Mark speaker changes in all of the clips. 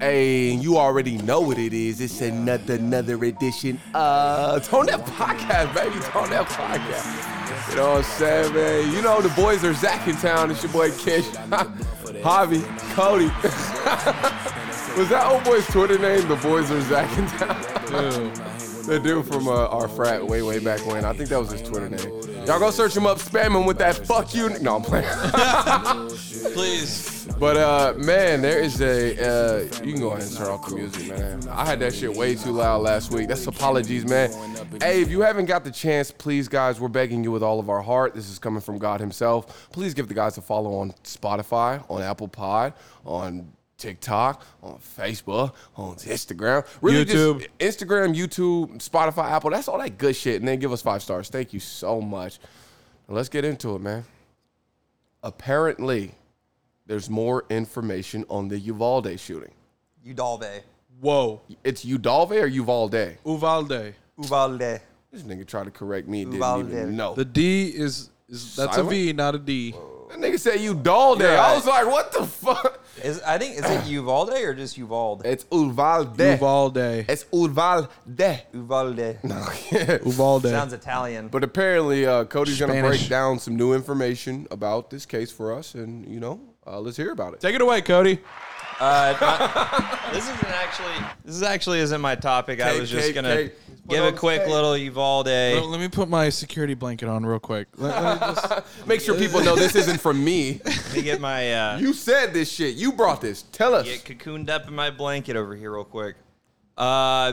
Speaker 1: Hey, you already know what it is. It's another another edition of Tone That Podcast, baby. Tone That Podcast. You know what I'm saying, man? You know the boys are Zach in town. It's your boy Kish, Javi, Cody. Was that old boy's Twitter name? The boys are Zach in town. the dude from uh, our frat way way back when. I think that was his Twitter name. Y'all go search him up, spam him with that "fuck you." No, I'm playing.
Speaker 2: Please.
Speaker 1: But uh, man, there is a uh, you can go ahead and turn off the music, man. I had that shit way too loud last week. That's apologies, man. Hey, if you haven't got the chance, please, guys, we're begging you with all of our heart. This is coming from God Himself. Please give the guys a follow on Spotify, on Apple Pod, on TikTok, on Facebook, on Instagram. Really
Speaker 2: YouTube.
Speaker 1: just Instagram, YouTube, Spotify, Apple. That's all that good shit. And then give us five stars. Thank you so much. Let's get into it, man. Apparently, there's more information on the Uvalde shooting.
Speaker 3: Udalde.
Speaker 2: Whoa.
Speaker 1: It's Udalve or Uvalde?
Speaker 2: Uvalde.
Speaker 3: Uvalde.
Speaker 1: This nigga tried to correct me. Didn't
Speaker 3: Uvalde.
Speaker 1: even know.
Speaker 2: The D is, is that's a V, not a D.
Speaker 1: that nigga said Udalde.
Speaker 3: You're
Speaker 1: I
Speaker 3: right.
Speaker 1: was like, what the fuck?
Speaker 3: Is I think is it Uvalde or just Uvalde?
Speaker 1: It's Uvalde.
Speaker 2: Uvalde.
Speaker 1: It's Uvalde.
Speaker 3: Uvalde.
Speaker 2: Uvalde.
Speaker 3: Sounds Italian.
Speaker 1: But apparently, uh, Cody's gonna break
Speaker 2: Spanish.
Speaker 1: down some new information about this case for us, and you know, uh, let's hear about it.
Speaker 2: Take it away, Cody.
Speaker 3: Uh, not- this isn't actually. This is actually isn't my topic. I
Speaker 1: Cake,
Speaker 3: was just
Speaker 1: cake,
Speaker 3: gonna
Speaker 1: cake. Put
Speaker 3: give
Speaker 1: on
Speaker 3: a
Speaker 1: the
Speaker 3: quick
Speaker 1: cake.
Speaker 3: little Uvalde.
Speaker 2: Let me put my security blanket on real quick. Let- let me just-
Speaker 1: Make sure people know this isn't from me.
Speaker 3: Let me get my uh,
Speaker 1: You said this shit. You brought this. Tell us.
Speaker 3: get cocooned up in my blanket over here real quick. Uh,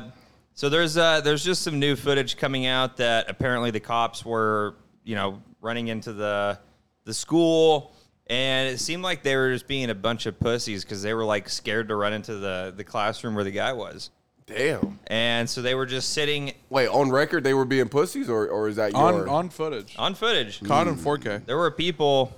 Speaker 3: so there's uh, there's just some new footage coming out that apparently the cops were you know running into the the school and it seemed like they were just being a bunch of pussies because they were like scared to run into the the classroom where the guy was
Speaker 1: Damn.
Speaker 3: and so they were just sitting
Speaker 1: Wait, on record they were being pussies, or or is that your?
Speaker 2: on on footage.
Speaker 3: on footage.
Speaker 2: Caught in 4K.
Speaker 3: There were people.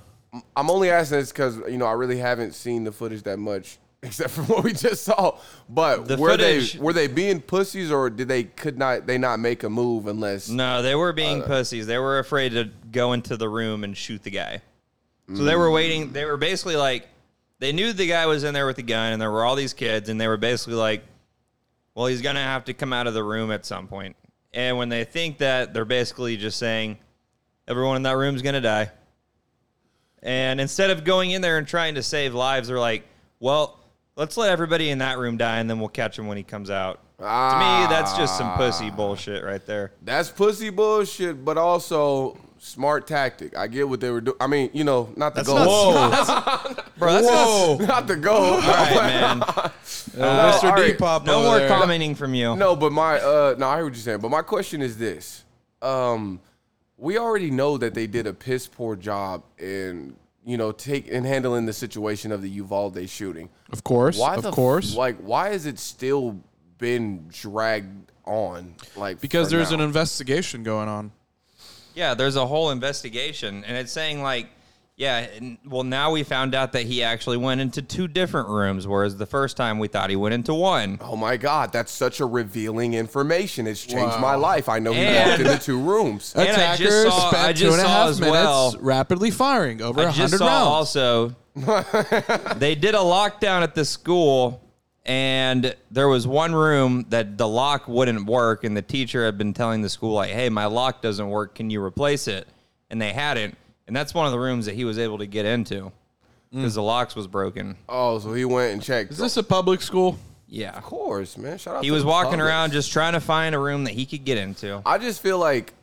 Speaker 1: I'm only asking this because you know I really haven't seen the footage that much, except for what we just saw. But
Speaker 3: The
Speaker 1: were
Speaker 3: footage-
Speaker 1: they were they being pussies or did they could not they not make a move unless
Speaker 3: No, they were being pussies. They were afraid to go into the room and shoot the guy. So they were waiting. They were basically like, they knew the guy was in there with a gun, and there were all these kids, and they were basically like, well, he's gonna have to come out of the room at some point. And when they think that, they're basically just saying, everyone in that room's gonna die. And instead of going in there and trying to save lives, they're like, well, let's let everybody in that room die, and then we'll catch him when he comes out. to me, that's just some pussy bullshit right there.
Speaker 1: that's pussy bullshit, but also smart tactic. I get what they were doing. I mean, you know, not the goal,
Speaker 3: Bro, that's
Speaker 2: Whoa.
Speaker 3: Whoa.
Speaker 1: not the goal.
Speaker 3: All right, man.
Speaker 2: Uh, Mr.
Speaker 1: all
Speaker 2: D
Speaker 1: right.
Speaker 2: pop
Speaker 3: No
Speaker 2: over
Speaker 3: more
Speaker 2: there.
Speaker 3: commenting from you.
Speaker 1: No, but my uh no, I hear what you're saying. But my question is this. Um we already know that they did a piss poor job in you know take in handling the situation of the Uvalde shooting.
Speaker 2: Of course.
Speaker 1: Why
Speaker 2: of
Speaker 1: the f-
Speaker 2: course.
Speaker 1: like why has it still been dragged on? Like
Speaker 2: because
Speaker 1: for
Speaker 2: there's an
Speaker 1: now?
Speaker 2: investigation going on.
Speaker 3: Yeah, there's a whole investigation, and it's saying like, yeah, n- well now we found out that he actually went into two different rooms, whereas the first time we thought he went into one.
Speaker 1: Oh my God, that's such a revealing information. It's changed my life. I know he
Speaker 3: And-
Speaker 1: walked into two rooms.
Speaker 3: And I just
Speaker 2: Attackers
Speaker 3: saw- I
Speaker 2: spent two
Speaker 3: just
Speaker 2: and a
Speaker 3: saw
Speaker 2: half
Speaker 3: as
Speaker 2: minutes
Speaker 3: well-
Speaker 2: rapidly firing over
Speaker 3: I
Speaker 2: 100
Speaker 3: just saw
Speaker 2: rounds.
Speaker 3: also they did a lockdown at the school, and there was one room that the lock wouldn't work, and the teacher had been telling the school like, "Hey, my lock doesn't work. Can you replace it?" And they hadn't, and that's one of the rooms that he was able to get into because the locks was broken.
Speaker 1: Oh, so he went and checked.
Speaker 2: Is this a public school?
Speaker 3: Yeah.
Speaker 1: of course, man. Shout out
Speaker 3: He
Speaker 1: to
Speaker 3: was
Speaker 1: the
Speaker 3: walking
Speaker 1: public.
Speaker 3: around just trying to find a room that he could get into.
Speaker 1: I just feel like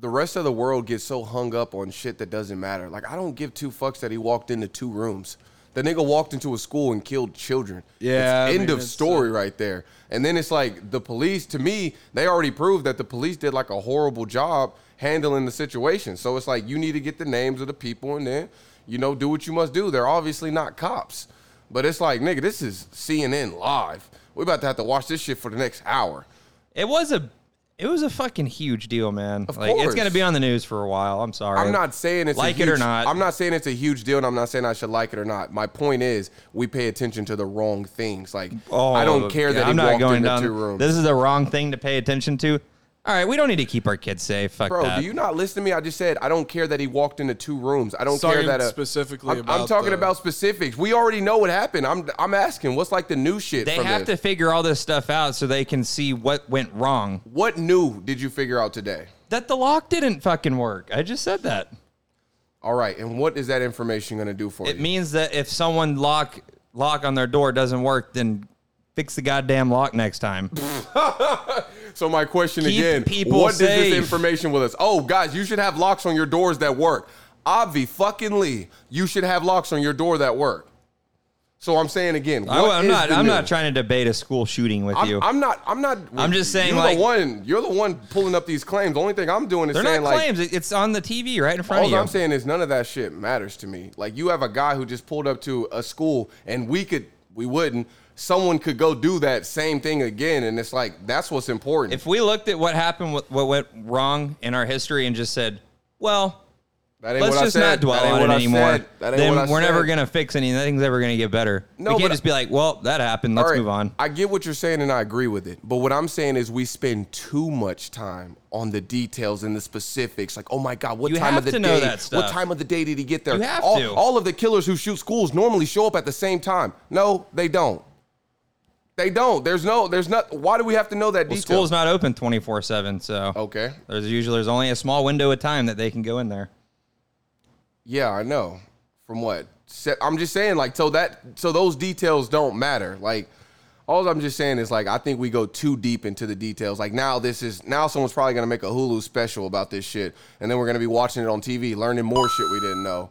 Speaker 1: the rest of the world gets so hung up on shit that doesn't matter. Like I don't give two fucks that he walked into two rooms. The nigga walked into a school and killed children.
Speaker 2: Yeah,
Speaker 1: It's
Speaker 2: I
Speaker 1: end
Speaker 2: mean,
Speaker 1: of
Speaker 2: it's, uh,
Speaker 1: story right there. And then it's like the police. To me, they already proved that the police did like a horrible job handling the situation. So it's like you need to get the names of the people and then you know do what you must do. They're obviously not cops, but it's like nigga, this is CNN live. We about to have to watch this shit for the next hour.
Speaker 3: It was a it was a fucking huge deal, man. like
Speaker 1: course.
Speaker 3: it's gonna be on the news for a while. I'm sorry.
Speaker 1: I'm not saying it's a
Speaker 3: Like it or
Speaker 1: huge-
Speaker 3: not.
Speaker 1: I'm not saying it's a huge deal, and I'm not saying I should like it or not. My point is, we pay attention to the wrong things. Like I don't care
Speaker 3: Oh, yeah,
Speaker 1: that he
Speaker 3: I'm not
Speaker 1: walked
Speaker 3: going
Speaker 1: into
Speaker 3: down.
Speaker 1: two rooms.
Speaker 3: This is the wrong thing to pay attention to. All right, we don't need to keep our kids safe. Fuck
Speaker 1: Bro,
Speaker 3: that.
Speaker 1: do you not listen to me? I just said I don't care that he walked into two rooms. I don't
Speaker 2: Talking
Speaker 1: care that a,
Speaker 2: specifically
Speaker 1: I'm, I'm
Speaker 2: about
Speaker 1: talking
Speaker 2: the-
Speaker 1: about specifics. We already know what happened. I'm I'm asking what's like the new shit.
Speaker 3: they
Speaker 1: from
Speaker 3: have
Speaker 1: this?
Speaker 3: to figure all this stuff out so they can see what went wrong.
Speaker 1: What new did you figure out today?
Speaker 3: That the lock didn't fucking work. I just said that.
Speaker 1: All right, and what is that information going to do for
Speaker 3: It
Speaker 1: you?
Speaker 3: means that if someone lock lock on their door doesn't work, then fix the goddamn lock next time.
Speaker 1: so my question
Speaker 3: Keep
Speaker 1: again:
Speaker 3: people
Speaker 1: What does
Speaker 3: safe.
Speaker 1: this information with us? Oh, guys, you should have locks on your doors that work. Obvi fucking Lee, you should have locks on your door that work. So I'm saying again,
Speaker 3: I,
Speaker 1: what
Speaker 3: am
Speaker 1: is
Speaker 3: not.
Speaker 1: the
Speaker 3: I'm
Speaker 1: new?
Speaker 3: not trying to debate a school shooting with you.
Speaker 1: I'm, I'm not. I'm not.
Speaker 3: I'm just saying,
Speaker 1: You're
Speaker 3: like-
Speaker 1: the one. You're the one pulling up these claims. The only thing I'm doing is
Speaker 3: They're
Speaker 1: saying,
Speaker 3: not
Speaker 1: like,
Speaker 3: claims. It- it's on the TV right in front of
Speaker 1: all
Speaker 3: you.
Speaker 1: I'm saying is none of that shit matters to me. Like, you have a guy who just pulled up to a school, and we could, we wouldn't. Someone could go do that same thing again, and it's like that's what's important.
Speaker 3: if we looked at what happened, what, what went wrong in our history, and just said, "Well,
Speaker 1: that ain't
Speaker 3: let's
Speaker 1: what
Speaker 3: just
Speaker 1: I said.
Speaker 3: not dwell
Speaker 1: that ain't
Speaker 3: on
Speaker 1: what
Speaker 3: it
Speaker 1: I
Speaker 3: anymore,"
Speaker 1: Said. That ain't
Speaker 3: then
Speaker 1: what I
Speaker 3: we're never
Speaker 1: said.
Speaker 3: gonna fix anything. Nothing's ever gonna get better.
Speaker 1: No,
Speaker 3: we can't
Speaker 1: but-
Speaker 3: just be like, "Well, that happened. Let's
Speaker 1: All right,
Speaker 3: move on."
Speaker 1: I get what you're saying and I agree with it. But what I'm saying is we spend too much time on the details and the specifics. Like, oh my God, what
Speaker 3: You
Speaker 1: time
Speaker 3: have
Speaker 1: of the
Speaker 3: to
Speaker 1: day?
Speaker 3: know that stuff.
Speaker 1: What time of the day did he get there?
Speaker 3: You have
Speaker 1: all,
Speaker 3: to.
Speaker 1: all of the killers who shoot schools normally show up at the same time. No, they don't. They don't. There's no, there's not. Why do we have to know that
Speaker 3: Well,
Speaker 1: detail?
Speaker 3: school's not open 24 seven, so
Speaker 1: okay.
Speaker 3: there's usually there's only a small window of time that they can go in there.
Speaker 1: Yeah, I know. From what? Se- I'm just saying, like, so that, so those details don't matter. Like, all I'm just saying is, like, I think we go too deep into the details. Like, now this is, now someone's probably gonna make a Hulu special about this shit, and then we're gonna be watching it on TV, learning more shit we didn't know.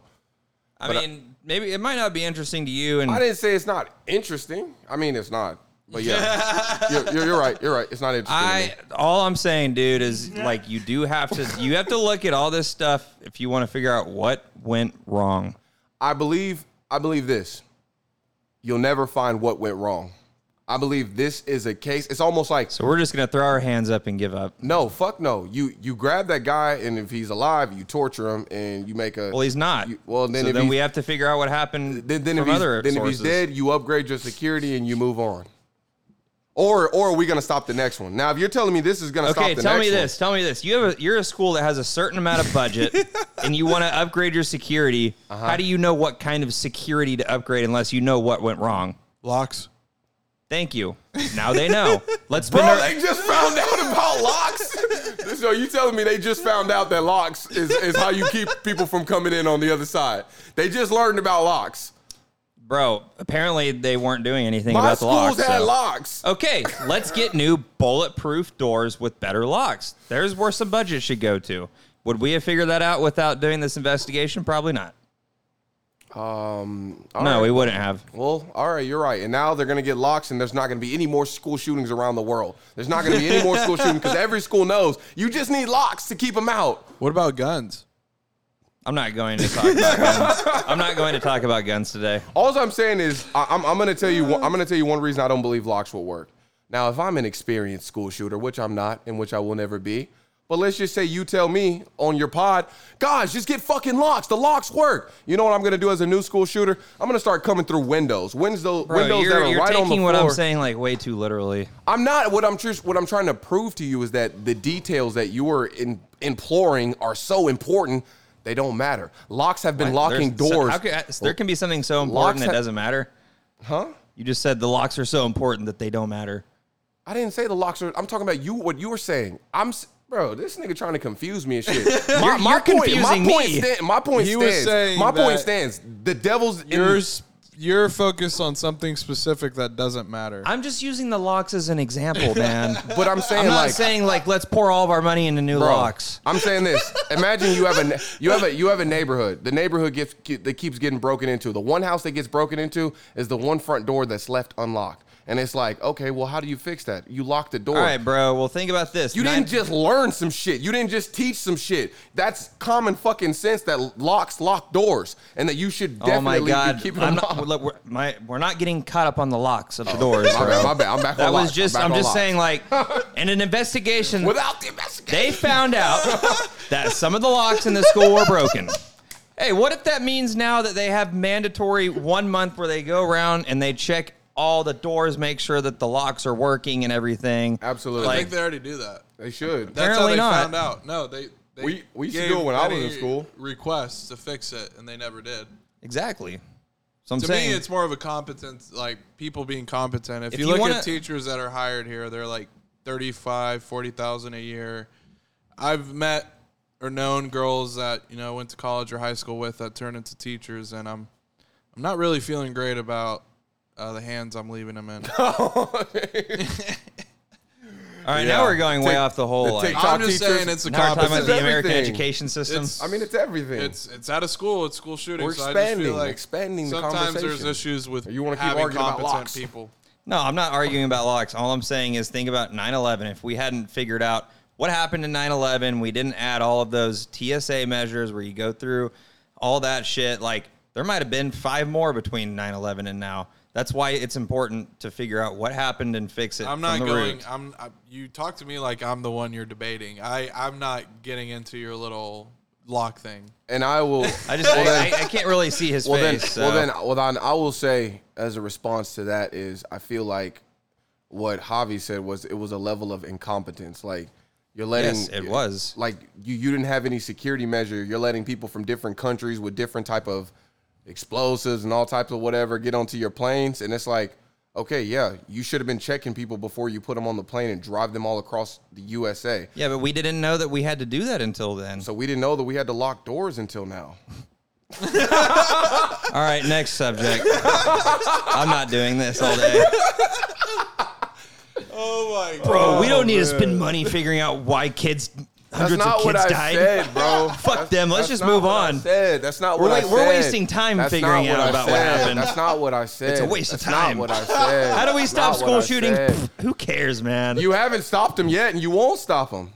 Speaker 3: I
Speaker 1: But I-
Speaker 3: mean, maybe it might not be interesting to you, and
Speaker 1: I didn't say it's not interesting. I mean, it's not. But yeah, you're, you're, you're right. You're right. It's not interesting. to me.
Speaker 3: I all I'm saying, dude, is like you do have to you have to look at all this stuff if you want to figure out what went wrong.
Speaker 1: I believe I believe this. You'll never find what went wrong. I believe this is a case. It's almost like
Speaker 3: So we're just gonna throw our hands up and give up.
Speaker 1: No, fuck no. You you grab that guy, and if he's alive, you torture him, and you make a.
Speaker 3: Well, he's not.
Speaker 1: You- well, then
Speaker 3: so
Speaker 1: if
Speaker 3: then
Speaker 1: he's-
Speaker 3: we have to figure out what happened.
Speaker 1: then, then, if
Speaker 3: from
Speaker 1: he's,
Speaker 3: other
Speaker 1: then if he's
Speaker 3: sources.
Speaker 1: dead, you upgrade your security and you move on. Or or are we gonna stop the next one? Now, if you're telling me this is gonna
Speaker 3: Okay,
Speaker 1: stop the
Speaker 3: tell
Speaker 1: next
Speaker 3: me
Speaker 1: one-
Speaker 3: this. Tell me this. You have a, you're a school that has a certain amount of budget, and you want to upgrade your security.
Speaker 1: Uh-huh.
Speaker 3: How do you know what kind of security to upgrade unless you know what went wrong?
Speaker 2: Locks.
Speaker 3: Thank you. Now they know. Let's
Speaker 1: Bro,
Speaker 3: spend our-
Speaker 1: they just found out about locks. So you telling me they just found out that locks is, is how you keep people from coming in on the other side? They just learned about locks.
Speaker 3: bro. Apparently they weren't doing anything
Speaker 1: My
Speaker 3: about the
Speaker 1: schools
Speaker 3: locks.
Speaker 1: had
Speaker 3: so-
Speaker 1: locks.
Speaker 3: Okay, let's get new bulletproof doors with better locks. There's where some budget should go to. Would we have figured that out without doing this investigation? Probably not.
Speaker 1: Um, all
Speaker 3: no,
Speaker 1: right.
Speaker 3: we wouldn't have.
Speaker 1: Well, all right, you're right. And now they're going to get locks, and there's not going to be any more school shootings around the world. There's not going to be any more school shootings because every school knows you just need locks to keep them out.
Speaker 2: What about guns?
Speaker 3: I'm not going to talk about guns. I'm not going to talk about guns today.
Speaker 1: All I'm saying is, I, I'm, I'm going to tell you, one- I'm going to tell you one reason I don't believe locks will work. Now, if I'm an experienced school shooter, which I'm not, and which I will never be, but let's just say you tell me on your pod, guys, just get fucking locks. The locks work. You know what I'm going to do as a new school shooter? I'm going to start coming through windows, windows,
Speaker 3: Bro,
Speaker 1: windows that
Speaker 3: you're,
Speaker 1: are
Speaker 3: you're
Speaker 1: right
Speaker 3: taking
Speaker 1: on the floor.
Speaker 3: what I'm saying like way too literally.
Speaker 1: I'm not what I'm just what I'm trying to prove to you is that the details that you are in, imploring are so important they don't matter. Locks have been locking
Speaker 3: There's- so
Speaker 1: doors.
Speaker 3: how could- uh, there can be something so important
Speaker 1: Locks
Speaker 3: that
Speaker 1: ha-
Speaker 3: doesn't matter.
Speaker 1: huh?
Speaker 3: You just said the locks are so important that they don't matter.
Speaker 1: I didn't say the locks are. I'm talking about you. What you were saying. I'm s- bro. This nigga trying to confuse me and shit. my,
Speaker 3: You're-
Speaker 1: my
Speaker 3: you're
Speaker 1: point,
Speaker 3: confusing
Speaker 1: my point
Speaker 3: me.
Speaker 1: sta- my point
Speaker 2: He was
Speaker 1: stands.
Speaker 2: saying
Speaker 1: my point
Speaker 2: that
Speaker 1: stands. The devil's in-
Speaker 2: Yours. You're focused on something specific that doesn't matter.
Speaker 3: I'm just using the locks as an example, man.
Speaker 1: But I'm saying
Speaker 3: I'm not
Speaker 1: like
Speaker 3: saying like let's pour all of our money into new
Speaker 1: Bro,
Speaker 3: locks.
Speaker 1: I'm saying this. Imagine you have a ne- you have a you have a neighborhood. The neighborhood gets ke- that keeps getting broken into. The one house that gets broken into is the one front door that's left unlocked. And it's like, okay, well, how do you fix that? You lock the door.
Speaker 3: All right, bro. Well, think about this.
Speaker 1: You
Speaker 3: Nine-
Speaker 1: didn't just learn some shit. You didn't just teach some shit. That's common fucking sense that locks lock doors and that you should
Speaker 3: Oh my
Speaker 1: definitely
Speaker 3: god!
Speaker 1: be keeping them
Speaker 3: I'm not,
Speaker 1: locked.
Speaker 3: look, we're, my, we're not getting caught up on the locks of the doors.
Speaker 1: Oh, My bad,
Speaker 3: bro.
Speaker 1: my bad. I'm back
Speaker 3: That
Speaker 1: on
Speaker 3: was
Speaker 1: locks.
Speaker 3: just.
Speaker 1: back
Speaker 3: I'm
Speaker 1: on
Speaker 3: just
Speaker 1: locks.
Speaker 3: saying, like, in an investigation,
Speaker 1: Without the investigation.
Speaker 3: they found out that some of the locks in the school were broken. Hey, what if that means now that they have mandatory one month where they go around and they check all the doors, make sure that the locks are working and everything.
Speaker 1: Absolutely.
Speaker 2: I
Speaker 3: Like-
Speaker 2: think they already do that.
Speaker 1: they should.
Speaker 2: That's
Speaker 3: Apparently
Speaker 2: how they
Speaker 3: not.
Speaker 2: found out. No, they. they
Speaker 1: We- we used to
Speaker 2: gave
Speaker 1: do it when I was in
Speaker 2: many
Speaker 1: school.
Speaker 2: Requests to fix it, and they never did.
Speaker 3: Exactly. So I'm
Speaker 2: to
Speaker 3: saying
Speaker 2: me, it's more of a competence, like people being competent. If,
Speaker 3: If
Speaker 2: you,
Speaker 3: you
Speaker 2: look
Speaker 3: wanna-
Speaker 2: at teachers that are hired here, they're like 35, 40,000 a year. I've met or known girls that, you know, went to college or high school with that turn into teachers, and I'm I'm not really feeling great about uh, the hands I'm leaving them in.
Speaker 3: all right.
Speaker 1: Yeah.
Speaker 3: Now we're going way
Speaker 1: Take-
Speaker 3: off the
Speaker 1: the
Speaker 3: whole. Like,
Speaker 1: TikTok
Speaker 2: I'm just
Speaker 1: teachers-
Speaker 2: saying it's a
Speaker 3: now we're talking about
Speaker 2: competence.
Speaker 3: the
Speaker 1: It's
Speaker 3: American
Speaker 1: everything.
Speaker 3: education system.
Speaker 2: It's-
Speaker 1: I mean, it's everything.
Speaker 2: It's it's out of school. It's school shooting.
Speaker 1: We're
Speaker 2: so I just
Speaker 1: expanding-
Speaker 2: feel like
Speaker 1: expanding the
Speaker 2: Sometimes there's
Speaker 1: conversation.
Speaker 2: issues with
Speaker 1: You wanna keep
Speaker 2: having
Speaker 1: arguing about
Speaker 2: competent
Speaker 1: locks.
Speaker 2: people.
Speaker 3: No, I'm not arguing about locks. All I'm saying is think about 9/11. If we hadn't figured out what happened in 9/11, we didn't add all of those TSA measures where you go through all that shit. Like there might have been five more between 9/11 and now. That's why it's important to figure out what happened and fix it.
Speaker 2: I'm
Speaker 3: from
Speaker 2: not
Speaker 3: the
Speaker 2: going.
Speaker 3: root.
Speaker 2: I'm. I, you talk to me like I'm the one you're debating. I. I'm not getting into your little lock thing.
Speaker 1: and I will.
Speaker 3: I just
Speaker 1: Well,
Speaker 3: I,
Speaker 1: then-
Speaker 3: I, I can't really see his
Speaker 1: well
Speaker 3: face.
Speaker 1: then, well
Speaker 3: so-
Speaker 1: then, well then, I will say as a response to that is I feel like what Javi said was it was a level of incompetence. Like you're letting
Speaker 3: Yes, it was.
Speaker 1: like you you didn't have any security measure. You're letting people from different countries with different type of explosives and all types of whatever get onto your planes, and it's like. Okay, yeah, you should have been checking people before you put them on the plane and drive them all across the USA.
Speaker 3: yeah, but we didn't know that we had to do that until then.
Speaker 1: So we didn't know that we had to lock doors until now.
Speaker 3: all right, next subject. I'm not doing this all day.
Speaker 2: Oh my
Speaker 3: Bro, we don't need to spend money figuring out why kids
Speaker 1: That's
Speaker 3: hundreds
Speaker 1: not
Speaker 3: of
Speaker 1: what
Speaker 3: kids
Speaker 1: I
Speaker 3: died.
Speaker 1: said, bro.
Speaker 3: Fuck them. Let's
Speaker 1: That's
Speaker 3: just
Speaker 1: not
Speaker 3: move
Speaker 1: what I
Speaker 3: on.
Speaker 1: said. That's not
Speaker 3: We're
Speaker 1: what I
Speaker 3: like-
Speaker 1: said.
Speaker 3: we're wasting time
Speaker 1: That's
Speaker 3: figuring
Speaker 1: not what
Speaker 3: out
Speaker 1: I
Speaker 3: about what
Speaker 1: said.
Speaker 3: happened.
Speaker 1: That's not what I said.
Speaker 3: It's a waste of
Speaker 1: That's not
Speaker 3: time.
Speaker 1: what I said.
Speaker 3: How do we
Speaker 1: That's
Speaker 3: stop
Speaker 1: not what I
Speaker 3: school shooting?
Speaker 1: said.
Speaker 3: Who cares, man?
Speaker 1: You haven't stopped them yet, and you won't stop them.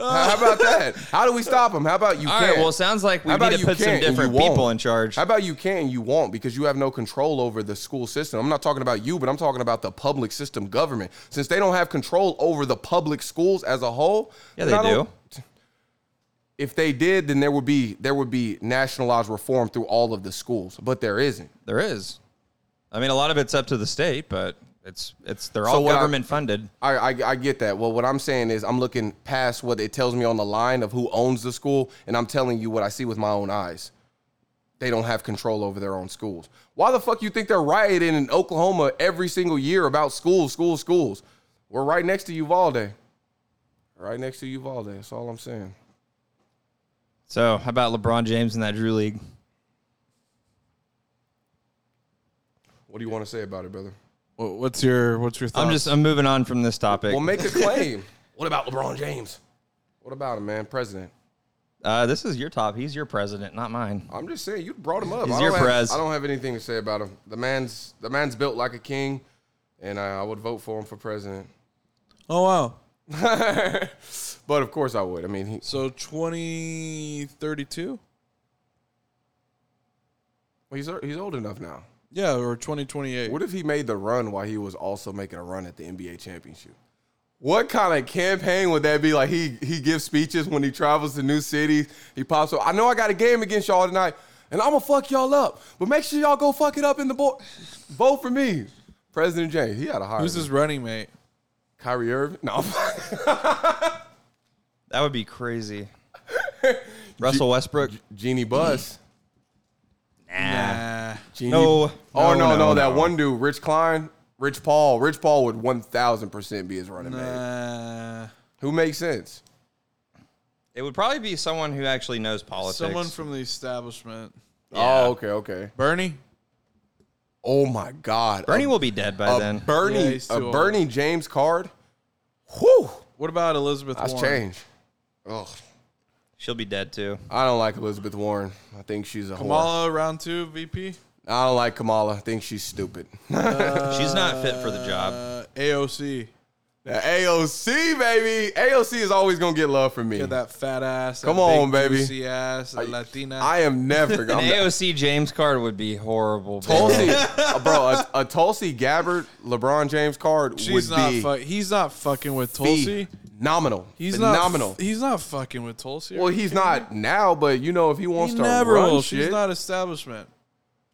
Speaker 1: How how about that? How do we stop them? How about you
Speaker 3: All
Speaker 1: can't?
Speaker 3: right. Well, it sounds like we
Speaker 1: How about
Speaker 3: need to
Speaker 1: you
Speaker 3: put
Speaker 1: can't
Speaker 3: some
Speaker 1: and you
Speaker 3: different
Speaker 1: won't?
Speaker 3: people in charge.
Speaker 1: How about you can and you won't because you have no control over the school system? I'm not talking about you, but I'm talking about the public system government. Since they don't have control over the public schools as a whole,
Speaker 3: Yeah,
Speaker 1: then
Speaker 3: they
Speaker 1: I
Speaker 3: do.
Speaker 1: don't- If they did, then there would be there would be nationalized reform through all of the schools, but there isn't.
Speaker 3: There is. I mean, a lot of it's up to the state, but it's it's they're
Speaker 1: So
Speaker 3: all
Speaker 1: what I-
Speaker 3: government funded.
Speaker 1: I, I I get that. Well, what I'm saying is I'm looking past what it tells me on the line of who owns the school, and I'm telling you what I see with my own eyes. They don't have control over their own schools. Why the fuck you think they're rioting in Oklahoma every single year about schools, schools, schools? We're right next to Uvalde. Right next to Uvalde. That's all I'm saying.
Speaker 3: So how about LeBron James in that Drew League?
Speaker 1: What do you want to say about it, brother?
Speaker 2: What's your What's your thoughts?
Speaker 3: I'm just I'm moving on from this topic.
Speaker 1: Well, make a claim. what about LeBron James? What about him, man? President.
Speaker 3: Uh, this is your top. He's your president, not mine.
Speaker 1: I'm just saying you brought him up.
Speaker 3: He's
Speaker 1: I don't
Speaker 3: your
Speaker 1: have,
Speaker 3: prez.
Speaker 1: I don't have anything to say about him. The man's the man's built like a king, and I, I would vote for him for president.
Speaker 2: oh wow.
Speaker 1: But of course I would. I mean, he,
Speaker 2: So 2032.
Speaker 1: he's he's old enough now.
Speaker 2: Yeah, or 2028.
Speaker 1: What if he made the run while he was also making a run at the NBA championship? What kind of campaign would that be? Like he he gives speeches when he travels to new cities. He pops up. I know I got a game against y'all tonight, and I'm gonna fuck y'all up. But make sure y'all go fuck it up in the board. Vote for me, President James. He got a hire.
Speaker 2: Who's his running mate?
Speaker 1: Kyrie Irving? No.
Speaker 3: That would be crazy. Russell Westbrook.
Speaker 1: Genie Bus.
Speaker 2: Nah.
Speaker 1: Genie.
Speaker 3: No.
Speaker 1: Oh no, no,
Speaker 3: no,
Speaker 1: that
Speaker 3: no.
Speaker 1: one dude, Rich Klein, Rich Paul. Rich Paul would one thousand percent be his running mate.
Speaker 2: Nah.
Speaker 1: Who makes sense?
Speaker 3: It would probably be someone who actually knows politics.
Speaker 2: Someone from the establishment.
Speaker 3: Yeah.
Speaker 1: Oh, okay, okay.
Speaker 2: Bernie.
Speaker 1: Oh my God,
Speaker 3: Bernie
Speaker 1: a,
Speaker 3: will be dead by
Speaker 1: a
Speaker 3: then.
Speaker 1: Bernie,
Speaker 2: Yeah, he's too
Speaker 1: a
Speaker 2: old.
Speaker 1: Bernie James card. Whew,
Speaker 2: What about Elizabeth
Speaker 1: that's
Speaker 2: Warren?
Speaker 1: change. Ugh,
Speaker 3: She'll be dead too.
Speaker 1: I don't like Elizabeth Warren. I think she's a whore.
Speaker 2: Kamala round two VP.
Speaker 1: I don't like Kamala. I think she's stupid.
Speaker 3: She's not fit for the job.
Speaker 2: Uh, AOC.
Speaker 1: Now, AOC baby, AOC is always gonna get love from me.
Speaker 2: Get that fat ass.
Speaker 1: Come
Speaker 2: that
Speaker 1: on,
Speaker 2: big
Speaker 1: baby.
Speaker 2: Juicy ass. that Latina.
Speaker 1: I am never.
Speaker 3: An
Speaker 1: gonna.
Speaker 3: AOC James card would be horrible. bro.
Speaker 1: Tulsi, uh, bro, a, a Tulsi Gabbard LeBron James card
Speaker 2: She's
Speaker 1: would
Speaker 2: not.
Speaker 1: be
Speaker 2: Fu- he's not fucking with Tulsi.
Speaker 1: phenomenal.
Speaker 2: He's
Speaker 1: phenomenal.
Speaker 2: not. f- he's not fucking with Tulsi.
Speaker 1: well, he's not now, but you know if he
Speaker 2: He
Speaker 1: wants to
Speaker 2: never
Speaker 1: run
Speaker 2: will.
Speaker 1: shit,
Speaker 2: She's not establishment.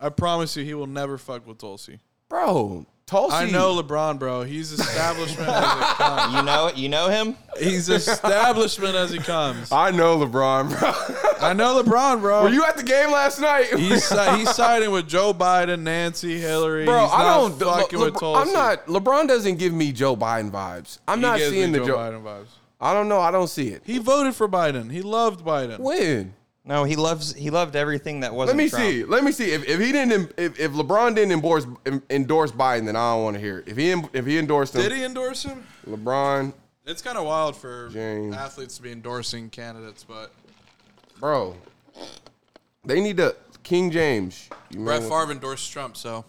Speaker 2: I promise you, he will never fuck with Tulsi.
Speaker 1: bro. Tulsi,
Speaker 2: I know LeBron, bro. He's establishment as it comes.
Speaker 3: You know, you know him.
Speaker 2: He's establishment as he comes.
Speaker 1: I know LeBron, bro.
Speaker 2: I know LeBron, bro.
Speaker 1: Were you at the game last night?
Speaker 2: He's si- he's siding with Joe Biden, Nancy, Hillary.
Speaker 1: Bro,
Speaker 2: He's
Speaker 1: I
Speaker 2: not
Speaker 1: don't. Le-
Speaker 2: fucking with
Speaker 1: LeBron-
Speaker 2: Tulsi.
Speaker 1: I'm not. LeBron doesn't give me Joe Biden vibes. I'm
Speaker 2: He
Speaker 1: not
Speaker 2: gives me
Speaker 1: seeing the Joe.
Speaker 2: Biden vibes.
Speaker 1: I don't know. I don't see it.
Speaker 2: He voted for Biden. He loved Biden.
Speaker 1: When?
Speaker 3: No, he loves he loved everything that
Speaker 1: Let
Speaker 3: wasn't.
Speaker 1: me
Speaker 3: Trump.
Speaker 1: see. Let me see. If, if he didn't, em- if, if LeBron didn't endorse em- endorse Biden, then I don't want to hear it. If he em- if he endorsed him,
Speaker 2: Did he endorse him?
Speaker 1: LeBron,
Speaker 2: It's kind of wild for
Speaker 1: James.
Speaker 2: athletes to be endorsing candidates, but
Speaker 1: bro, they need to King James. You
Speaker 2: Brett
Speaker 1: remember-
Speaker 2: Favre endorsed Trump, so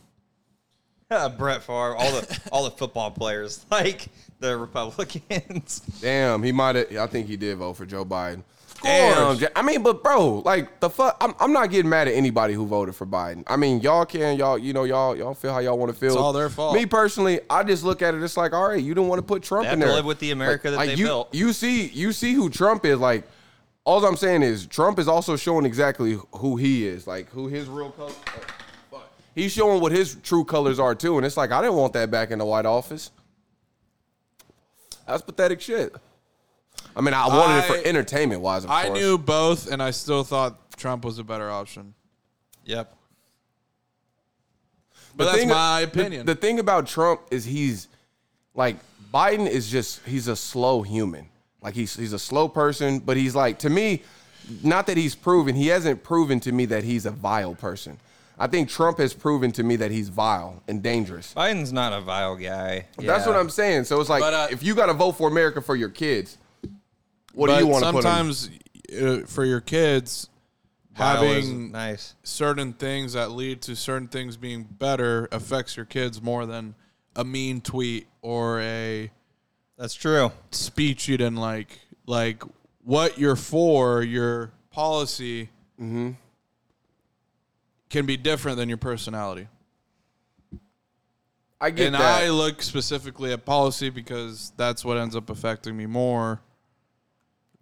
Speaker 3: Uh, Brett Favre, all the all the football players, like the Republicans.
Speaker 1: Damn, he might have. I think he did vote for Joe Biden. Of
Speaker 2: course.
Speaker 1: I mean, but bro, like the fuck, I'm, I'm not getting mad at anybody who voted for Biden. I mean, y'all can, y'all, you know, y'all, y'all feel how y'all want to feel. It's
Speaker 2: all their fault.
Speaker 1: Me personally, I just look at it. It's like, all right, you didn't want to put Trump
Speaker 3: They have
Speaker 1: in
Speaker 3: to
Speaker 1: there.
Speaker 3: live with the America that they
Speaker 1: you,
Speaker 3: built.
Speaker 1: You see, you see who Trump is. Like, all I'm saying is Trump is also showing exactly who he is. Like, who his real color. He's showing what his true colors are too, and it's like I didn't want that back in the White Office. That's pathetic shit. I mean, I wanted it
Speaker 2: I-
Speaker 1: for entertainment wise. Of
Speaker 2: I
Speaker 1: course.
Speaker 2: knew both, and I still thought Trump was a better option.
Speaker 3: Yep.
Speaker 1: The
Speaker 2: But that's
Speaker 1: thing-
Speaker 2: my
Speaker 1: the-
Speaker 2: opinion.
Speaker 1: The, thing about Trump is he's like Biden is just he's a slow human. Like he's he's a slow person, but he's like to me, not that he's proven. He hasn't proven to me that he's a vile person. I think Trump has proven to me that he's vile and dangerous.
Speaker 3: Biden's not a vile guy.
Speaker 1: That's what I'm saying. So it's like
Speaker 2: But, uh,
Speaker 1: if you got to vote for America for your kids, what
Speaker 2: but
Speaker 1: do you want to put? 'em?
Speaker 2: sometimes uh, for your kids having
Speaker 3: nice.
Speaker 2: certain things that lead to certain things being better affects your kids more than a mean tweet or a
Speaker 3: That's true.
Speaker 2: speech you didn't like. Like what you're for, your policy
Speaker 3: Mm-hmm.
Speaker 2: can be different than your personality.
Speaker 1: I get
Speaker 2: and
Speaker 1: that.
Speaker 2: I look specifically at policy because that's what ends up affecting me more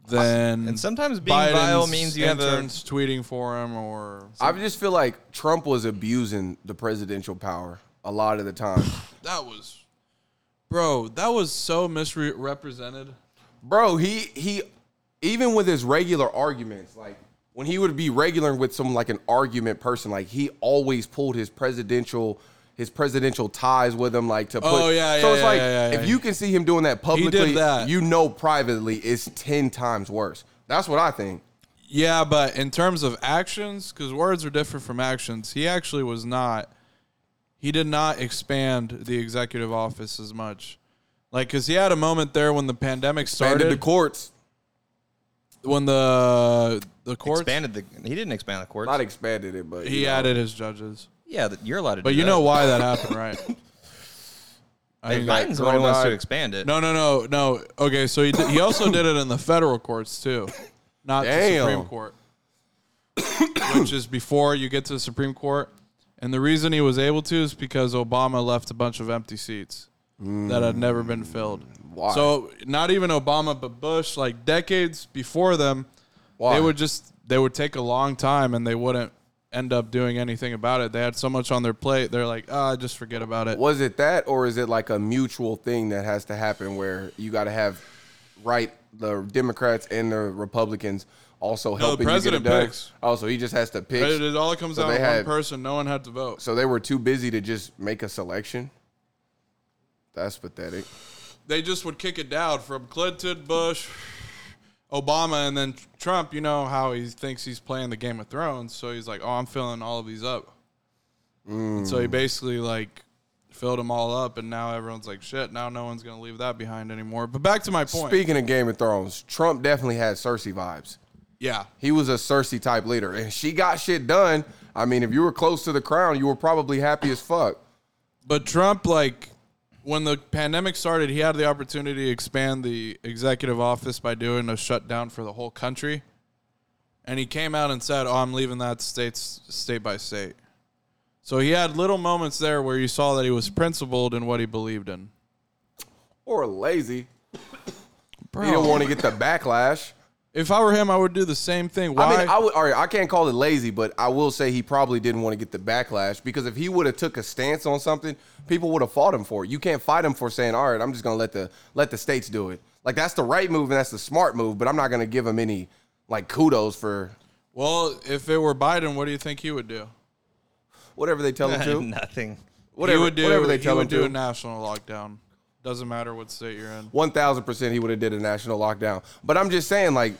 Speaker 2: than
Speaker 3: And sometimes being vile means you have a
Speaker 2: interns tweeting for him or
Speaker 1: I just feel like Trump was abusing the presidential power a lot of the time.
Speaker 2: that was bro that was so misrepresented
Speaker 1: Bro, he he even with his regular arguments, like when he would be regular with some like an argument person, like he always pulled his presidential his presidential ties with him, like to put.
Speaker 2: Oh, yeah,
Speaker 1: so
Speaker 2: yeah,
Speaker 1: it's
Speaker 2: yeah,
Speaker 1: like
Speaker 2: yeah, yeah,
Speaker 1: if
Speaker 2: yeah.
Speaker 1: you can see him doing that publicly,
Speaker 2: that.
Speaker 1: you know privately it's ten times worse. That's what I think.
Speaker 2: yeah but in terms of actions because words are different from actions he actually was not he did not expand the executive office as much like because he had a moment there when the pandemic
Speaker 1: Banded
Speaker 2: started
Speaker 1: the courts,
Speaker 2: when the the courts
Speaker 3: expanded the. He didn't expand the courts.
Speaker 1: not expanded it, but
Speaker 2: he
Speaker 1: you know.
Speaker 2: added his judges
Speaker 3: yeah, th- you're allowed to.
Speaker 2: but
Speaker 3: do
Speaker 2: you
Speaker 3: that.
Speaker 2: know why that happened right I think that-
Speaker 3: Biden's the one who wants to
Speaker 1: Corona-
Speaker 3: expand it.
Speaker 2: No, no, no, no. Okay, so he, did, he also did it in the federal courts too, not the
Speaker 1: Damn.
Speaker 2: Supreme Court, which is before you get to the Supreme Court. And the reason he was able to is because Obama left a bunch of empty seats that had never been filled.
Speaker 1: Why?
Speaker 2: So not even Obama, but Bush, like decades before them,
Speaker 1: Why?
Speaker 2: they would just they would take a long time and they wouldn't end up doing anything about it. They had so much on their plate. They're like, ah, just forget about it.
Speaker 1: Was it that, or is it like a mutual thing that has to happen where you got to have right the Democrats and the Republicans also helping
Speaker 2: president
Speaker 1: you get it done?
Speaker 2: picks.
Speaker 1: Oh, so he just has to pick.
Speaker 2: It, it all comes
Speaker 1: So
Speaker 2: down
Speaker 1: they
Speaker 2: to
Speaker 1: had-
Speaker 2: one person. No one had to vote.
Speaker 1: so they were too busy to just make a selection. That's pathetic.
Speaker 2: they just would kick it down from Clinton, Bush, Obama, and then Trump. You know how he thinks he's playing the Game of Thrones, so he's like, "Oh, I'm filling all of these up." And so he basically like filled them all up, and now everyone's like, "Shit!" Now no one's gonna leave that behind anymore. But back to my point.
Speaker 1: Speaking of Game of Thrones, Trump definitely had Cersei vibes.
Speaker 2: yeah,
Speaker 1: He was a Cersei type leader, and she got shit done. I mean, if you were close to the crown, you were probably happy as fuck.
Speaker 2: But Trump, like, when the pandemic started, he had the opportunity to expand the executive office by doing a shutdown for the whole country. And he came out and said, Oh, I'm leaving that states, state by state. So he had little moments there where you saw that he was principled in what he believed in. Oh.
Speaker 1: Or lazy. He didn't want to get the backlash.
Speaker 2: If I were him, I would do the same thing. Why?
Speaker 1: I mean, I would. All right, I can't call it lazy, but I will say he probably didn't want to get the backlash because if he would have took a stance on something, people would have fought him for it. You can't fight him for saying, "All right, I'm just gonna let the let the states do it." Like that's the right move and that's the smart move, but I'm not gonna give him any like kudos for
Speaker 2: well, if it were Biden, what do you think he would do?
Speaker 1: whatever they tell him to.
Speaker 3: Nothing.
Speaker 1: Whatever,
Speaker 2: he would do.
Speaker 1: whatever they
Speaker 2: he
Speaker 1: tell him
Speaker 2: would do
Speaker 1: to.
Speaker 2: a national lockdown. Doesn't matter what state you're in.
Speaker 1: One thousand percent, he would have did a national lockdown. But I'm just saying, like,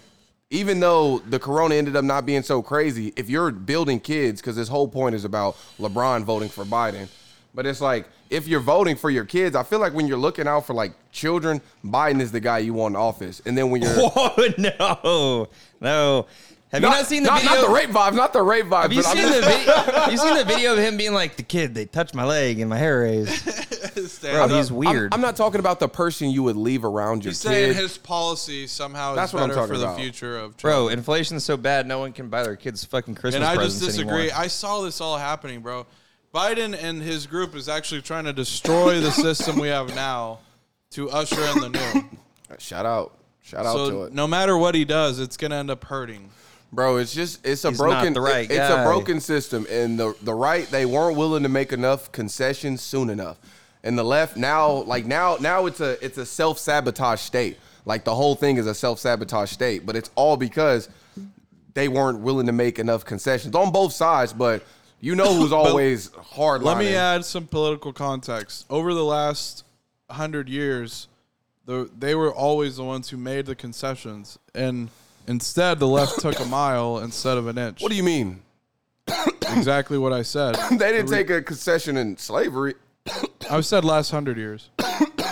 Speaker 1: even though the corona ended up not being so crazy, if you're building kids, because this whole point is about LeBron voting for Biden, but it's like if you're voting for your kids, I feel like when you're looking out for like children, Biden is the guy you want in office. And then when you're
Speaker 3: Whoa, no, Oh, no. Have you not seen the
Speaker 1: not,
Speaker 3: video?
Speaker 1: not the rape vibes, not the rape vibes.
Speaker 3: Have you
Speaker 1: but I'm
Speaker 3: seen
Speaker 1: just-
Speaker 3: the video? Have you seen the video of him being like the kid? They touched my leg and my hair raised. Bro, he's weird.
Speaker 1: I'm, I'm not talking about the person you would leave around your
Speaker 2: He's
Speaker 1: kid.
Speaker 2: saying his policy somehow
Speaker 1: That's
Speaker 2: is
Speaker 1: what I'm
Speaker 2: better for
Speaker 1: talking
Speaker 2: the
Speaker 1: about.
Speaker 2: future of children.
Speaker 3: Bro, inflation's so bad, no one can buy their kids fucking Christmas
Speaker 2: and I
Speaker 3: presents
Speaker 2: just disagree.
Speaker 3: anymore.
Speaker 2: I saw this all happening, bro. Biden and his group is actually trying to destroy the system we have now to usher in the new.
Speaker 1: Shout out, shout out to
Speaker 2: so
Speaker 1: it.
Speaker 2: no matter what he does, it's gonna end up hurting.
Speaker 1: Bro, it's just it's a
Speaker 3: He's
Speaker 1: broken
Speaker 3: not the right
Speaker 1: it- it's a
Speaker 3: guy.
Speaker 1: broken system and the the right they weren't willing to make enough concessions soon enough. And the left now like now now it's a it's a self-sabotage state. Like the whole thing is a self-sabotage state, but it's all because they weren't willing to make enough concessions on both sides, but you know who's always hard
Speaker 2: Let me add some political context. Over the last hundred years, the, they were always the ones who made the concessions, and instead the left took a mile instead of an inch.
Speaker 1: What do you mean?
Speaker 2: exactly what I said.
Speaker 1: They didn't take a concession in slavery.
Speaker 2: I said last hundred years.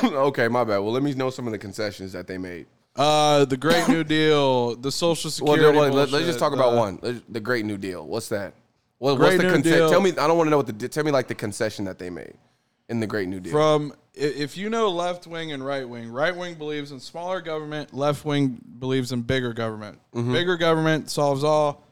Speaker 1: okay, my bad. Well, let me know some of the concessions that they made.
Speaker 2: Uh, the Great New Deal, the Social
Speaker 1: Well,
Speaker 2: Security.
Speaker 1: there, well let,
Speaker 2: bullshit, uh,
Speaker 1: us just talk about
Speaker 2: the-
Speaker 1: one. Let's- The Great New Deal. What's that? What, what's
Speaker 2: Great
Speaker 1: the
Speaker 2: New
Speaker 1: concession?
Speaker 2: Deal-
Speaker 1: Tell me. I don't want to know what the. Tell me like the concession that they made in the Great New Deal.
Speaker 2: From i- if you know left wing and right wing, right wing believes in smaller government, left wing believes in bigger government.
Speaker 1: Mm-hmm.
Speaker 2: Bigger government solves all.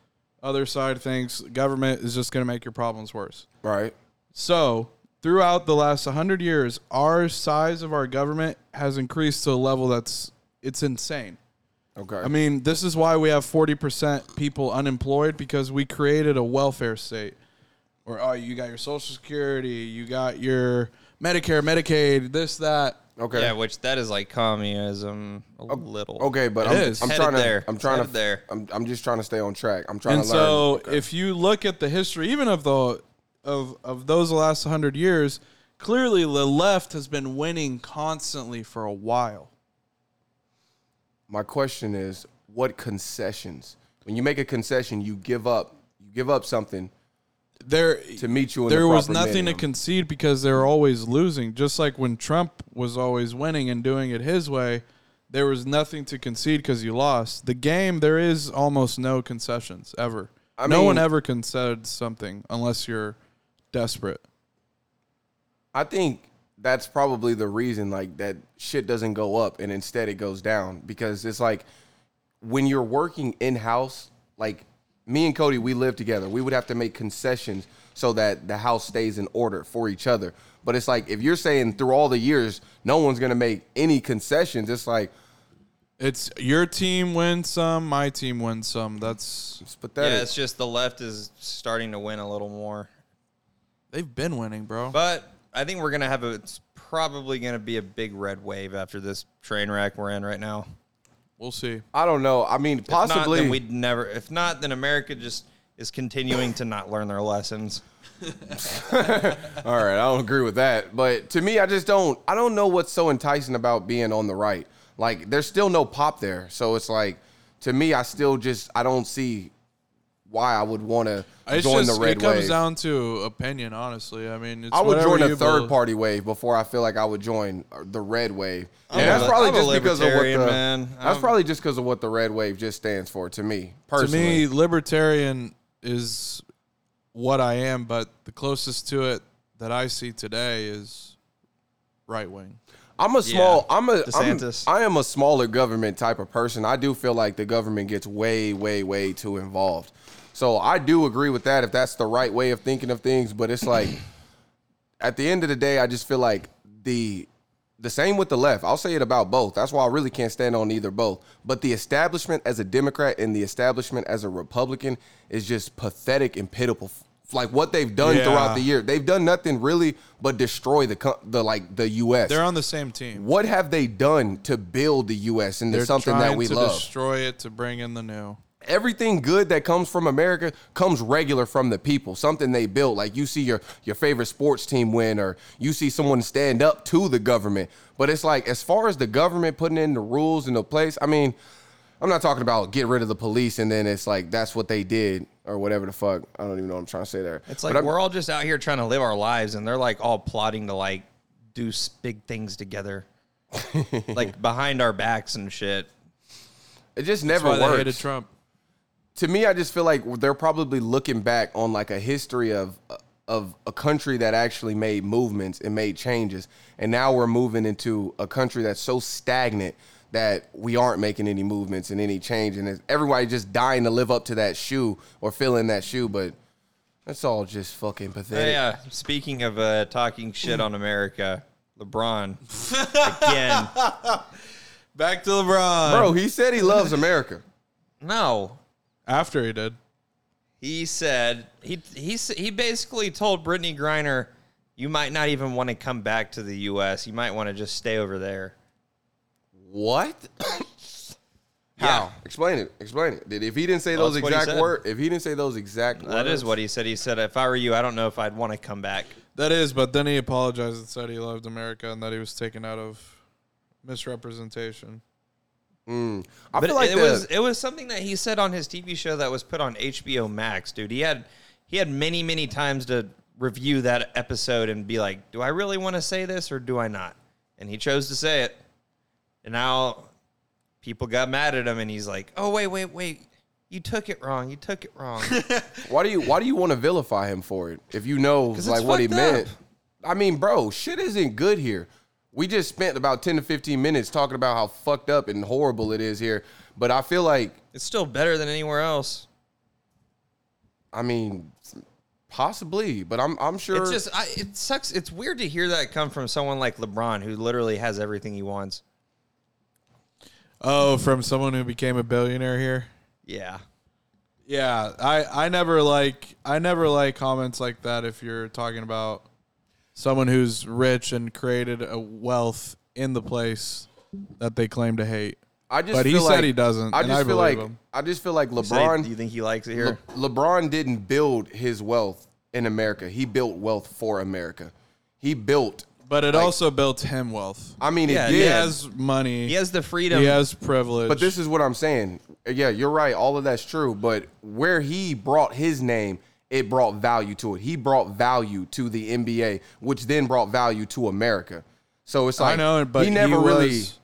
Speaker 2: Other side thinks government is just going to make your problems worse.
Speaker 1: right.
Speaker 2: So, throughout the last 100 years, our size of our government has increased to a level that's it's insane.
Speaker 1: Okay.
Speaker 2: I mean, this is why we have 40% people unemployed because we created a welfare state. Or oh, you got your social security, you got your Medicare, Medicaid, this that.
Speaker 1: okay.
Speaker 3: Yeah, which that is like communism a little.
Speaker 1: okay, but
Speaker 2: It
Speaker 1: I'm,
Speaker 2: is.
Speaker 1: I'm
Speaker 3: Headed
Speaker 1: trying to.
Speaker 3: there.
Speaker 1: I'm trying to.
Speaker 3: Headed there.
Speaker 1: I'm, I'm just trying to stay on track. I'm trying
Speaker 2: And
Speaker 1: to learn.
Speaker 2: so,
Speaker 1: Okay.
Speaker 2: if you look at the history even of the of of those last 100 years, clearly the left has been winning constantly for a while.
Speaker 1: my question is, what concessions? When you make a concession, you give up. You give up something
Speaker 2: There
Speaker 1: to meet you in
Speaker 2: there
Speaker 1: the
Speaker 2: was
Speaker 1: proper
Speaker 2: nothing to
Speaker 1: medium.
Speaker 2: concede because they were always losing. Just like when Trump was always winning and doing it his way, there was nothing to concede because you lost. The game, there is almost no concessions ever.
Speaker 1: I
Speaker 2: no one
Speaker 1: mean-
Speaker 2: ever concedes something unless you're desperate.
Speaker 1: I think that's probably the reason like that shit doesn't go up and instead it goes down because it's like when you're working in house, like me and Cody, we live together. We would have to make concessions so that the house stays in order for each other. But it's like if you're saying through all the years, no one's gonna make any concessions. It's like
Speaker 2: It's your team wins some, my team wins some. That's
Speaker 1: it's
Speaker 3: Yeah,
Speaker 1: pathetic.
Speaker 3: it's just the left is starting to win a little more.
Speaker 2: they've been winning, bro.
Speaker 3: But I think we're gonna have a. It's probably gonna be a big red wave after this train wreck we're in right now.
Speaker 2: We'll see.
Speaker 1: I don't know. I mean,
Speaker 3: If not,
Speaker 1: possibly.
Speaker 3: then we'd never. If not, then America just is continuing to not learn their lessons.
Speaker 1: All right, I don't agree with that, but to me, I just don't. I don't know what's so enticing about being on the right. Like, there's still no pop there, so it's like, to me, I still just I don't see why I would want to
Speaker 2: It's
Speaker 1: join
Speaker 2: just,
Speaker 1: the red
Speaker 2: it comes
Speaker 1: wave.
Speaker 2: down to opinion, honestly. I mean, it's
Speaker 1: I would
Speaker 2: whatever
Speaker 1: join a
Speaker 2: you
Speaker 1: third
Speaker 2: believe.
Speaker 1: party wave before I feel like I would join uh, the red wave. And
Speaker 3: a-
Speaker 1: that's probably
Speaker 3: I'm a
Speaker 1: just because of what the
Speaker 3: libertarian, man.
Speaker 1: that's
Speaker 3: I'm-
Speaker 1: probably just because of what the red wave just stands for to me
Speaker 2: to
Speaker 1: personally.
Speaker 2: me, libertarian is what I am, but the closest to it that I see today is right wing.
Speaker 1: I'm a small.
Speaker 3: Yeah.
Speaker 1: I'm a. I'm,
Speaker 3: DeSantis.
Speaker 1: I am a smaller government type of person. I do feel like the government gets way, way, way too involved. So I do agree with that if that's the right way of thinking of things. But it's like, at the end of the day, I just feel like the The same with the left. I'll say it about both. That's why I really can't stand on either both. But the establishment as a Democrat and the establishment as a Republican is just pathetic and pitiful. Like what they've done
Speaker 2: Yeah.
Speaker 1: throughout the year, they've done nothing really but destroy the co- the like the U.S.
Speaker 2: They're on the same team.
Speaker 1: what have they done to build the U.S. into
Speaker 2: They're
Speaker 1: something that
Speaker 2: trying
Speaker 1: we
Speaker 2: to
Speaker 1: love?
Speaker 2: destroy it to bring in the new.
Speaker 1: everything good that comes from America comes regular from the people, something they built. Like you see your your favorite sports team win, or you see someone stand up to the government. But it's like as far as the government putting in the rules in the place, I mean, I'm not talking about get rid of the police and then it's like that's what they did or whatever the fuck. I don't even know what I'm trying to say there.
Speaker 3: It's
Speaker 1: But
Speaker 3: like
Speaker 1: I'm-
Speaker 3: we're all just out here trying to live our lives, and they're like all plotting to like do s- big things together, like behind our backs and shit.
Speaker 1: it just
Speaker 2: That's
Speaker 1: never
Speaker 2: why they
Speaker 1: works.
Speaker 2: hated Trump.
Speaker 1: to me, I just feel like they're probably looking back on like a history of of a country that actually made movements and made changes, and now we're moving into a country that's so stagnant that we aren't making any movements and any change, and it's, everybody just dying to live up to that shoe or fill in that shoe, but that's all just fucking
Speaker 3: Oh,
Speaker 1: pathetic.
Speaker 3: yeah. Speaking of uh, talking shit on America, LeBron again.
Speaker 2: Back to LeBron.
Speaker 1: Bro, he said he loves America.
Speaker 3: No,
Speaker 2: After he did.
Speaker 3: he said he he s- he basically told Brittany Griner, "You might not even want to come back to the U.S. You might want to just stay over there."
Speaker 1: What? How? Explain it. Explain it. Did, if he didn't say
Speaker 3: Well,
Speaker 1: those
Speaker 3: that's what he
Speaker 1: exact
Speaker 3: said.
Speaker 1: words, if he didn't say those exact words,
Speaker 3: That is what he said. He said, "If I were you, I don't know if I'd want to come back."
Speaker 2: That is, but then he apologized and said he loved America and that he was taken out of misrepresentation.
Speaker 1: I
Speaker 3: But
Speaker 1: feel like
Speaker 3: it
Speaker 1: the-
Speaker 3: was it was something that he said on his TV show that was put on HBO Max, dude. He had he had many many times to review that episode and be like, "Do I really want to say this or do I not?" And he chose to say it. And now people got mad at him and he's like, "Oh, wait, wait, wait. You took it wrong. You took it wrong."
Speaker 1: Why do you why do you want to vilify him for it if you know
Speaker 3: 'Cause
Speaker 1: like
Speaker 3: it's
Speaker 1: what he
Speaker 3: fucked
Speaker 1: meant?
Speaker 3: up.
Speaker 1: I mean, bro, shit isn't good here. We just spent about 10 to 15 minutes talking about how fucked up and horrible it is here, but I feel like
Speaker 3: it's still better than anywhere else.
Speaker 1: I mean possibly, but I'm I'm sure
Speaker 3: It's just I, it sucks. It's weird to hear that come from someone like LeBron who literally has everything he wants.
Speaker 2: Oh, from someone who became a billionaire here?
Speaker 3: Yeah.
Speaker 2: Yeah, I, I never like I never like comments like that if you're talking about someone who's rich and created a wealth in the place that they claim to hate.
Speaker 1: I just
Speaker 2: but he
Speaker 1: feel
Speaker 2: said
Speaker 1: like-
Speaker 2: he doesn't,
Speaker 1: I
Speaker 2: and
Speaker 1: just
Speaker 2: I
Speaker 1: feel
Speaker 2: believe
Speaker 1: like
Speaker 2: him.
Speaker 1: I just feel like
Speaker 3: So
Speaker 1: LeBron
Speaker 3: do you think he likes it here?
Speaker 1: Le- LeBron didn't build his wealth in America. He built wealth for America. He built
Speaker 2: But it also built him wealth.
Speaker 1: I mean,
Speaker 3: Yeah,
Speaker 1: it did.
Speaker 2: He has money.
Speaker 3: He has the freedom.
Speaker 2: He has privilege.
Speaker 1: But this is what I'm saying. Yeah, you're right. All of that's true. But where he brought his name, it brought value to it. He brought value to the NBA, which then brought value to America. So it's like
Speaker 2: I know, but
Speaker 1: he never really.
Speaker 2: was-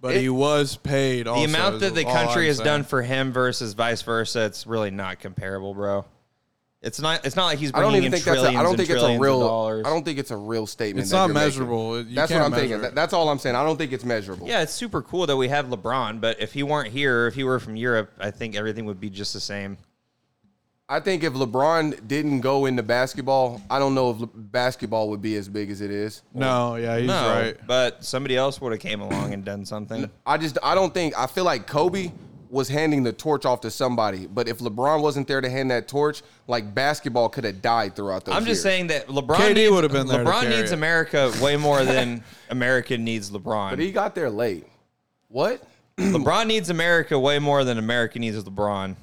Speaker 2: but he was paid.
Speaker 3: the amount that the
Speaker 1: oh,
Speaker 3: country has done for him versus vice versa, it's really not comparable, bro. It's not. It's not like he's
Speaker 1: I
Speaker 3: bringing
Speaker 1: don't even
Speaker 3: in
Speaker 1: think that's.
Speaker 3: trillions
Speaker 1: A, I don't think
Speaker 3: and
Speaker 1: it's a
Speaker 3: trillions of
Speaker 1: real.
Speaker 3: dollars.
Speaker 1: I don't think it's a real statement.
Speaker 2: It's
Speaker 1: that
Speaker 2: not
Speaker 1: you're making.
Speaker 2: measureable. You
Speaker 1: that's what
Speaker 2: can't
Speaker 1: I'm thinking.
Speaker 2: measure it.
Speaker 1: That- that's all I'm saying. I don't think it's measurable.
Speaker 3: yeah, it's super cool that we have LeBron, but if he weren't here, if he were from Europe, I think everything would be just the same.
Speaker 1: I think if LeBron didn't go into basketball, I don't know if Le- basketball would be as big as it is.
Speaker 2: No, yeah, he's
Speaker 3: no,
Speaker 2: right.
Speaker 3: but somebody else would have came along and done something.
Speaker 1: I just I don't think I feel like Kobe was handing the torch off to somebody, but if LeBron wasn't there to hand that torch, like basketball could have died throughout those.
Speaker 3: I'm just
Speaker 1: years.
Speaker 3: saying that LeBron
Speaker 2: KD
Speaker 3: needs,
Speaker 2: would've been there to
Speaker 3: LeBron
Speaker 2: carry
Speaker 3: needs
Speaker 2: it.
Speaker 3: America way more than America needs LeBron.
Speaker 1: but he got there late. What?
Speaker 3: LeBron needs America way more than America needs LeBron,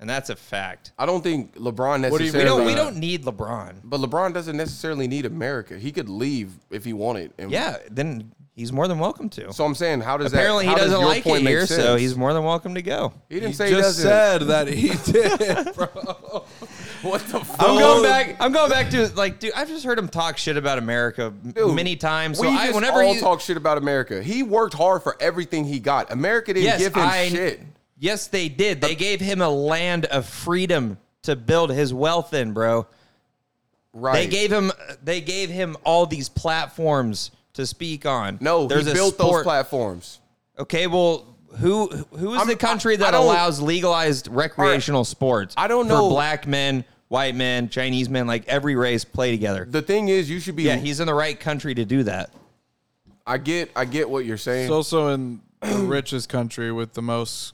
Speaker 3: and that's a fact.
Speaker 1: I don't think LeBron
Speaker 2: What do
Speaker 1: necessarily.
Speaker 2: you- we
Speaker 3: We don't,
Speaker 2: Fair
Speaker 3: we
Speaker 2: enough.
Speaker 3: don't need LeBron.
Speaker 1: But LeBron doesn't necessarily need America. He could leave if he wanted. And
Speaker 3: Yeah, then he's more than welcome to.
Speaker 1: So I'm saying, how does
Speaker 3: Apparently,
Speaker 1: that?
Speaker 3: he
Speaker 1: how does
Speaker 3: doesn't
Speaker 1: your
Speaker 3: like it
Speaker 1: point make
Speaker 3: here, so
Speaker 1: sense?
Speaker 3: he's more than welcome to go.
Speaker 1: He didn't
Speaker 2: He
Speaker 1: say he
Speaker 2: just
Speaker 1: doesn't.
Speaker 2: said that he did. bro.
Speaker 1: what the fuck?
Speaker 3: I'm going back. I'm going back to like, dude. I've just heard him talk shit about America m-
Speaker 1: Dude,
Speaker 3: many times. So
Speaker 1: we
Speaker 3: I,
Speaker 1: just
Speaker 3: whenever
Speaker 1: all
Speaker 3: he,
Speaker 1: talk shit about America, he worked hard for everything he got. America didn't
Speaker 3: yes,
Speaker 1: give him
Speaker 3: I,
Speaker 1: shit.
Speaker 3: yes, they did. They gave him a land of freedom to build his wealth in, bro.
Speaker 1: Right?
Speaker 3: They gave him. They gave him all these platforms to speak on.
Speaker 1: no.
Speaker 3: there's
Speaker 1: he
Speaker 3: a
Speaker 1: built those
Speaker 3: sport-
Speaker 1: platforms.
Speaker 3: Okay, well, who who is
Speaker 1: I'm-
Speaker 3: the
Speaker 1: I-
Speaker 3: country
Speaker 1: I
Speaker 3: that
Speaker 1: don't-
Speaker 3: allows legalized recreational sports?
Speaker 1: I don't know.
Speaker 3: For black men, white men, Chinese men, like every race play together.
Speaker 1: The thing is, you should be.
Speaker 3: yeah, he's in the right country to do that.
Speaker 1: I get I get what you're saying.
Speaker 2: It's also in the richest country with the most.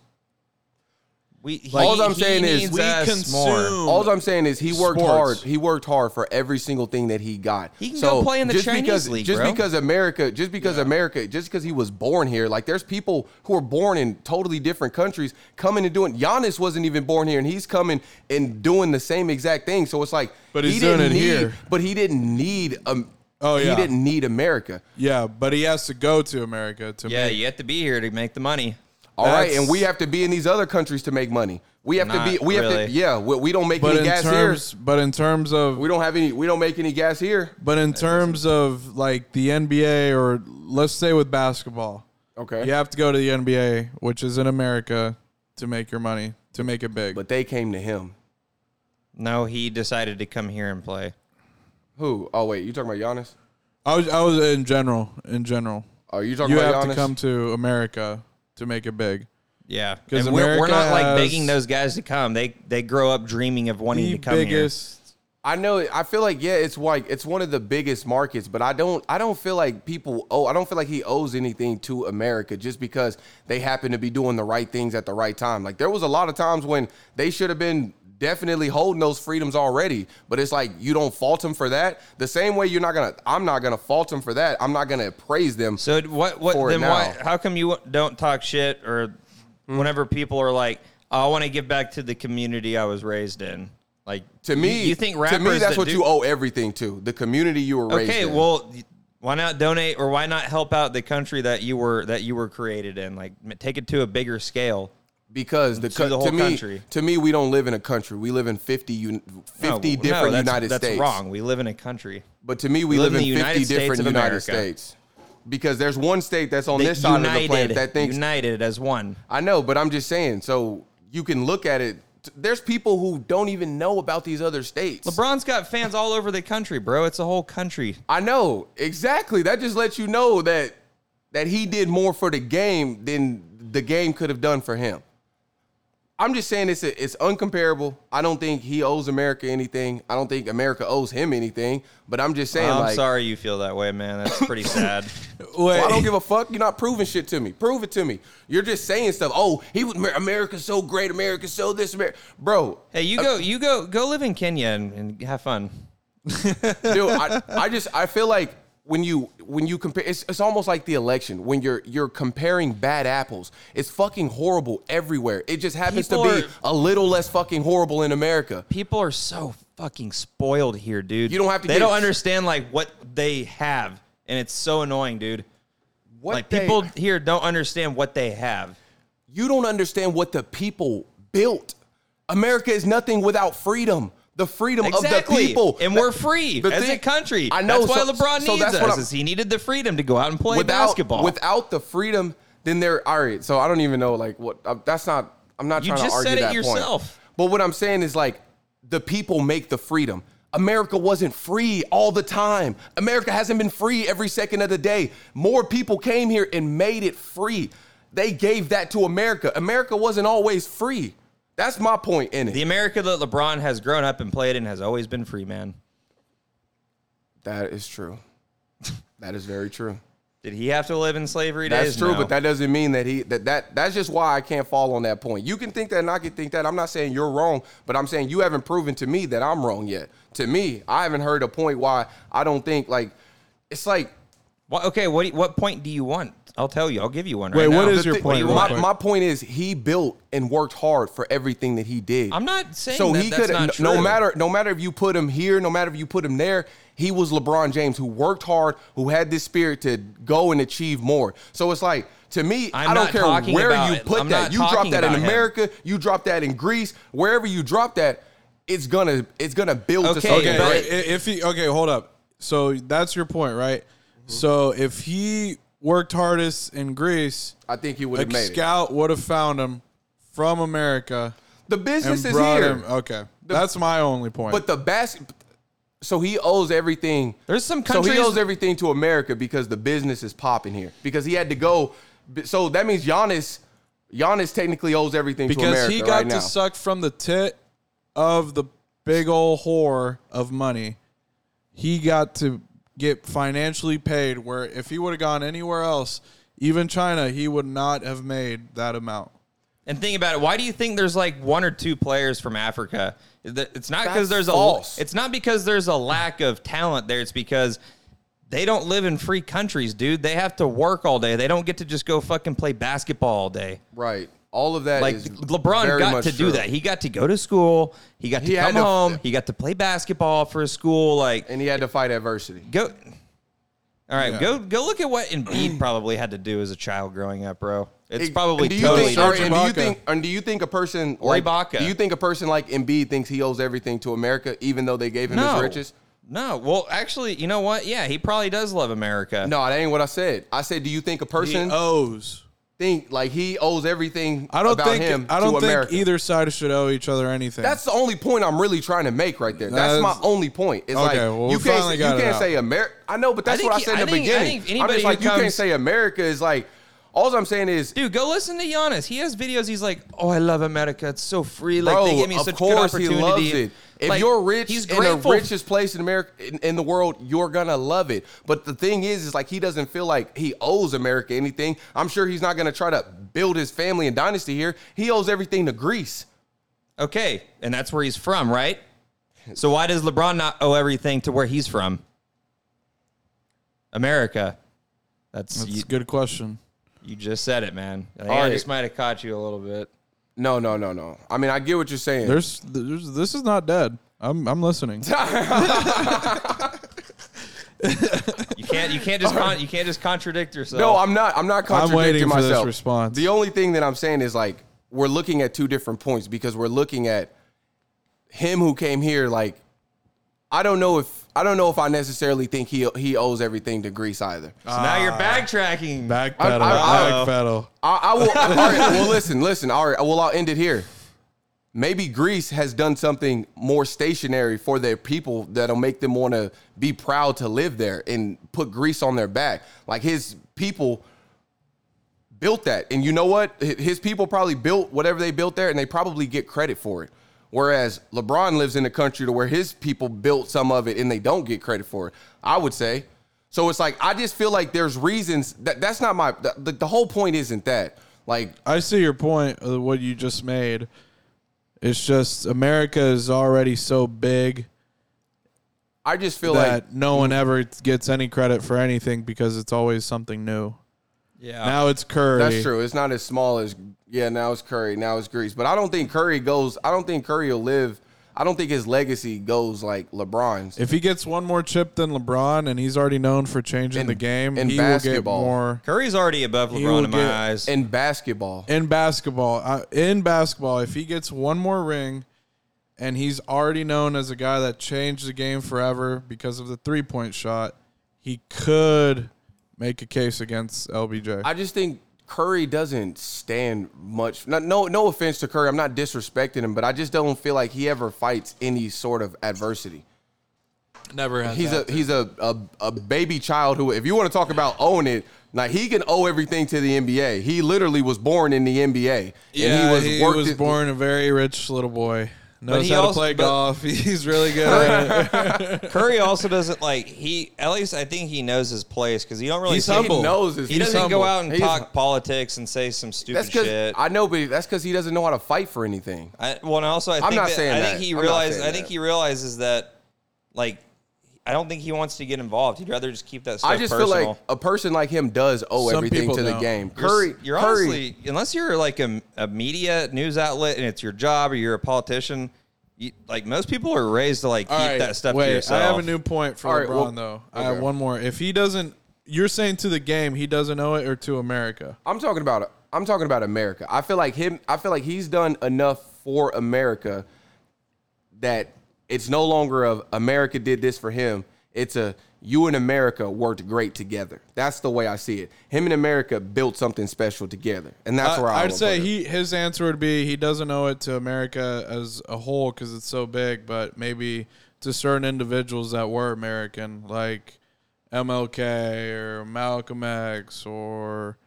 Speaker 3: We,
Speaker 1: Like, All I'm saying is
Speaker 3: needs
Speaker 1: we
Speaker 3: us more.
Speaker 1: all I'm saying is he worked
Speaker 2: Sports.
Speaker 1: hard. He worked hard for every single thing that he got.
Speaker 3: He can go play in the
Speaker 1: just
Speaker 3: Chinese
Speaker 1: because,
Speaker 3: league,
Speaker 1: just
Speaker 3: bro.
Speaker 1: because America, just because America, just because he was born here. Like there's people who are born in totally different countries coming and doing. Giannis wasn't even born here, and he's coming and doing the same exact thing. So it's like,
Speaker 2: But
Speaker 1: he
Speaker 2: he's doing
Speaker 1: didn't
Speaker 2: it
Speaker 1: need,
Speaker 2: here.
Speaker 1: But he didn't need. Um,
Speaker 2: Oh,
Speaker 1: he
Speaker 2: yeah.
Speaker 1: didn't need America.
Speaker 2: Yeah, but he has to go to America to
Speaker 3: Yeah,
Speaker 2: make.
Speaker 3: you have to be here to make the money.
Speaker 1: All right,
Speaker 2: That's-
Speaker 1: and we have to be in these other countries to make money. We have to
Speaker 3: Not
Speaker 1: be. We have
Speaker 3: really.
Speaker 1: to. Yeah, we, we don't make
Speaker 2: But
Speaker 1: any
Speaker 2: in
Speaker 1: gas
Speaker 2: terms,
Speaker 1: here.
Speaker 2: but in terms of
Speaker 1: We don't have any. We don't make any gas here.
Speaker 2: But in terms of like the NBA or let's say with basketball,
Speaker 1: Okay.
Speaker 2: you have to go to the NBA, which is in America, to make your money, to make it big.
Speaker 1: But they came to him.
Speaker 3: No, he decided to come here and play.
Speaker 1: Who? Oh wait, you talking about Giannis?
Speaker 2: I was I was in general, in general.
Speaker 1: Oh, you talking
Speaker 2: You
Speaker 1: about
Speaker 2: have
Speaker 1: Giannis?
Speaker 2: to come to America to make it big.
Speaker 3: Yeah,
Speaker 2: 'Cause
Speaker 3: And we're, we're
Speaker 2: America
Speaker 3: not like
Speaker 2: has-
Speaker 3: begging those guys to come. They they grow up dreaming of wanting
Speaker 2: The
Speaker 3: to come
Speaker 2: biggest
Speaker 1: I know. I feel like yeah, it's like it's one of the biggest markets, but I don't. I don't feel like people. Oh, I don't feel like he owes anything to America just because they happen to be doing the right things at the right time. Like there was a lot of times when they should have been definitely holding those freedoms already, but it's like you don't fault them for that. The same way you're not gonna. I'm not gonna fault them for that. I'm not gonna praise them.
Speaker 3: here. So what what
Speaker 1: For
Speaker 3: then?
Speaker 1: now. Hmm.
Speaker 3: Why? How come you don't talk shit or whenever people are like, "Oh, I want to give back to the community I was raised in. Like
Speaker 1: to
Speaker 3: you-
Speaker 1: me,
Speaker 3: you, think
Speaker 1: to
Speaker 3: rappers
Speaker 1: me that's
Speaker 3: that
Speaker 1: what
Speaker 3: do-
Speaker 1: you owe everything to the community you were raised
Speaker 3: Okay,
Speaker 1: in.
Speaker 3: well, why not donate or why not help out the country that you were that you were created in? Like m- take it to a bigger scale.
Speaker 1: because the, co-
Speaker 3: the whole
Speaker 1: to me,
Speaker 3: country.
Speaker 1: To me, we don't live in a country. We live in 50, un- 50
Speaker 3: No,
Speaker 1: different
Speaker 3: no, that's,
Speaker 1: United
Speaker 3: that's
Speaker 1: States.
Speaker 3: wrong. We live in a country.
Speaker 1: But to me, we, live, in 50
Speaker 3: United States
Speaker 1: different
Speaker 3: of
Speaker 1: United
Speaker 3: America.
Speaker 1: States. Because there's one state that's on
Speaker 3: The
Speaker 1: this side of the planet
Speaker 3: united-
Speaker 1: that thinks
Speaker 3: united as one.
Speaker 1: I know, but I'm just saying. So you can look at it. T- There's people who don't even know about these other states.
Speaker 3: LeBron's got fans all over the country, bro. It's a whole country.
Speaker 1: I know exactly. That just lets you know that that he did more for the game than the game could have done for him. I'm just saying it's it's uncomparable. I don't think he owes America anything. I don't think America owes him anything. But I'm just saying,
Speaker 3: I'm
Speaker 1: like,
Speaker 3: sorry you feel that way, man. That's pretty sad.
Speaker 1: well, I don't give a fuck. You're not proving shit to me. Prove it to me. You're just saying stuff. Oh, he was America's so great. America's so this. Amer-. Bro,
Speaker 3: Hey, you go, you go, go live in Kenya and, and have fun.
Speaker 1: dude I, I just i feel like when you when you compare it's, it's almost like the election when you're you're comparing bad apples it's fucking horrible everywhere it just happens
Speaker 3: People
Speaker 1: to be
Speaker 3: are-
Speaker 1: a little less fucking horrible in america
Speaker 3: People are so fucking spoiled here, dude.
Speaker 1: You don't have to
Speaker 3: They
Speaker 1: get-
Speaker 3: don't understand like what they have, and it's so annoying, dude.
Speaker 1: what
Speaker 3: like
Speaker 1: they-
Speaker 3: people here don't understand what they have.
Speaker 1: you don't understand what the people built america is nothing without freedom the freedom
Speaker 3: Exactly.
Speaker 1: of the people
Speaker 3: and
Speaker 1: That-
Speaker 3: we're free
Speaker 1: the
Speaker 3: as
Speaker 1: thing-
Speaker 3: a country.
Speaker 1: I know,
Speaker 3: That's why
Speaker 1: so-
Speaker 3: LeBron
Speaker 1: so
Speaker 3: needs
Speaker 1: that's what
Speaker 3: us.
Speaker 1: I'm-
Speaker 3: Is he needed the freedom to go out and play
Speaker 1: without
Speaker 3: basketball.
Speaker 1: without the freedom then there all right so i don't even know like what uh, that's not i'm not
Speaker 3: You
Speaker 1: trying
Speaker 3: just
Speaker 1: to argue
Speaker 3: said it
Speaker 1: that
Speaker 3: yourself.
Speaker 1: point but what i'm saying is like the people make the freedom america wasn't free all the time america hasn't been free every second of the day more people came here and made it free they gave that to america america wasn't always free that's my point in it
Speaker 3: the America that LeBron has grown up and played in has always been free, man.
Speaker 1: that is true that is very true
Speaker 3: Did he have to live in slavery
Speaker 1: That's
Speaker 3: days?
Speaker 1: true,
Speaker 3: No.
Speaker 1: but that doesn't mean that he that, that that's just why I can't fall on that point. You can think that and I can think that. I'm not saying you're wrong, but I'm saying you haven't proven to me that I'm wrong yet. To me, I haven't heard a point why I don't think like it's like
Speaker 3: Wha- okay, what do you- what point do you want? I'll tell you. I'll give you one.
Speaker 2: Wait,
Speaker 3: right
Speaker 2: what
Speaker 3: now.
Speaker 2: is your
Speaker 1: thi-
Speaker 2: point, real
Speaker 1: My,
Speaker 2: quick?
Speaker 1: my point is he built and worked hard for everything that he did.
Speaker 3: I'm not saying
Speaker 1: so
Speaker 3: that
Speaker 1: he
Speaker 3: that's
Speaker 1: could
Speaker 3: not
Speaker 1: no
Speaker 3: true.
Speaker 1: matter no matter if you put him here, no matter if you put him there, he was LeBron James who worked hard, who had this spirit to go and achieve more. So it's like to me,
Speaker 3: I'm
Speaker 1: I don't
Speaker 3: not
Speaker 1: care
Speaker 3: talking
Speaker 1: where
Speaker 3: about
Speaker 1: you
Speaker 3: it.
Speaker 1: put
Speaker 3: I'm
Speaker 1: that.
Speaker 3: not
Speaker 1: You drop
Speaker 3: talking
Speaker 1: that in
Speaker 3: about him.
Speaker 1: America, you drop that in Greece, wherever you drop that, it's gonna it's gonna build to
Speaker 3: Okay,
Speaker 1: something
Speaker 2: Okay,
Speaker 3: but-
Speaker 1: great.
Speaker 2: i- if he okay, hold up. So that's your point, right?
Speaker 1: Mm-hmm.
Speaker 2: So if he worked hardest in Greece,
Speaker 1: I think he would have
Speaker 2: a
Speaker 1: made it.
Speaker 2: scout would have found him from America
Speaker 1: The
Speaker 2: and
Speaker 1: business is
Speaker 2: brought
Speaker 1: here.
Speaker 2: him. Okay, that's my only point.
Speaker 1: But the bas so he owes everything.
Speaker 3: There's some
Speaker 1: So he
Speaker 3: countries-
Speaker 1: owes everything to America because the business is popping here. Because he had to go. So that means Giannis, Giannis technically owes everything to
Speaker 2: because
Speaker 1: America
Speaker 2: he got
Speaker 1: right
Speaker 2: to
Speaker 1: now.
Speaker 2: suck from the tit of the big old whore of money. He got to get financially paid. Where if he would have gone anywhere else, even China, he would not have made that amount.
Speaker 3: And think about it. Why do you think there's like one or two players from Africa? Th- It's not
Speaker 1: That's
Speaker 3: because there's a
Speaker 1: false.
Speaker 3: it's not because there's a lack of talent there. It's because they don't live in free countries, dude. They have to work all day. They don't get to just go fucking play basketball all day.
Speaker 1: Right. All of that
Speaker 3: Like
Speaker 1: is
Speaker 3: LeBron
Speaker 1: very
Speaker 3: got
Speaker 1: much
Speaker 3: to
Speaker 1: true.
Speaker 3: do that. He got to go to school. He got to
Speaker 1: He had
Speaker 3: come
Speaker 1: to-
Speaker 3: home. He got to play basketball for his school. Like
Speaker 1: and he had to fight adversity.
Speaker 3: go. All right,
Speaker 2: Yeah.
Speaker 3: go go look at what Embiid probably had to do as a child growing up, bro. It's
Speaker 1: It-
Speaker 3: probably
Speaker 1: and do you
Speaker 3: totally
Speaker 1: think, all right,
Speaker 3: different.
Speaker 1: and do you
Speaker 2: Ibaka.
Speaker 1: think and do you think a person
Speaker 3: Or
Speaker 1: like
Speaker 3: Ibaka.
Speaker 1: do you think a person like Embiid thinks he owes everything to America even though they gave him his riches?
Speaker 3: No, well, actually, you know what? Yeah, he probably does love America.
Speaker 1: No, that ain't what I said. I said, do you think a
Speaker 2: He
Speaker 1: person
Speaker 2: owes.
Speaker 1: think like he owes everything
Speaker 2: I don't
Speaker 1: about
Speaker 2: think
Speaker 1: him
Speaker 2: I don't
Speaker 1: to
Speaker 2: think
Speaker 1: America?
Speaker 2: either side should owe each other anything.
Speaker 1: That's the only point I'm really trying to make right there. That's,
Speaker 2: That's-
Speaker 1: my only point. It's like
Speaker 2: Okay, well, we
Speaker 1: you can't
Speaker 2: finally
Speaker 1: you
Speaker 2: got it
Speaker 1: can't
Speaker 2: out.
Speaker 1: say America. I know, but that's
Speaker 3: I
Speaker 1: what I
Speaker 3: think-
Speaker 1: said in
Speaker 3: I
Speaker 1: the
Speaker 3: think- I
Speaker 1: beginning.
Speaker 3: think
Speaker 1: I'm
Speaker 3: anybody
Speaker 1: just
Speaker 3: who
Speaker 1: like you can't
Speaker 3: comes-
Speaker 1: say America is like. All I'm saying is
Speaker 3: Dude, go listen to Giannis. He has videos. He's like, "Oh, I love America. It's so free. Like
Speaker 1: Bro,
Speaker 3: they give me
Speaker 1: of
Speaker 3: such good
Speaker 1: course he
Speaker 3: opportunity."
Speaker 1: loves it. If
Speaker 3: Like,
Speaker 1: you're rich
Speaker 3: he's
Speaker 1: in the
Speaker 3: grateful.
Speaker 1: richest place in America in, in the world, you're gonna love it. But the thing is, is like he doesn't feel like he owes America anything. I'm sure he's not gonna try to build his family and dynasty here. He owes everything to Greece.
Speaker 3: Okay, and that's where he's from, right? So why does LeBron not owe everything to where he's from? America. That's,
Speaker 2: That's
Speaker 3: you,
Speaker 2: a good question.
Speaker 3: you just said it, man. I, think
Speaker 1: All
Speaker 3: I
Speaker 1: right.
Speaker 3: just might have caught you a little bit.
Speaker 1: No, no, no, no. I mean, I get what you're saying.
Speaker 2: There's, there's this is not dead. I'm I'm listening.
Speaker 3: You can't you can't just con- you can't just contradict yourself.
Speaker 1: no, I'm not. I'm not contradicting
Speaker 2: waiting for this
Speaker 1: myself.
Speaker 2: response.
Speaker 1: The only thing that I'm saying is like we're looking at two different points because we're looking at him who came here. Like I don't know if I don't know if I necessarily think he he owes everything to Greece either.
Speaker 3: So now
Speaker 1: Ah.
Speaker 3: you're backtracking.
Speaker 2: Backpedal.
Speaker 1: I-
Speaker 3: I-
Speaker 2: backpedal.
Speaker 1: I, I will. all right, well, listen, listen. All right, well, I'll end it here. Maybe Greece has done something more stationary for their people that'll make them want to be proud to live there and put Greece on their back. Like his people built that, and you know what? Hi- His people probably built whatever they built there, and they probably get credit for it. Whereas LeBron lives in a country to where his people built some of it and they don't get credit for it. I would say. So it's like I just feel like there's reasons that that's not my the, the, the whole point isn't that like
Speaker 2: I see your point of what you just made. It's just America is already so big
Speaker 1: I just feel like
Speaker 2: that no one ever gets any credit for anything because it's always something new.
Speaker 3: Yeah.
Speaker 2: Now it's Curry.
Speaker 1: Oh, That's true. It's not as small as yeah. Now it's Curry. Now it's Greece. But I don't think Curry goes. I don't think Curry will live. I don't think his legacy goes like LeBron's.
Speaker 2: If he gets one more chip than LeBron, and he's already known for changing
Speaker 1: In-
Speaker 2: the game,
Speaker 1: in
Speaker 2: he
Speaker 1: basketball.
Speaker 2: will get more
Speaker 3: Curry's already above
Speaker 2: He will
Speaker 3: LeBron in my
Speaker 2: get-
Speaker 3: eyes.
Speaker 1: in basketball.
Speaker 2: in basketball. Uh, in basketball, if he gets one more ring, and he's already known as a guy that changed the game forever because of the three point shot, he could make a case against LBJ.
Speaker 1: I just think Curry doesn't stand much. No, no, no offense to Curry. I'm not disrespecting him, but I just don't feel like he ever fights any sort of adversity.
Speaker 2: never has.
Speaker 1: He's a he's a, a a baby child who, if you want to talk about own it, like he can owe everything to the NBA. He literally was born in the NBA.
Speaker 2: yeah,
Speaker 1: and
Speaker 2: he was,
Speaker 1: worked it-
Speaker 2: born a very rich little boy. Knows
Speaker 3: he
Speaker 2: how to
Speaker 3: also-
Speaker 2: play
Speaker 3: but-
Speaker 2: golf. He's really good. at it.
Speaker 3: Curry also doesn't like he. At least I think he knows his place because he don't really.
Speaker 2: He's
Speaker 3: say-
Speaker 2: humble.
Speaker 1: He knows his.
Speaker 3: He doesn't
Speaker 2: humble.
Speaker 3: go out and
Speaker 1: He's-
Speaker 3: talk politics and say some stupid
Speaker 1: That's because
Speaker 3: shit.
Speaker 1: I know, but that's because he doesn't know how to fight for anything.
Speaker 3: I, well, and also I think
Speaker 1: not
Speaker 3: that,
Speaker 1: saying
Speaker 3: I
Speaker 1: that.
Speaker 3: think he
Speaker 1: I'm not
Speaker 3: realizes.
Speaker 1: saying
Speaker 3: I think
Speaker 1: that.
Speaker 3: he realizes that, like, I don't think he wants to get involved. He'd rather just keep that stuff
Speaker 1: I just
Speaker 3: personal.
Speaker 1: feel like a person like him does owe
Speaker 2: Some
Speaker 1: everything
Speaker 2: people
Speaker 1: to the
Speaker 2: don't.
Speaker 1: game.
Speaker 3: You're s-
Speaker 1: Curry,
Speaker 3: you're
Speaker 1: Curry,
Speaker 3: honestly, unless you're like a, a media news outlet and it's your job or you're a politician, you, like most people are raised to like keep
Speaker 2: All right,
Speaker 3: that stuff
Speaker 2: Wait,
Speaker 3: to yourself.
Speaker 2: I have a new point for
Speaker 1: All
Speaker 2: LeBron
Speaker 1: right, well-
Speaker 2: though. I have
Speaker 1: okay.
Speaker 2: one more. If he doesn't, you're saying to the game he doesn't know it or to America.
Speaker 1: I'm talking about I'm talking about America. I feel like him. I feel like he's done enough for America that it's no longer of America did this for him. It's a you and America worked great together. That's the way I see it. Him and America built something special together, and that's where I
Speaker 2: I, would
Speaker 1: would
Speaker 2: Uh, say
Speaker 1: put it.
Speaker 2: he his answer would be he doesn't owe it to America as a whole because it's so big, but maybe to certain individuals that were American, like MLK or Malcolm X, or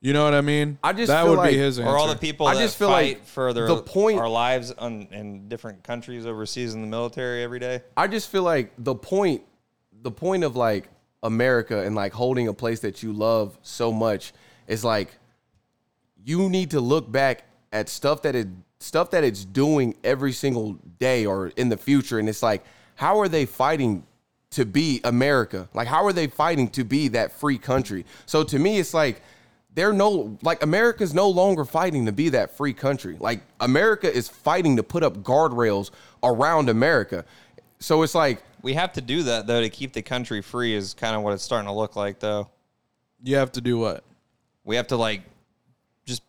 Speaker 2: you know what I mean.
Speaker 1: I just
Speaker 2: that
Speaker 1: feel
Speaker 2: would
Speaker 1: like-
Speaker 2: be his answer.
Speaker 3: or all the people
Speaker 1: I
Speaker 3: that
Speaker 1: just feel
Speaker 3: fight
Speaker 1: like
Speaker 3: for their,
Speaker 1: the point-
Speaker 3: our lives on, in different countries overseas in the military every day.
Speaker 1: I just feel like the point the point of like America and like holding a place that you love so much is like you need to look back at stuff that it stuff that it's doing every single day or in the future and it's like how are they fighting to be America? Like how are they fighting to be that free country? So to me it's like they're no like America's no longer fighting to be that free country. Like America is fighting to put up guardrails around America. So it's like
Speaker 3: We have to do that though to keep the country free is kind of what it's starting to look like though.
Speaker 2: You have to do what?
Speaker 3: We have to like just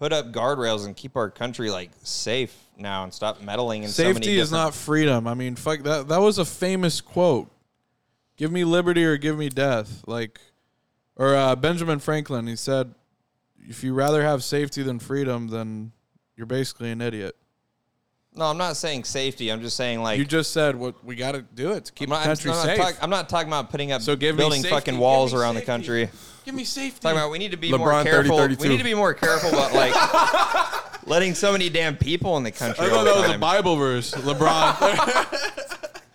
Speaker 3: put up guardrails and keep our country like safe now and stop meddling in so many
Speaker 2: Safety is
Speaker 3: different-
Speaker 2: not freedom. I mean, fuck that. That was a famous quote. Give me liberty or give me death. Like, or uh, Benjamin Franklin. He said, "If you rather have safety than freedom, then you're basically an idiot."
Speaker 3: No, I'm not saying safety. I'm just saying like
Speaker 2: You just said what we got to do it to keep
Speaker 3: I'm
Speaker 2: the
Speaker 3: not,
Speaker 2: country
Speaker 3: I'm not
Speaker 2: safe.
Speaker 3: talk- I'm not talking about putting up
Speaker 2: So give me
Speaker 3: building
Speaker 2: safety,
Speaker 3: fucking
Speaker 2: give
Speaker 3: walls
Speaker 2: me
Speaker 3: around the
Speaker 2: safety.
Speaker 3: country.
Speaker 2: give me safety.
Speaker 3: talking about we need to be more
Speaker 1: LeBron 30,
Speaker 3: careful.
Speaker 1: 32.
Speaker 3: we need to be more careful about like letting so many damn people in the country.
Speaker 2: I thought
Speaker 3: all the
Speaker 2: that was a
Speaker 3: time.
Speaker 2: Bible verse, LeBron.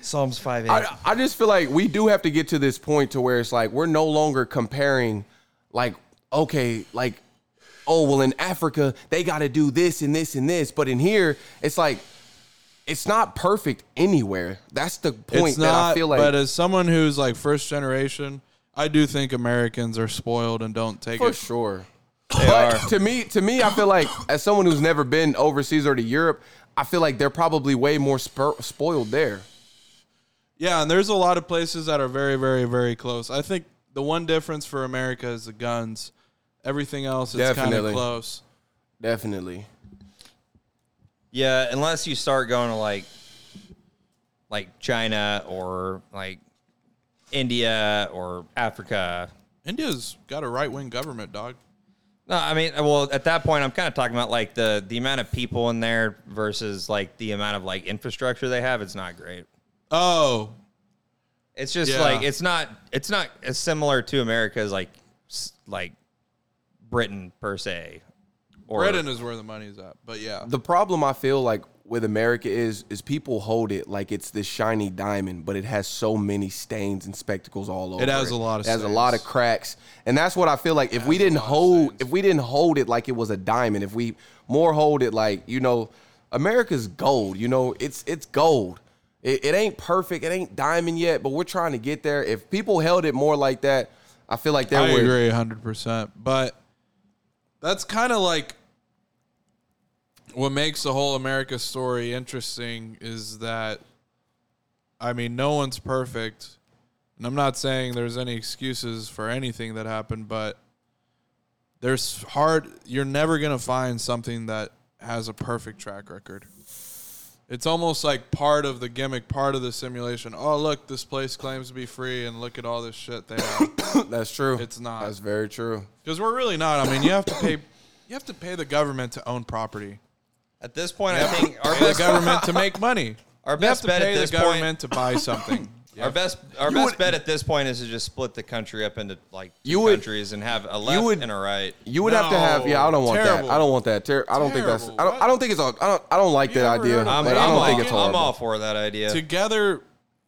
Speaker 3: Psalms five eight.
Speaker 1: I, I just feel like we do have to get to this point to where it's like we're no longer comparing like okay like oh well in africa they got to do this and this and this but in here it's like it's not perfect anywhere that's the point
Speaker 2: it's not,
Speaker 1: that i feel like
Speaker 2: but as someone who's like first generation, I do think Americans are spoiled and don't take
Speaker 1: for
Speaker 2: it.
Speaker 1: sure
Speaker 3: They
Speaker 1: but
Speaker 3: are.
Speaker 1: to me to me i feel like as someone who's never been overseas or to europe i feel like they're probably way more spur- spoiled there
Speaker 2: Yeah, and there's a lot of places that are very, very, very close. I think the one difference for America is the guns. Everything else is kind
Speaker 1: Definitely.
Speaker 2: of close.
Speaker 1: definitely
Speaker 3: Yeah, unless you start going to like like China or like India or Africa.
Speaker 2: India's got a right wing government, dog.
Speaker 3: No, I mean, well, at that point, I'm kind of talking about like the the amount of people in there versus like the amount of like infrastructure they have. It's not great.
Speaker 2: Oh,
Speaker 3: It's just
Speaker 2: Yeah.
Speaker 3: like it's not it's not as similar to America as like s- like Britain per se. Or
Speaker 2: Britain is where the money's at. But yeah,
Speaker 1: the problem I feel like with America is is people hold it like it's this shiny diamond, but it has so many stains and spectacles all over.
Speaker 2: has a lot of
Speaker 1: it has a lot of cracks, and that's what I feel like. If we didn't hold, if we didn't hold it like it was a diamond, if we more hold it like you know, America's gold. You know, it's it's gold. It, it ain't perfect. It ain't diamond yet, but we're trying to get there. If people held it more like that, I feel like there
Speaker 2: I
Speaker 1: would.
Speaker 2: agree 100%. But that's kind of like what makes the whole America story interesting is that, I mean, no one's perfect. And I'm not saying there's any excuses for anything that happened, but there's hard, you're never going to find something that has a perfect track record. It's almost like part of the gimmick, part of the simulation. Oh, look, this place claims to be free, and look at all this shit they have.
Speaker 1: That's true.
Speaker 2: It's not.
Speaker 1: That's very true.
Speaker 2: Because we're really not. I mean, you have to pay. You have to pay the government to own property.
Speaker 3: at this point, I think our
Speaker 2: Pay the
Speaker 3: best
Speaker 2: government to make money. You
Speaker 3: Our
Speaker 2: have
Speaker 3: best
Speaker 2: to
Speaker 3: bet at
Speaker 2: pay the
Speaker 3: this point-
Speaker 2: government to buy something.
Speaker 3: our best our best
Speaker 1: would-
Speaker 3: bet at this point is to just split the country up into like two
Speaker 1: You would-
Speaker 3: countries and have a left
Speaker 1: would-
Speaker 3: and a right.
Speaker 1: You would have to have yeah. I don't want
Speaker 2: Terrible.
Speaker 1: that. I don't want that. Ter- I don't think that's. I
Speaker 2: Terrible.
Speaker 1: don't. I don't think it's. all- I don't. I don't like
Speaker 2: You
Speaker 1: that
Speaker 2: ever
Speaker 1: idea.
Speaker 2: heard of
Speaker 3: I'm,
Speaker 1: but I
Speaker 3: I'm
Speaker 1: don't
Speaker 3: all,
Speaker 1: think it's
Speaker 3: I'm
Speaker 1: horrible.
Speaker 3: all for that idea.
Speaker 2: Together,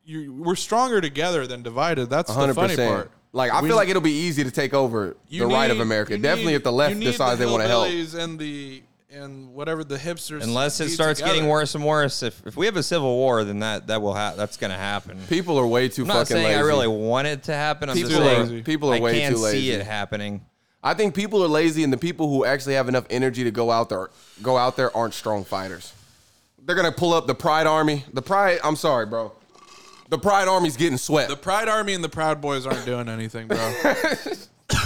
Speaker 2: you, we're stronger together than divided. That's the
Speaker 1: Hundred
Speaker 2: funny
Speaker 1: percent.
Speaker 2: part.
Speaker 1: Like I
Speaker 2: We-
Speaker 1: feel like it'll be easy to take over
Speaker 2: You
Speaker 1: the right of
Speaker 2: need-
Speaker 1: America.
Speaker 2: you
Speaker 1: Definitely
Speaker 2: need-
Speaker 1: if the left
Speaker 2: you need
Speaker 1: decides
Speaker 2: the
Speaker 1: they want to help.
Speaker 2: hillbillies And the and whatever the hipsters.
Speaker 3: Unless it
Speaker 2: need
Speaker 3: starts
Speaker 2: together.
Speaker 3: getting worse and worse, if, if we have a civil war, then that that will ha- that's gonna happen.
Speaker 1: People are way too
Speaker 3: I'm not
Speaker 1: fucking
Speaker 3: saying
Speaker 1: lazy.
Speaker 3: I really want it to happen. I'm
Speaker 1: people
Speaker 3: just
Speaker 1: are,
Speaker 3: saying
Speaker 2: lazy.
Speaker 1: people are
Speaker 3: I
Speaker 1: way
Speaker 3: can
Speaker 1: too
Speaker 3: see
Speaker 1: lazy.
Speaker 3: it happening.
Speaker 1: I think people are lazy, and the people who actually have enough energy to go out there go out there aren't strong fighters. They're gonna pull up the Pride Army. The Pride. I'm sorry, bro. The Pride Army's getting swept.
Speaker 2: The Pride Army and the Proud Boys aren't doing anything, bro.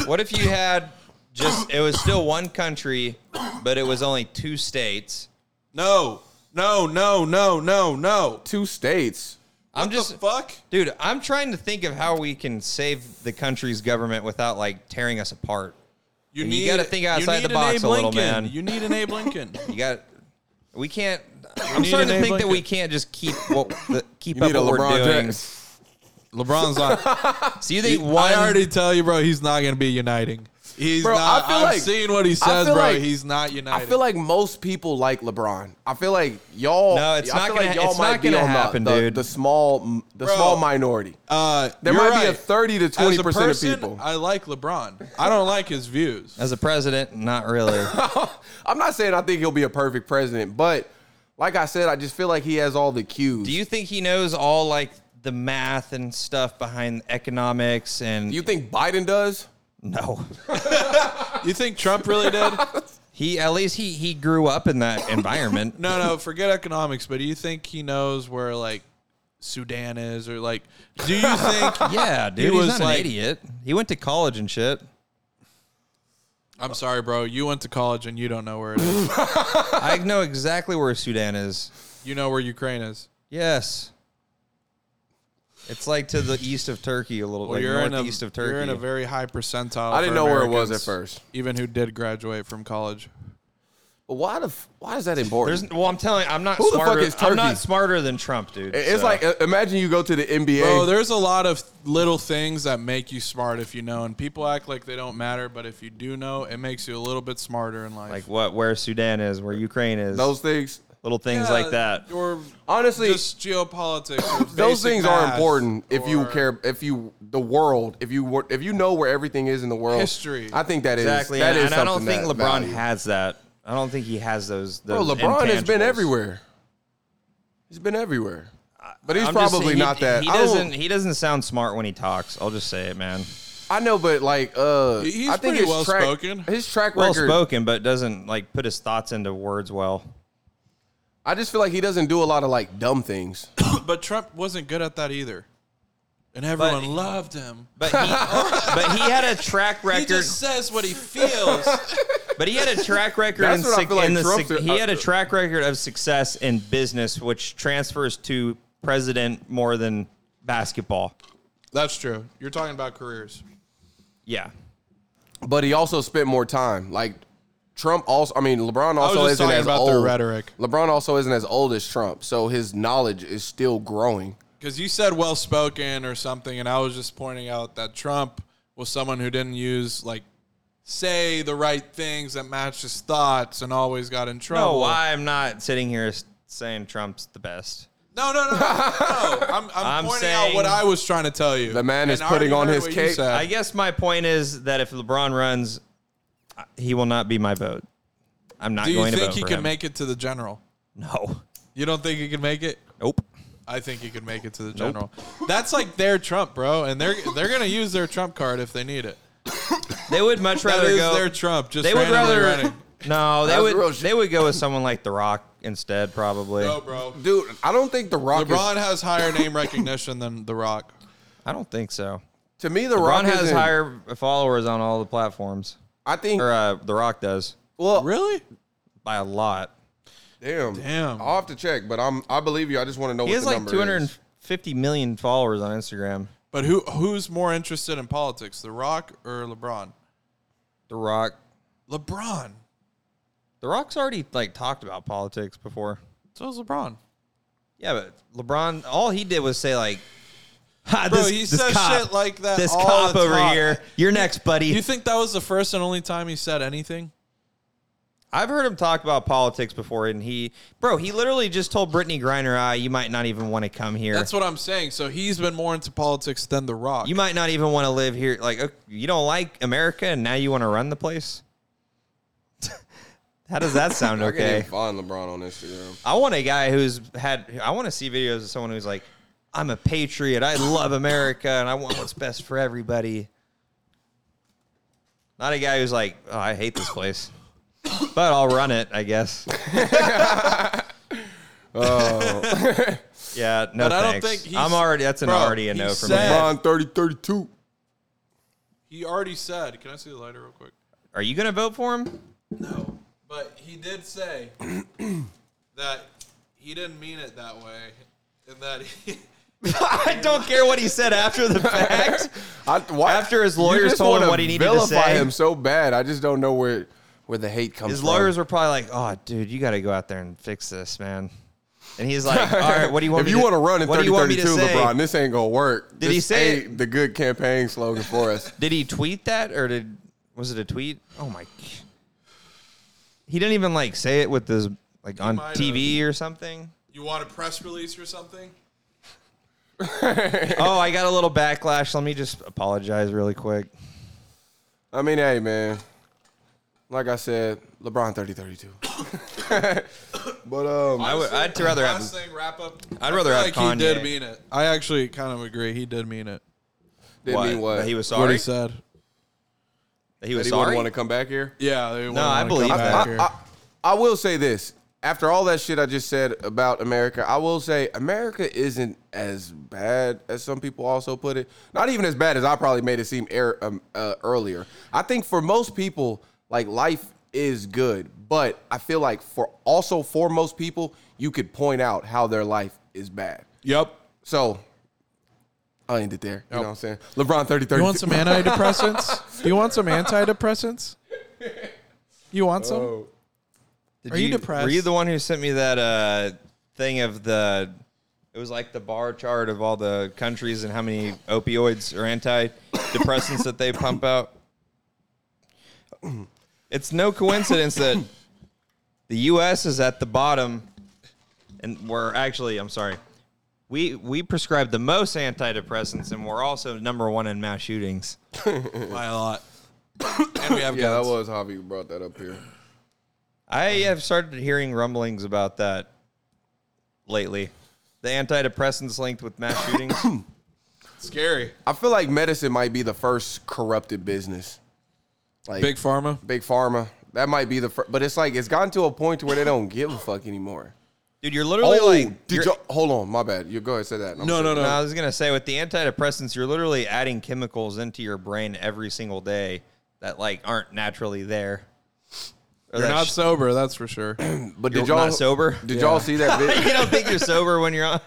Speaker 3: What if you had just it was still one country, but it was only two states?
Speaker 2: no, no, no, no, no, no.
Speaker 1: Two states.
Speaker 3: I'm just
Speaker 2: the fuck.
Speaker 3: dude. I'm trying to think of how we can save the country's government without like tearing us apart.
Speaker 2: You
Speaker 3: You
Speaker 2: need
Speaker 3: gotta think
Speaker 2: you
Speaker 3: outside
Speaker 2: need
Speaker 3: the
Speaker 2: an
Speaker 3: box
Speaker 2: Abe
Speaker 3: a little,
Speaker 2: Lincoln.
Speaker 3: man.
Speaker 2: You need an Abe Lincoln.
Speaker 3: You got. We can't. I'm
Speaker 2: need
Speaker 3: starting
Speaker 2: an
Speaker 3: to
Speaker 2: Abe
Speaker 3: think that we
Speaker 2: Lincoln.
Speaker 3: can't just keep what the, keep
Speaker 1: You
Speaker 3: up
Speaker 1: need a
Speaker 3: what
Speaker 1: LeBron
Speaker 3: we're doing.
Speaker 1: James.
Speaker 2: LeBron's not.
Speaker 3: So you think one?
Speaker 2: I already tell you, bro. He's not going to be uniting. He's
Speaker 1: Bro, I
Speaker 2: not.
Speaker 1: feel
Speaker 2: I've
Speaker 1: like-
Speaker 2: seen what he
Speaker 1: I
Speaker 2: says,
Speaker 1: feel
Speaker 2: bro.
Speaker 1: like-
Speaker 2: he's not united.
Speaker 1: I feel like most people like LeBron. I feel like y'all.
Speaker 3: No, it's
Speaker 1: I
Speaker 3: not
Speaker 1: feel
Speaker 3: gonna-
Speaker 1: Like y'all
Speaker 3: it's
Speaker 1: might
Speaker 3: not
Speaker 1: be
Speaker 3: gonna
Speaker 1: on the-
Speaker 3: happen,
Speaker 1: the,
Speaker 3: dude.
Speaker 1: The small, the
Speaker 2: Bro.
Speaker 1: small minority.
Speaker 2: uh,
Speaker 1: There
Speaker 2: you're
Speaker 1: might be a
Speaker 2: right.
Speaker 1: thirty to
Speaker 2: As
Speaker 1: twenty
Speaker 2: a
Speaker 1: percent of
Speaker 2: person,
Speaker 1: people.
Speaker 2: I like LeBron. I don't like his views.
Speaker 3: As a president, not really.
Speaker 1: I'm not saying I think he'll be a perfect president, but like I said, I just feel like he has all the cues.
Speaker 3: Do you think he knows all like the math and stuff behind economics and
Speaker 1: you think Biden does?
Speaker 3: no?
Speaker 2: You think Trump really did?
Speaker 3: He at least he he grew up in that environment.
Speaker 2: No, no, forget economics. But do you think he knows where like Sudan is, or like, do you think?
Speaker 3: Yeah, dude,
Speaker 2: He
Speaker 3: he's
Speaker 2: was
Speaker 3: not
Speaker 2: like-
Speaker 3: an idiot. He went to college and shit.
Speaker 2: I'm sorry, bro. You went to college and you don't know where it is.
Speaker 3: I know exactly where Sudan is.
Speaker 2: You know where Ukraine is.
Speaker 3: Yes. It's like to the east of Turkey a little
Speaker 2: Well,
Speaker 3: like
Speaker 2: you're in a
Speaker 3: northeast of Turkey.
Speaker 2: you're in a very high percentile.
Speaker 1: I didn't
Speaker 2: for
Speaker 1: know where it was
Speaker 2: Americans,
Speaker 1: at first.
Speaker 2: even who did graduate from college.
Speaker 1: But why the f- why is that important?
Speaker 3: There's well, I'm telling you, I'm not
Speaker 1: Who the fuck
Speaker 3: smarter.
Speaker 1: is
Speaker 3: I'm
Speaker 1: Turkey?
Speaker 3: not smarter than Trump, dude.
Speaker 1: It- it's
Speaker 3: so.
Speaker 1: like uh, imagine you go to the NBA.
Speaker 2: Bro, Oh, there's a lot of little things that make you smart if you know, and people act like they don't matter, but if you do know, it makes you a little bit smarter in life.
Speaker 3: like what where Sudan is, where Ukraine is,
Speaker 1: those things.
Speaker 3: little things
Speaker 2: Yeah,
Speaker 3: like that.
Speaker 2: Or
Speaker 1: Honestly,
Speaker 2: just geopolitics. or
Speaker 1: those
Speaker 2: basic
Speaker 1: things are
Speaker 2: math,
Speaker 1: important if you
Speaker 2: or-
Speaker 1: care if you the world if you were if you know where everything is in the world
Speaker 2: History.
Speaker 1: i think that is
Speaker 3: Exactly.
Speaker 1: that
Speaker 3: and,
Speaker 1: is
Speaker 3: and I don't
Speaker 1: something
Speaker 3: think LeBron
Speaker 1: that value.
Speaker 3: has that. I don't think he has those.
Speaker 1: Bro,
Speaker 3: those
Speaker 1: lebron has been
Speaker 3: intangibles.
Speaker 1: everywhere he's been everywhere but he's
Speaker 3: I'm just
Speaker 1: probably
Speaker 3: saying, he-
Speaker 1: not that
Speaker 3: He
Speaker 1: I, don't-
Speaker 3: doesn't. He doesn't sound smart when he talks. I'll just say it, man.
Speaker 1: I know but like uh
Speaker 2: He's
Speaker 1: i think
Speaker 2: pretty
Speaker 1: his track,
Speaker 2: well-spoken.
Speaker 1: his track
Speaker 3: Well
Speaker 1: record
Speaker 3: spoken, but doesn't like put his thoughts into words well.
Speaker 1: i just feel like he doesn't do a lot of like dumb things
Speaker 2: But Trump wasn't good at that either. And everyone
Speaker 3: But-
Speaker 2: loved him.
Speaker 3: But he, but he had a track
Speaker 2: He
Speaker 3: record.
Speaker 2: just says what he feels.
Speaker 3: But he had a track record in,
Speaker 1: That's what I
Speaker 3: suc-
Speaker 1: feel like
Speaker 3: in the
Speaker 1: Trump's-
Speaker 3: suc- he had a track record of success in business, which transfers to president more than basketball.
Speaker 2: That's true. You're talking about careers.
Speaker 3: Yeah,
Speaker 1: but he also spent more time like Trump also, I mean, LeBron also
Speaker 2: just
Speaker 1: isn't
Speaker 2: talking
Speaker 1: as
Speaker 2: about
Speaker 1: old.
Speaker 2: their rhetoric.
Speaker 1: LeBron also isn't as old as Trump, so his knowledge is still growing.
Speaker 2: Because you said well spoken or something, and I was just pointing out that Trump was someone who didn't use, like, say the right things that matched his thoughts and always got in trouble.
Speaker 3: no, I'm not sitting here s- saying Trump's the best.
Speaker 2: No, no, no, no. no. I'm, I'm,
Speaker 3: I'm
Speaker 2: pointing out
Speaker 3: saying-
Speaker 2: what I was trying to tell you.
Speaker 1: The man is
Speaker 2: I already
Speaker 1: putting on
Speaker 2: heard
Speaker 1: his
Speaker 2: what you
Speaker 1: cape.
Speaker 2: said.
Speaker 3: I guess my point is that if LeBron runs, I- he will not be my vote. I'm not
Speaker 2: Do you
Speaker 3: going to
Speaker 2: think
Speaker 3: vote
Speaker 2: he
Speaker 3: for
Speaker 2: can
Speaker 3: him.
Speaker 2: make it to the general?
Speaker 3: No.
Speaker 2: You don't think he can make it?
Speaker 3: Nope.
Speaker 2: I think he could make it to the general. That's like their Trump, bro, and they're they're gonna use their Trump card if they need it.
Speaker 3: They would much
Speaker 2: That
Speaker 3: rather
Speaker 2: is
Speaker 3: go.
Speaker 2: their Trump. Just
Speaker 3: they would
Speaker 2: randomly
Speaker 3: rather.
Speaker 2: running.
Speaker 3: No, they
Speaker 1: That's real
Speaker 3: would.
Speaker 1: shit.
Speaker 3: They would go with someone like The Rock instead, probably.
Speaker 2: No, bro.
Speaker 1: Dude, I don't think The Rock.
Speaker 2: LeBron
Speaker 1: is,
Speaker 2: has higher name recognition than The Rock.
Speaker 3: I don't think so.
Speaker 1: to me, The Rock
Speaker 3: Ron has
Speaker 1: isn't-
Speaker 3: higher followers on all the platforms,
Speaker 1: I think.
Speaker 3: or uh, The Rock does
Speaker 1: Well,
Speaker 2: Really?
Speaker 3: by a lot.
Speaker 1: damn,
Speaker 2: Damn.
Speaker 1: I'll have to check, but I'm. I believe you. I just want to know.
Speaker 3: He
Speaker 1: what
Speaker 3: has
Speaker 1: the
Speaker 3: like
Speaker 1: number
Speaker 3: 250 million followers on Instagram.
Speaker 2: But who who's more interested in politics, The Rock or LeBron?
Speaker 3: The Rock.
Speaker 2: LeBron.
Speaker 3: The Rock's already like talked about politics before.
Speaker 2: So is LeBron.
Speaker 3: Yeah, but LeBron, all he did was say like, ha,
Speaker 2: Bro,
Speaker 3: this,
Speaker 2: he
Speaker 3: this
Speaker 2: says
Speaker 3: cop,
Speaker 2: shit like that.
Speaker 3: this
Speaker 2: all
Speaker 3: cop
Speaker 2: the
Speaker 3: over
Speaker 2: time.
Speaker 3: here, you're next, buddy."
Speaker 2: You think that was the first and only time he said anything?
Speaker 3: I've heard him talk about politics before, and he, bro, he literally just told Brittany Griner, "I, you might not even want to come here.
Speaker 2: That's what I'm saying. So he's been more into politics than The Rock.
Speaker 3: you might not even want to live here. Like, uh, you don't like America, and now you want to run the place." How does that sound
Speaker 1: I can't
Speaker 3: okay?
Speaker 1: even find LeBron on Instagram.
Speaker 3: I want a guy who's had. I want to see videos of someone who's like, "I'm a patriot. I love America, and I want what's best for everybody." Not a guy who's like, "Oh, I hate this place, but I'll run it." I guess. oh. yeah. No
Speaker 2: But I don't
Speaker 3: thanks.
Speaker 2: think he's-
Speaker 3: I'm already. That's an
Speaker 2: Bro,
Speaker 3: already a
Speaker 2: he
Speaker 3: no for
Speaker 2: said-
Speaker 3: me.
Speaker 1: LeBron thirty thirty two.
Speaker 2: he already said. Can I see the lighter real quick?
Speaker 3: Are you gonna vote for him?
Speaker 2: No, but he did say that he didn't mean it that way, and that he,
Speaker 3: I don't care what he said after the fact.
Speaker 1: I, why,
Speaker 3: After his
Speaker 1: you
Speaker 3: lawyers
Speaker 1: just
Speaker 3: told him
Speaker 1: wanna
Speaker 3: what he needed to
Speaker 1: vilify
Speaker 3: say.
Speaker 1: him so bad. I just don't know where where the hate comes.
Speaker 3: His
Speaker 1: from.
Speaker 3: lawyers were probably like, "Oh, dude, you got to go out there and fix this, man." And he's like, "All right, what do you want?
Speaker 1: If
Speaker 3: me
Speaker 1: you
Speaker 3: to,
Speaker 1: want to run in
Speaker 3: what do
Speaker 1: thirty
Speaker 3: you want
Speaker 1: thirty
Speaker 3: me to
Speaker 1: two,
Speaker 3: say?"
Speaker 1: LeBron, this ain't gonna work.
Speaker 3: Did he
Speaker 1: This
Speaker 3: say
Speaker 1: ain't the good campaign slogan for us?
Speaker 3: Did he tweet that or did was it a tweet? Oh my! He didn't even like say it with this like on
Speaker 2: might
Speaker 3: TV or something.
Speaker 2: You want a press release or something?
Speaker 3: oh, I got a little backlash. Let me just apologize really quick.
Speaker 1: I mean, hey, man. Like I said, LeBron 30 32. but, um,
Speaker 3: I would. I'd rather have.
Speaker 2: last thing wrap up.
Speaker 3: I'd rather have
Speaker 2: like he did
Speaker 3: Kanye.
Speaker 2: mean it. I actually kind of agree. He did mean it.
Speaker 1: didn't mean what?
Speaker 3: That he was
Speaker 2: What
Speaker 3: sorry.
Speaker 2: he said.
Speaker 3: That he was
Speaker 1: That he
Speaker 3: sorry.
Speaker 1: wouldn't want to come back here?
Speaker 2: Yeah. They wouldn't
Speaker 3: I
Speaker 2: wanna
Speaker 3: believe
Speaker 2: come
Speaker 3: that.
Speaker 2: back
Speaker 1: I-
Speaker 2: here.
Speaker 1: I, I will say this. After all that shit I just said about America, I will say America isn't as bad as some people also put it. Not even as bad as I probably made it seem er, um, uh, earlier. I think for most people, like life is good, but I feel like for also for most people, you could point out how their life is bad.
Speaker 2: yep.
Speaker 1: So I'll end it there. You know what I'm saying? LeBron 30 30.
Speaker 2: You want some antidepressants? Do you want some antidepressants? You want some?
Speaker 3: Did
Speaker 2: Are you depressed?
Speaker 3: Were you the one who sent me that uh, thing of the? It was like the bar chart of all the countries and how many opioids or antidepressants that they pump out. It's no coincidence that the U.S. is at the bottom, and we're actually. I'm sorry. We, we prescribe the most antidepressants, and we're also number one in mass shootings.
Speaker 2: By a lot. and we have
Speaker 1: Yeah, that
Speaker 2: guns.
Speaker 1: was Javi who brought that up here.
Speaker 3: I have started hearing rumblings about that lately. The antidepressants linked with mass shootings.
Speaker 2: Scary.
Speaker 1: I feel like medicine might be the first corrupted business. Like
Speaker 2: Big pharma.
Speaker 1: big pharma. That might be the first, but it's like it's gotten to a point to where they don't give a fuck anymore. Oh,
Speaker 3: Dude, you're literally like.
Speaker 1: did
Speaker 3: you're-
Speaker 1: you hold on? My bad. You go ahead and say that. I'm
Speaker 2: Oh, No,
Speaker 1: sorry.
Speaker 2: no,
Speaker 3: No,
Speaker 2: no.
Speaker 3: I was going to say with the antidepressants, you're literally adding chemicals into your brain every single day that like aren't naturally there. Or
Speaker 2: You're
Speaker 3: that
Speaker 2: not
Speaker 3: sh-
Speaker 2: sober, that's for sure.
Speaker 1: But
Speaker 3: you're
Speaker 1: did y'all
Speaker 3: not sober.
Speaker 1: Did y'all see that
Speaker 3: you
Speaker 1: video?
Speaker 3: don't think you're sober when you're on.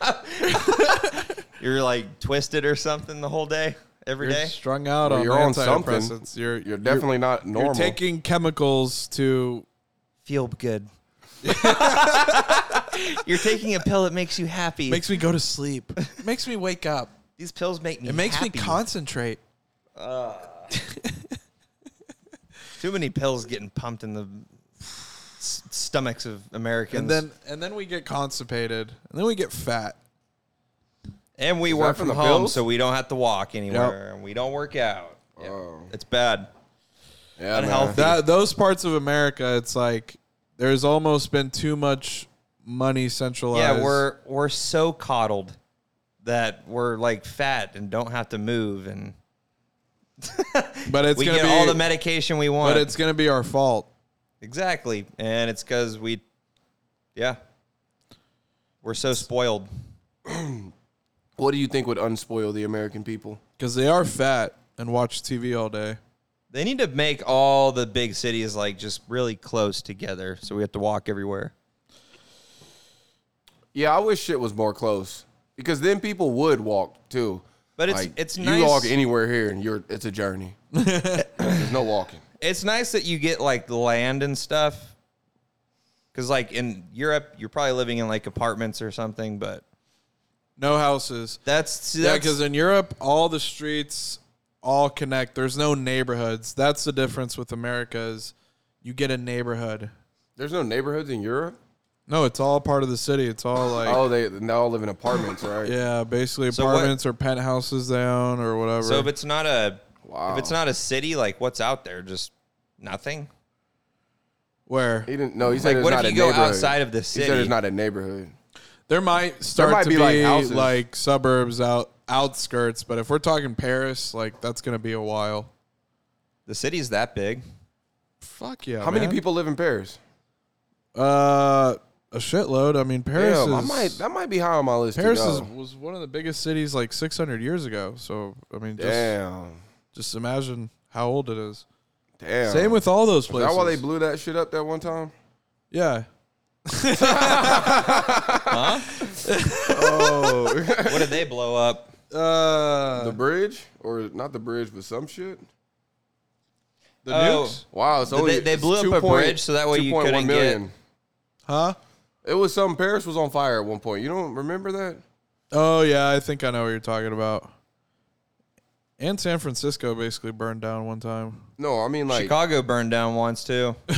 Speaker 3: you're like twisted or something the whole day, every
Speaker 2: You're
Speaker 3: day.
Speaker 2: strung out
Speaker 1: Well,
Speaker 2: on
Speaker 1: you're on something.
Speaker 2: antidepressants. You're
Speaker 1: You're definitely not normal.
Speaker 2: you're taking chemicals to
Speaker 3: Feel good. you're taking a pill that makes you happy.
Speaker 2: makes me go to sleep. makes me wake up.
Speaker 3: These pills make me.
Speaker 2: It makes me
Speaker 3: happy.
Speaker 2: concentrate.
Speaker 3: Too many pills getting pumped in the s- stomachs of Americans.
Speaker 2: And then and then we get constipated. And then we get fat.
Speaker 3: and we work
Speaker 1: from
Speaker 3: from
Speaker 1: the
Speaker 3: home,
Speaker 1: pills?
Speaker 3: so we don't have to walk anywhere, and we don't work out. Yeah. It's bad.
Speaker 1: Oh, yeah,
Speaker 3: unhealthy.
Speaker 1: man.
Speaker 2: That those parts of America, it's like there's almost been too much money centralized.
Speaker 3: Yeah, we're we're so coddled that we're like fat and don't have to move, and
Speaker 2: but it's
Speaker 3: we
Speaker 2: gonna
Speaker 3: get
Speaker 2: be
Speaker 3: all the medication we want.
Speaker 2: but it's gonna be our fault.
Speaker 3: exactly, and it's because we, yeah, we're so spoiled.
Speaker 1: What do you think would unspoil the American people?
Speaker 2: Because they are fat and watch TV all day.
Speaker 3: They need to make all the big cities like just really close together, so we have to walk everywhere.
Speaker 1: Yeah, I wish shit was more close because then people would walk too.
Speaker 3: But it's- it's
Speaker 1: you
Speaker 3: nice-
Speaker 1: walk anywhere here and you're it's a journey. There's no walking.
Speaker 3: it's nice that you get like land and stuff because like in europe you're probably living in like apartments or something but
Speaker 2: No houses.
Speaker 3: that's see,
Speaker 2: Yeah,
Speaker 3: that's
Speaker 2: because in Europe, all the streets all connect. There's no neighborhoods. That's the difference with America is you get a neighborhood.
Speaker 1: There's no neighborhoods in Europe.
Speaker 2: No, it's all part of the city. It's all like
Speaker 1: Oh, they they all live in apartments, right?
Speaker 2: yeah, basically
Speaker 3: what-
Speaker 2: apartments or penthouses they own or whatever.
Speaker 3: so if it's not a
Speaker 1: Wow.
Speaker 3: if it's not a city like what's out there just nothing
Speaker 2: Where
Speaker 1: He didn't. No, he said
Speaker 3: Like,
Speaker 1: there's
Speaker 3: what if
Speaker 1: not
Speaker 3: you
Speaker 1: a
Speaker 3: go
Speaker 1: neighborhood.
Speaker 3: outside of the
Speaker 1: He said
Speaker 3: city?
Speaker 1: it's not a neighborhood.
Speaker 2: there might start
Speaker 1: might
Speaker 2: to
Speaker 1: be,
Speaker 2: be,
Speaker 1: like,
Speaker 2: like,
Speaker 1: houses.
Speaker 2: suburbs out outskirts, but if we're talking Paris, like that's gonna be a while.
Speaker 3: the city's that big
Speaker 2: Fuck
Speaker 3: Oh,
Speaker 2: yeah!
Speaker 1: How many
Speaker 2: man.
Speaker 1: people live in Paris?
Speaker 2: Uh, a shitload. I mean, Paris
Speaker 1: Damn, I
Speaker 2: is
Speaker 1: might. That might be high on my list.
Speaker 2: Paris
Speaker 1: to go.
Speaker 2: is, was one of the biggest cities like 600 years ago. So I mean, just
Speaker 1: Damn.
Speaker 2: just imagine how old it is.
Speaker 1: Damn.
Speaker 2: Same with all those
Speaker 1: Is
Speaker 2: places.
Speaker 1: that why they blew that shit up that one time?
Speaker 2: yeah.
Speaker 3: what did they blow up
Speaker 2: Uh,
Speaker 1: The bridge, or not the bridge, but some shit.
Speaker 2: the
Speaker 3: Oh.
Speaker 2: nukes?
Speaker 1: Wow. So
Speaker 3: They- they blew up a bridge so that way you couldn't get-
Speaker 2: Huh?
Speaker 1: It was some Paris was on fire at one point. You don't remember that?
Speaker 2: Oh yeah, I think I know what you're talking about. And San Francisco basically burned down one time.
Speaker 1: No, I mean like
Speaker 3: Chicago burned down once too. Do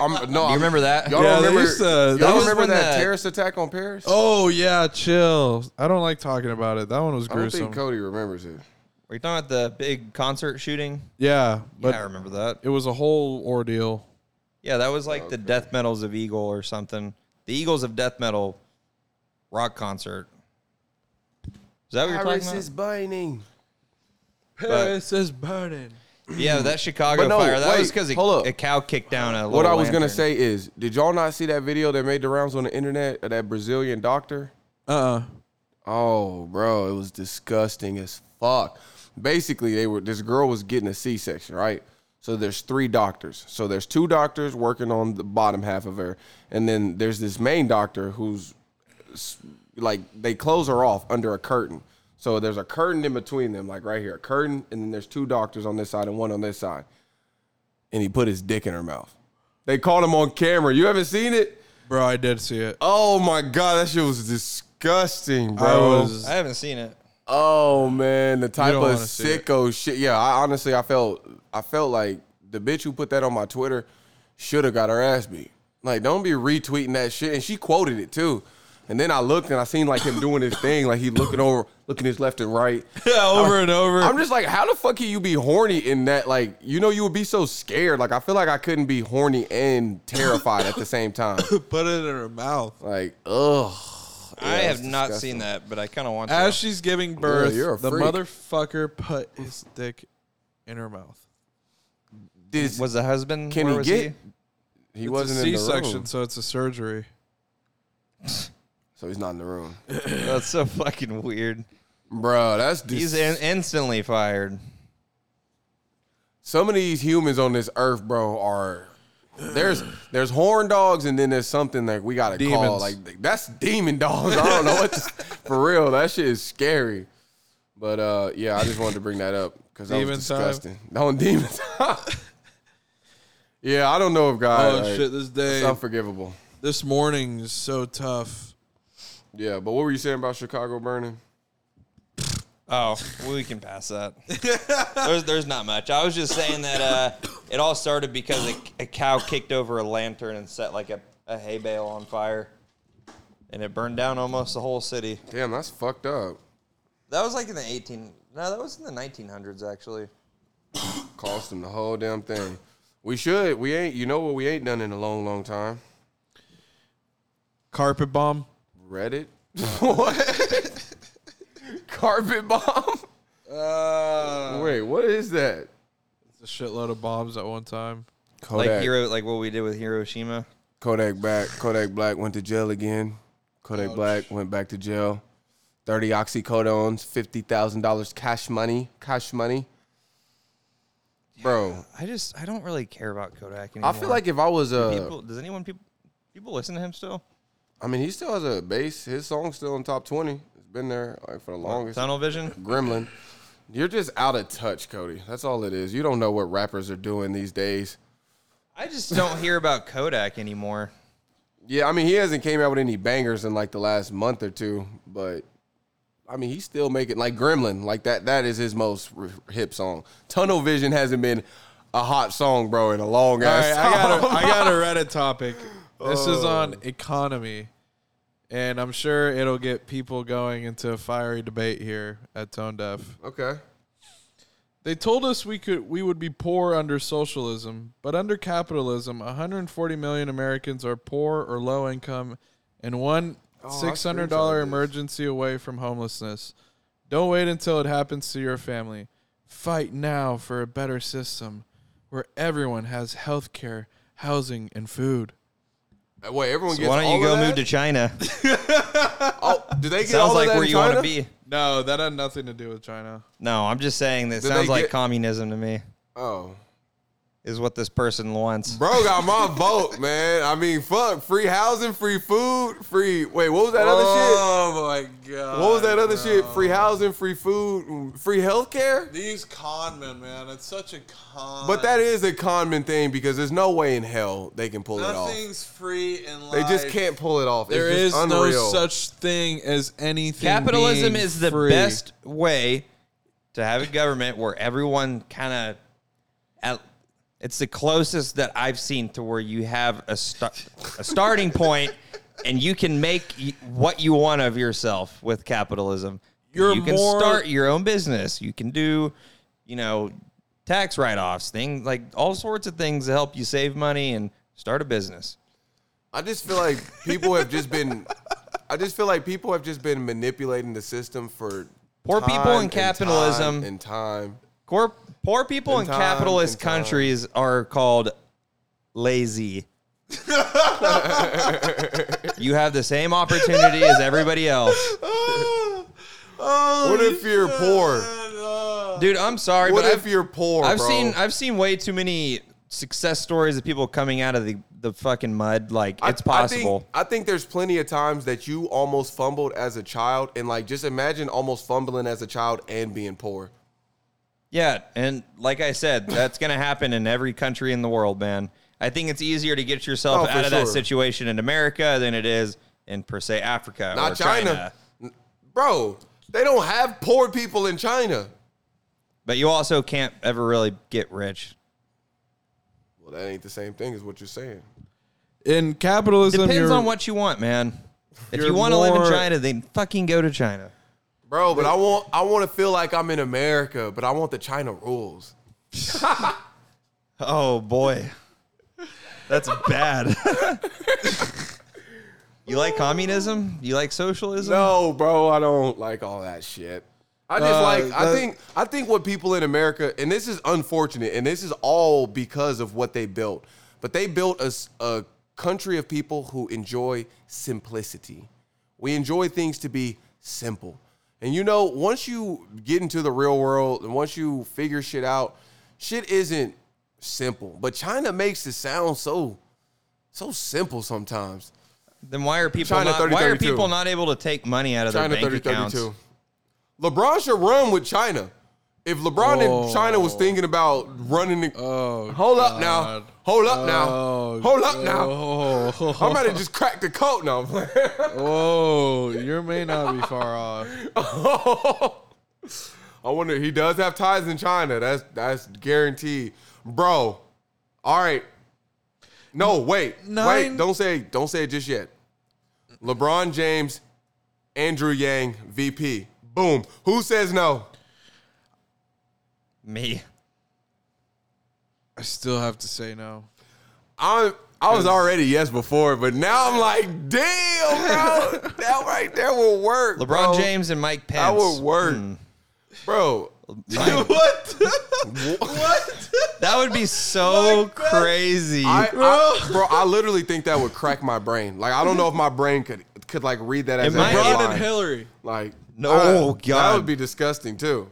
Speaker 1: I'm, no,
Speaker 3: you
Speaker 1: I'm-
Speaker 3: remember that?
Speaker 1: Y'all
Speaker 2: Yeah,
Speaker 1: don't
Speaker 2: they
Speaker 1: remember?
Speaker 2: used to-
Speaker 1: y'all
Speaker 2: that
Speaker 1: don't
Speaker 2: was
Speaker 1: remember
Speaker 3: when
Speaker 1: that
Speaker 3: the-
Speaker 1: terrorist attack on Paris?
Speaker 2: Oh yeah, chill. I don't like talking about it. That one was
Speaker 1: I don't
Speaker 2: gruesome.
Speaker 1: think Cody remembers it.
Speaker 3: Were you talking about the big concert shooting?
Speaker 2: yeah, but
Speaker 3: yeah, I remember that.
Speaker 2: it was a whole ordeal.
Speaker 3: Yeah, that was like
Speaker 1: Oh,
Speaker 3: the death metals of Eagle or something. The Eagles of Death Metal rock concert. Is that what you're
Speaker 1: Paris
Speaker 3: talking
Speaker 1: is burning.
Speaker 3: Paris
Speaker 2: is burning.
Speaker 3: about? Yeah, that Chicago
Speaker 1: But no,
Speaker 3: fire. That was
Speaker 1: wait,
Speaker 3: because
Speaker 1: hold up.
Speaker 3: a, cow kicked down a.
Speaker 1: What
Speaker 3: little
Speaker 1: I was gonna
Speaker 3: lantern.
Speaker 1: say is, did y'all not see that video that made the rounds on the internet of that Brazilian doctor?
Speaker 2: Uh. uh
Speaker 1: Oh, bro, it was disgusting as fuck. Basically, they were this girl was getting a C-section, right? So there's three doctors. So there's two doctors working on the bottom half of her, and then there's this main doctor who's s- like they close her off under a curtain. So there's a curtain in between them, like right here, a curtain, and then there's two doctors on this side and one on this side. And he put his dick in her mouth. They caught him on camera. You haven't seen it?
Speaker 2: Bro, I did see it.
Speaker 1: Oh my god, that shit was disgusting, bro.
Speaker 2: I was.
Speaker 3: I haven't seen it.
Speaker 1: Oh man, the type
Speaker 2: don't
Speaker 1: of
Speaker 2: wanna see it.
Speaker 1: sicko shit. Yeah, I honestly, I felt, I felt like the bitch who put that on my Twitter should have got her ass beat. Like, don't be retweeting that shit. And she quoted it too. And then I looked and I seen like him doing his thing, like he looking over, looking his left and right.
Speaker 2: Yeah, over and over.
Speaker 1: I'm just like, how the fuck can you be horny in that? Like, you know, you would be so scared. Like, I feel like I couldn't be horny and terrified at the same time.
Speaker 2: put it in her mouth.
Speaker 1: Like, ugh. Yeah,
Speaker 3: I have
Speaker 1: it's
Speaker 3: not
Speaker 1: disgusting.
Speaker 3: seen that, but I kind of want to.
Speaker 2: As she's giving birth,
Speaker 1: you're a
Speaker 2: the
Speaker 1: freak.
Speaker 2: motherfucker put his dick in her mouth.
Speaker 1: This,
Speaker 3: was the husband?
Speaker 1: can
Speaker 3: where
Speaker 1: he
Speaker 3: was
Speaker 1: get?
Speaker 3: He?
Speaker 1: He
Speaker 2: It's
Speaker 1: wasn't
Speaker 2: a
Speaker 1: in the room,
Speaker 2: C-section, so it's a surgery.
Speaker 1: so he's not in the room.
Speaker 3: That's so fucking weird.
Speaker 1: Bro, that's
Speaker 3: He's
Speaker 1: dis-
Speaker 3: in- instantly fired.
Speaker 1: some of these humans on this earth, bro, are there's there's horn dogs and then there's something that we gotta call
Speaker 2: Demons.
Speaker 1: like that's demon dogs. I don't know what to- for real. That shit is scary. But uh, yeah, I just wanted to bring that up because that was
Speaker 2: Demon time.
Speaker 1: disgusting. On demon time. yeah, I don't know if God.
Speaker 2: Oh
Speaker 1: like,
Speaker 2: shit! This
Speaker 1: it's
Speaker 2: day,
Speaker 1: unforgivable.
Speaker 2: this morning is so tough.
Speaker 1: Yeah, but what were you saying about Chicago burning?
Speaker 3: Oh, we can pass that. there's, there's not much. I was just saying that uh, it all started because a, a cow kicked over a lantern and set like a, a hay bale on fire, and it burned down almost the whole city.
Speaker 1: Damn, that's fucked up.
Speaker 3: That was like in the 18. No, that was in the 1900s actually.
Speaker 1: Cost them the whole damn thing. We should. We ain't. You know what? We ain't done in a long, long time.
Speaker 2: Carpet bomb.
Speaker 1: Reddit? what? Carpet bomb?
Speaker 2: Uh,
Speaker 1: Wait, what is that?
Speaker 2: it's a shitload of bombs at one time.
Speaker 1: Kodak.
Speaker 3: Like hero, like what we did with Hiroshima.
Speaker 1: Kodak back. Kodak Black went to jail again. Kodak Black went back to jail. 30 oxycodones, $50,000 cash money. Cash money. Bro,
Speaker 3: I just I don't really care about Kodak anymore.
Speaker 1: I feel like uh, if I was a.
Speaker 3: people. Does anyone people people listen to him still?
Speaker 1: I mean, he still has a bass. His song's still in top 20. It's been there like, for the longest.
Speaker 3: Tunnel vision.
Speaker 1: Gremlin. You're just out of touch, Cody. That's all it is. You don't know what rappers are doing these days.
Speaker 3: I just don't hear about Kodak anymore.
Speaker 1: Yeah, I mean, he hasn't came out with any bangers in like the last month or two, but I mean, he's still making like Gremlin, like that. That is his most r- hip song. Tunnel Vision hasn't been a hot song, bro, in a long
Speaker 2: All
Speaker 1: ass
Speaker 2: right, I
Speaker 1: time.
Speaker 2: got a, I got a Reddit topic. This is on economy, and I'm sure it'll get people going into a fiery debate here at Tone Deaf.
Speaker 1: okay.
Speaker 2: They told us we could we would be poor under socialism, but under capitalism, 140 million Americans are poor or low income, and one
Speaker 1: screenshotted
Speaker 2: $600 dollar
Speaker 1: this.
Speaker 2: emergency away from homelessness. Don't wait until it happens to your family. Fight now for a better system where everyone has health care, housing, and food.
Speaker 1: Uh, Wait, everyone gets.
Speaker 3: Why don't
Speaker 1: all
Speaker 3: you
Speaker 1: of
Speaker 3: go
Speaker 1: that?
Speaker 3: move to China?
Speaker 1: Oh, do they get all
Speaker 3: sounds
Speaker 1: of
Speaker 3: like
Speaker 1: that
Speaker 3: where
Speaker 1: in
Speaker 3: you want to
Speaker 1: China?
Speaker 3: be.
Speaker 2: No, that had nothing to do with China.
Speaker 3: No, I'm just saying that sounds
Speaker 1: they
Speaker 3: like
Speaker 1: get-
Speaker 3: communism to me.
Speaker 1: Oh,
Speaker 3: Is what this person wants.
Speaker 1: bro, got my vote, man. I mean, fuck, free housing, free food, free. Wait, what was that other shit?
Speaker 2: Oh my god!
Speaker 1: What was that other shit? Free housing, free food, free healthcare.
Speaker 2: These con men, man. It's such a con.
Speaker 1: But that is a common thing because there's no way in hell they can pull it off.
Speaker 2: free in life.
Speaker 1: They just can't pull it off.
Speaker 2: There
Speaker 1: it's
Speaker 2: is
Speaker 1: just unreal.
Speaker 2: no such thing as anything.
Speaker 3: Capitalism
Speaker 2: being
Speaker 3: is the
Speaker 2: free.
Speaker 3: best way to have a government where everyone kind of it's the closest that I've seen to where you have a sta- a starting point and you can make y- what you want of yourself with capitalism.
Speaker 2: You're
Speaker 3: you can
Speaker 2: more-
Speaker 3: start your own business. You can do, you know, tax write-offs, things like all sorts of things to help you save money and start a business.
Speaker 1: I just feel like people have just been. I just feel like people have just been manipulating the system for
Speaker 3: Poor
Speaker 1: time
Speaker 3: people in
Speaker 1: and
Speaker 3: capitalism.
Speaker 1: time and time.
Speaker 3: Poor, poor people in
Speaker 1: In time,
Speaker 3: capitalist
Speaker 1: in time.
Speaker 3: countries are called lazy. you have the same opportunity as everybody else.
Speaker 1: Oh. What if you're poor?
Speaker 3: Dude, I'm sorry,
Speaker 1: What
Speaker 3: but
Speaker 1: if
Speaker 3: I've,
Speaker 1: you're poor?
Speaker 3: I've
Speaker 1: bro?
Speaker 3: seen I've seen way too many success stories of people coming out of the, the fucking mud. Like
Speaker 1: I-
Speaker 3: it's possible.
Speaker 1: I think, I think there's plenty of times that you almost fumbled as a child, and like just imagine almost fumbling as a child and being poor.
Speaker 3: Yeah, and like I said, that's going to happen in every country in the world, man. I think it's easier to get
Speaker 1: Oh,
Speaker 3: yourself
Speaker 1: for
Speaker 3: out of that
Speaker 1: sure.
Speaker 3: situation in America than it is in per se Africa
Speaker 1: Not
Speaker 3: or China.
Speaker 1: China. Bro, they don't have poor people in China.
Speaker 3: But you also can't ever really get rich.
Speaker 1: Well, that ain't the same thing as what you're saying.
Speaker 2: In capitalism,
Speaker 3: Depends
Speaker 2: you're-
Speaker 3: on what you want, man. If
Speaker 2: you're
Speaker 3: you want to live in
Speaker 2: more-
Speaker 3: China, then fucking go to China.
Speaker 1: Bro, but I want I want to feel like I'm in America, but I want the China rules.
Speaker 3: Oh boy. That's bad. you like communism? You like socialism?
Speaker 1: No, bro, I don't like all that shit. I just
Speaker 2: Uh,
Speaker 1: like I
Speaker 2: that-
Speaker 1: think I think what people in America and this is unfortunate and this is all because of what they built. But they built a, s- a country of people who enjoy simplicity. We enjoy things to be simple. And you know, once you get into the real world and once you figure shit out, shit isn't simple. But China makes it sound so so simple sometimes.
Speaker 3: Then why are people
Speaker 1: China
Speaker 3: not, why are
Speaker 1: 30-32.
Speaker 3: people not able to take money out of
Speaker 1: China
Speaker 3: their bank
Speaker 1: 30
Speaker 3: accounts?
Speaker 1: 32. LeBron should run with China. If LeBron and
Speaker 2: Oh.
Speaker 1: China was thinking about running the.
Speaker 2: Oh,
Speaker 1: hold up
Speaker 2: God.
Speaker 1: now. Hold up now.
Speaker 2: Oh,
Speaker 1: hold up now.
Speaker 2: Oh,
Speaker 1: I'm about to just crack the coat now.
Speaker 2: Whoa, you may not be far off.
Speaker 1: I wonder, he does have ties in China. That's that's guaranteed. Bro. All right. No, wait. Wait,
Speaker 2: Nine-
Speaker 1: don't say don't say it just yet. LeBron James, Andrew Yang, VP. Boom. Who says no?
Speaker 3: Me.
Speaker 2: I still have to say no.
Speaker 1: I I was already yes before, but now I'm like, damn, bro, that right there will work.
Speaker 3: LeBron
Speaker 1: bro.
Speaker 3: James and Mike Pence. Hmm.
Speaker 1: that will work, bro.
Speaker 3: Mike-
Speaker 2: What? what?
Speaker 3: that would be so
Speaker 2: Mike Pence.
Speaker 3: crazy.
Speaker 1: I,
Speaker 2: Bro.
Speaker 1: I, bro, I literally think that would crack my brain. Like, I don't know if my brain could could like read that as
Speaker 3: It
Speaker 1: a
Speaker 3: might-
Speaker 2: Ron
Speaker 1: headline.
Speaker 2: and Hillary.
Speaker 1: Like,
Speaker 3: No,
Speaker 1: I-
Speaker 3: oh,
Speaker 1: that
Speaker 3: God.
Speaker 1: would be disgusting too.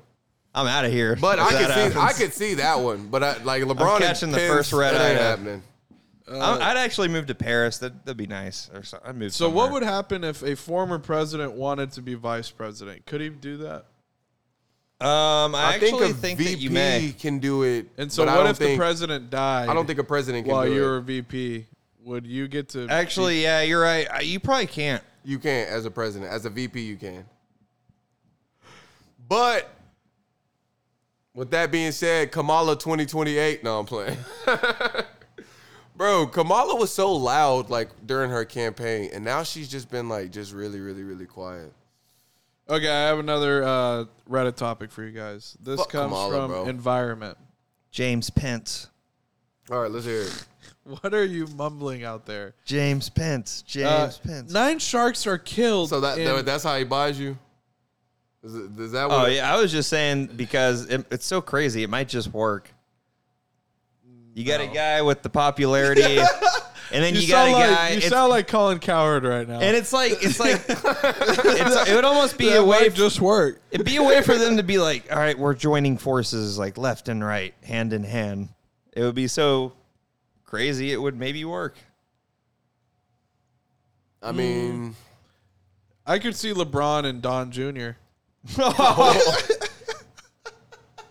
Speaker 3: I'm out of here.
Speaker 1: But I
Speaker 3: if
Speaker 1: could see,
Speaker 3: that
Speaker 1: I
Speaker 3: happens.
Speaker 1: could see that one. But I, like LeBron and
Speaker 3: catching the
Speaker 1: Pence,
Speaker 3: first red
Speaker 1: that
Speaker 3: eye.
Speaker 1: ain't happening.
Speaker 3: I'm- I'd actually move to Paris. That, that'd be nice. Or so, I'd move.
Speaker 2: So,
Speaker 3: somewhere.
Speaker 2: what would happen if a former president wanted to be vice president? Could he do that?
Speaker 3: Um, I,
Speaker 1: I
Speaker 3: actually
Speaker 1: think a
Speaker 3: think, that you may.
Speaker 1: VP can do it.
Speaker 2: And so,
Speaker 1: but I
Speaker 2: what
Speaker 1: don't
Speaker 2: if the
Speaker 1: think-
Speaker 2: president died?
Speaker 1: I don't think a president can
Speaker 2: while
Speaker 1: do
Speaker 2: you were
Speaker 1: it.
Speaker 2: VP, would you get to
Speaker 3: Actually, yeah, you're right. I- You probably can't.
Speaker 1: You can't as a president. As a VP, you can. But with that being said, Kamala 2028. No, I'm playing. Bro, Kamala was so loud like during her campaign, and now she's just been like just really, really, really quiet.
Speaker 2: Okay, I have another uh, Reddit topic for you guys. This
Speaker 1: Fuck
Speaker 2: comes
Speaker 1: Kamala,
Speaker 2: from
Speaker 1: bro.
Speaker 2: environment.
Speaker 3: James Pence.
Speaker 1: All right, let's hear it.
Speaker 2: What are you mumbling out there?
Speaker 3: James Pence. James
Speaker 2: Uh, nine sharks are killed.
Speaker 1: So that,
Speaker 2: in-
Speaker 1: that- that's how he buys you. Is, it- is that what?
Speaker 3: Oh yeah, I was just saying because it, it's so crazy. It might just work. You got a guy with the popularity, and then you, got
Speaker 2: sound
Speaker 3: a
Speaker 2: like,
Speaker 3: guy.
Speaker 2: You
Speaker 3: it's-
Speaker 2: sound like Colin Coward right now.
Speaker 3: and it's like it's like it's, it would almost be
Speaker 2: That
Speaker 3: a way.
Speaker 2: might just work.
Speaker 3: it'd be a way for them to be like, all right, we're joining forces, like left and right, hand in hand. It would be so crazy. It would maybe work.
Speaker 1: I
Speaker 3: Mm.
Speaker 1: mean,
Speaker 2: I could see LeBron and Don Jr.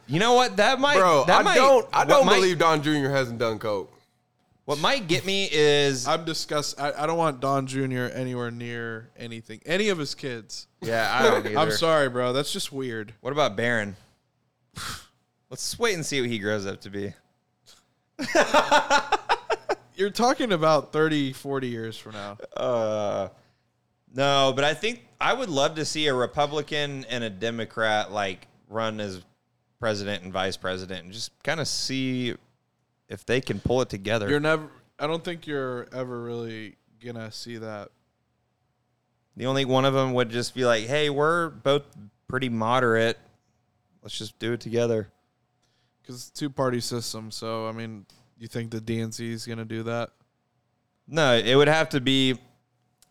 Speaker 3: You know what? That might.
Speaker 1: bro,
Speaker 3: that
Speaker 1: I
Speaker 3: might,
Speaker 1: don't, I
Speaker 3: what
Speaker 1: don't
Speaker 3: might-
Speaker 1: believe Don Jr. hasn't done coke.
Speaker 3: What might get me is
Speaker 2: I'm disgust. I, I don't want Don Jr. anywhere near anything. Any of his kids.
Speaker 3: yeah. I don't either.
Speaker 2: I'm sorry, bro. That's just weird.
Speaker 3: What about Baron? Let's wait and see what he grows up to be.
Speaker 2: You're talking about 30, 40 years from now.
Speaker 3: Uh, no, but I think I would love to see a Republican and a Democrat like run as president and vice president and just kind of see if they can pull it together.
Speaker 2: You're never. I don't think you're ever really gonna see that.
Speaker 3: the only one of them would just be like, "Hey, we're both pretty moderate. Let's just do it together."
Speaker 2: Because it's two party system. So, I mean, you think the DNC is going to do that?
Speaker 3: No, it would have to be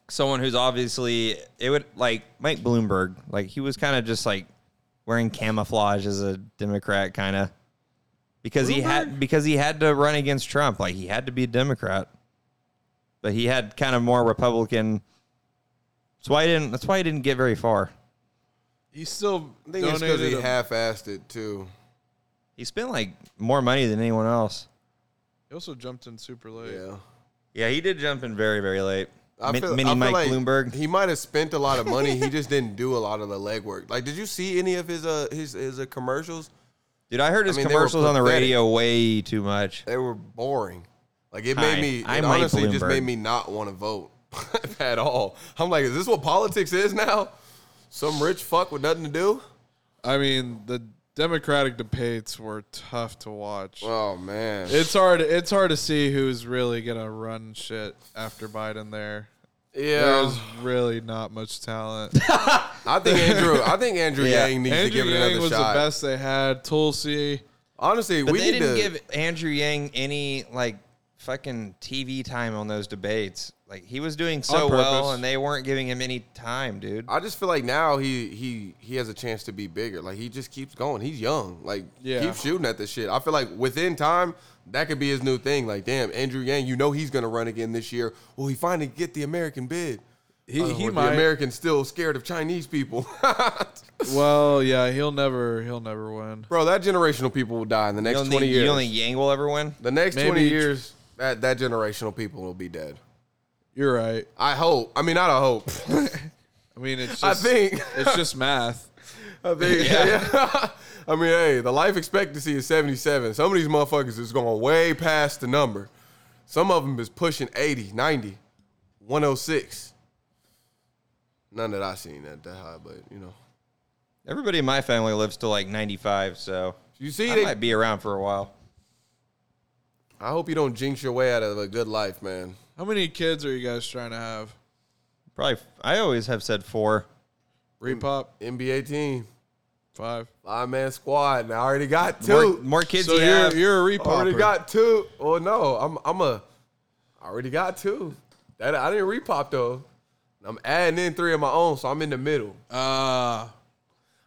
Speaker 3: someone who's obviously it would like Mike Bloomberg. Like he was kind of just like wearing camouflage as a Democrat kind of because he had because he had to run against Trump. Like he had to be a Democrat. But he had kind of more Republican That's why he didn't that's why he didn't get very far.
Speaker 2: He still
Speaker 1: I think it's because
Speaker 2: donated
Speaker 1: he
Speaker 2: a-
Speaker 1: half-assed it too.
Speaker 3: He spent like more money than anyone else.
Speaker 2: He also jumped in super late.
Speaker 1: Yeah.
Speaker 3: Yeah, he did jump in very, very late.
Speaker 1: I
Speaker 3: Min-
Speaker 1: feel-
Speaker 3: Mini
Speaker 1: I feel
Speaker 3: Mike
Speaker 1: like
Speaker 3: Bloomberg.
Speaker 1: He might have spent a lot of money. he just didn't do a lot of the legwork. Like, did you see any of his uh his his uh, commercials?
Speaker 3: Dude, I heard his
Speaker 1: mean, they were
Speaker 3: commercials on the
Speaker 1: pathetic.
Speaker 3: radio way too much.
Speaker 1: They were boring. Like it
Speaker 3: Hi,
Speaker 1: made me.
Speaker 3: I'm
Speaker 1: it
Speaker 3: Mike
Speaker 1: honestly just
Speaker 3: Bloomberg.
Speaker 1: made me not want to vote at all. I'm like, is this what politics is now? Some rich fuck with nothing to do.
Speaker 2: I mean, the Democratic debates were tough to watch.
Speaker 1: Oh man.
Speaker 2: it's hard. It's hard to see who's really gonna run shit after Biden. There,
Speaker 1: yeah.
Speaker 2: there's really not much talent.
Speaker 1: I think Andrew. I think Andrew
Speaker 3: Yeah.
Speaker 1: Yang needs to
Speaker 2: Andrew
Speaker 1: give it
Speaker 2: Yang
Speaker 1: another
Speaker 2: was
Speaker 1: shot.
Speaker 2: the best they had. Tulsi,
Speaker 1: Honestly,
Speaker 3: But
Speaker 1: we
Speaker 3: they
Speaker 1: need
Speaker 3: didn't
Speaker 1: to.
Speaker 3: give Andrew Yang any like fucking TV time on those debates. Like he was doing so
Speaker 2: On purpose.
Speaker 3: well, and they weren't giving him any time, dude.
Speaker 1: I just feel like now he he he has a chance to be bigger. Like he just keeps going. He's young. Like
Speaker 2: Yeah.
Speaker 1: keep shooting at this shit. I feel like within time that could be his new thing. Like damn, Andrew Yang, you know he's gonna run again this year. Will he finally get the American bid?
Speaker 2: he,
Speaker 1: Oh,
Speaker 2: he
Speaker 1: were
Speaker 2: might.
Speaker 1: The Americans still scared of Chinese people.
Speaker 2: well, yeah, he'll never. He'll never win.
Speaker 1: Bro, that generational people will die in the
Speaker 3: you
Speaker 1: next
Speaker 3: don't
Speaker 1: twenty
Speaker 3: think,
Speaker 1: years.
Speaker 3: You don't think Yang will ever win?
Speaker 1: the next
Speaker 2: Maybe
Speaker 1: twenty
Speaker 2: tr-
Speaker 1: years, that that generational people will be dead.
Speaker 2: You're right.
Speaker 1: I hope. I mean, not a hope.
Speaker 2: I mean, it's just,
Speaker 1: I think.
Speaker 2: it's just math.
Speaker 1: I think. I mean, hey, the life expectancy is 77. Some of these motherfuckers is going way past the number. Some of them is pushing 80, 90, 106. None that I seen that that high, but you know.
Speaker 3: Everybody in my family lives to like ninety-five, so
Speaker 1: You see,
Speaker 3: I
Speaker 1: they-
Speaker 3: might be around for a while.
Speaker 1: I hope you don't jinx your way out of a good life, man.
Speaker 2: How many kids are you guys trying to have?
Speaker 3: Probably. I always have said four.
Speaker 1: Mm.
Speaker 2: Repop
Speaker 1: NBA team,
Speaker 2: five.
Speaker 1: five man squad, and I already got
Speaker 3: More,
Speaker 1: two.
Speaker 3: more kids
Speaker 2: So
Speaker 3: you
Speaker 2: you're
Speaker 3: have,
Speaker 2: you're
Speaker 1: I
Speaker 2: a
Speaker 1: already
Speaker 2: repopper.
Speaker 1: got two. Oh no, I'm I'm a. I already got two. That I didn't repop though. I'm adding in three of my own, so I'm in the middle.
Speaker 2: uh,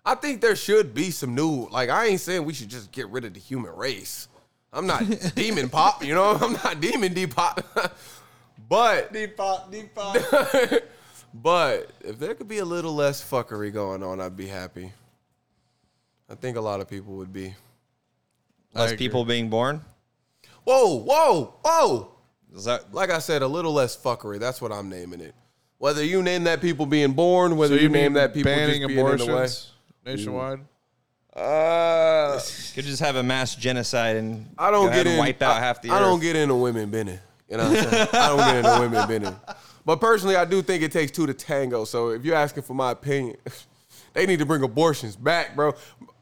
Speaker 1: I think there should be some new. Like I ain't saying we should just get rid of the human race. I'm not demon pop, you know. I'm not demon depop. but
Speaker 2: Depop, depop.
Speaker 1: but if there could be a little less fuckery going on, I'd be happy. I think a lot of people would be.
Speaker 3: less
Speaker 2: agree.
Speaker 3: people being born.
Speaker 1: Whoa, whoa, whoa!
Speaker 3: Is that
Speaker 1: Like I said, a little less fuckery. That's what I'm naming it. Whether you name that people being born, whether
Speaker 2: So
Speaker 1: you
Speaker 2: mean
Speaker 1: name that people just
Speaker 2: banning
Speaker 1: being in the way.
Speaker 2: abortions nationwide?
Speaker 1: Uh,
Speaker 3: could just have a mass genocide and
Speaker 1: I don't
Speaker 3: go ahead
Speaker 1: get
Speaker 3: and
Speaker 1: in.
Speaker 3: wipe out
Speaker 1: I,
Speaker 3: half the
Speaker 1: I
Speaker 3: earth.
Speaker 1: don't get into women bending. You know, what I'm saying? I don't get into women bending. But personally, I do think it takes two to tango. So if you're asking for my opinion, they need to bring abortions back, bro.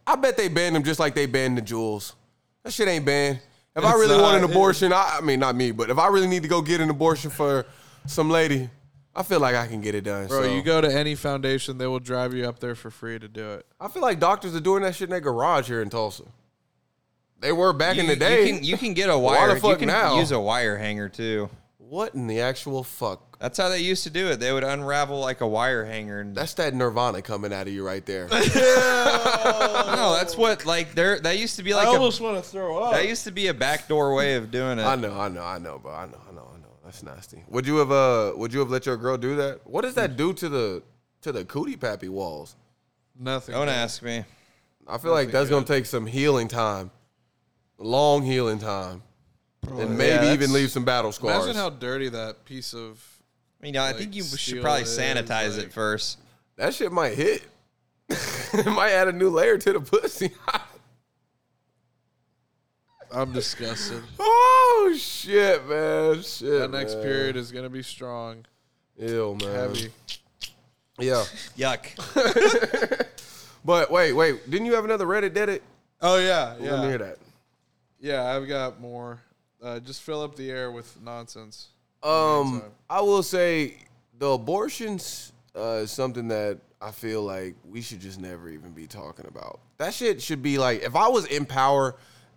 Speaker 1: I bet they banned them just like they banned the jewels. That shit ain't banned. If I
Speaker 2: It's
Speaker 1: really want an
Speaker 2: not.
Speaker 1: abortion, I, I mean not me, but if I really need to go get an abortion for some lady, I feel like I can get it done.
Speaker 2: Bro,
Speaker 1: so.
Speaker 2: you go to any foundation, they will drive you up there for free to do it.
Speaker 1: I feel like doctors are doing that shit in their garage here in Tulsa. They were back in
Speaker 3: You-
Speaker 1: the day.
Speaker 3: you can, you can get a
Speaker 1: Why
Speaker 3: wire.
Speaker 1: the
Speaker 3: you
Speaker 1: fuck
Speaker 3: can
Speaker 1: now?
Speaker 3: use a wire hanger too.
Speaker 1: what in the actual fuck?
Speaker 3: That's how they used to do it. They would unravel like a wire hanger. And,
Speaker 1: That's that Nirvana coming out of you right there.
Speaker 3: no, that's what like there. That used to be like a,
Speaker 2: want to throw up.
Speaker 3: that used to be a backdoor way of doing
Speaker 1: I
Speaker 3: it.
Speaker 1: know, I know, I know, bro. I know, I know, I know. That's nasty. Would you have uh would you have let your girl do that? What does that do to the to the cootie pappy walls?
Speaker 2: Nothing.
Speaker 3: Don't ask me.
Speaker 1: I feel like that's gonna take some healing time. Long healing time. and maybe
Speaker 3: that's-
Speaker 1: even leave some battle scars.
Speaker 2: Imagine how dirty that piece of.
Speaker 3: I mean, I
Speaker 2: Like,
Speaker 3: think you should
Speaker 2: seal
Speaker 3: probably
Speaker 2: it,
Speaker 3: sanitize
Speaker 2: like-
Speaker 3: it first.
Speaker 1: that shit might hit. it might add a new layer to the pussy.
Speaker 2: I'm disgusted.
Speaker 1: Oh shit, man. Shit.
Speaker 2: That next
Speaker 1: man.
Speaker 2: period is gonna be strong,
Speaker 1: Ew, man.
Speaker 2: heavy.
Speaker 1: Yeah.
Speaker 3: Yuck.
Speaker 1: But wait, wait. Didn't you have another Reddit did it?
Speaker 2: Oh yeah,
Speaker 1: Let me hear
Speaker 2: yeah,
Speaker 1: that.
Speaker 2: yeah. I've got more. Uh, just fill up the air with nonsense.
Speaker 1: Um,
Speaker 2: time.
Speaker 1: I will say the abortions uh, is something that I feel like we should just never even be talking about. That shit should be like if I was in power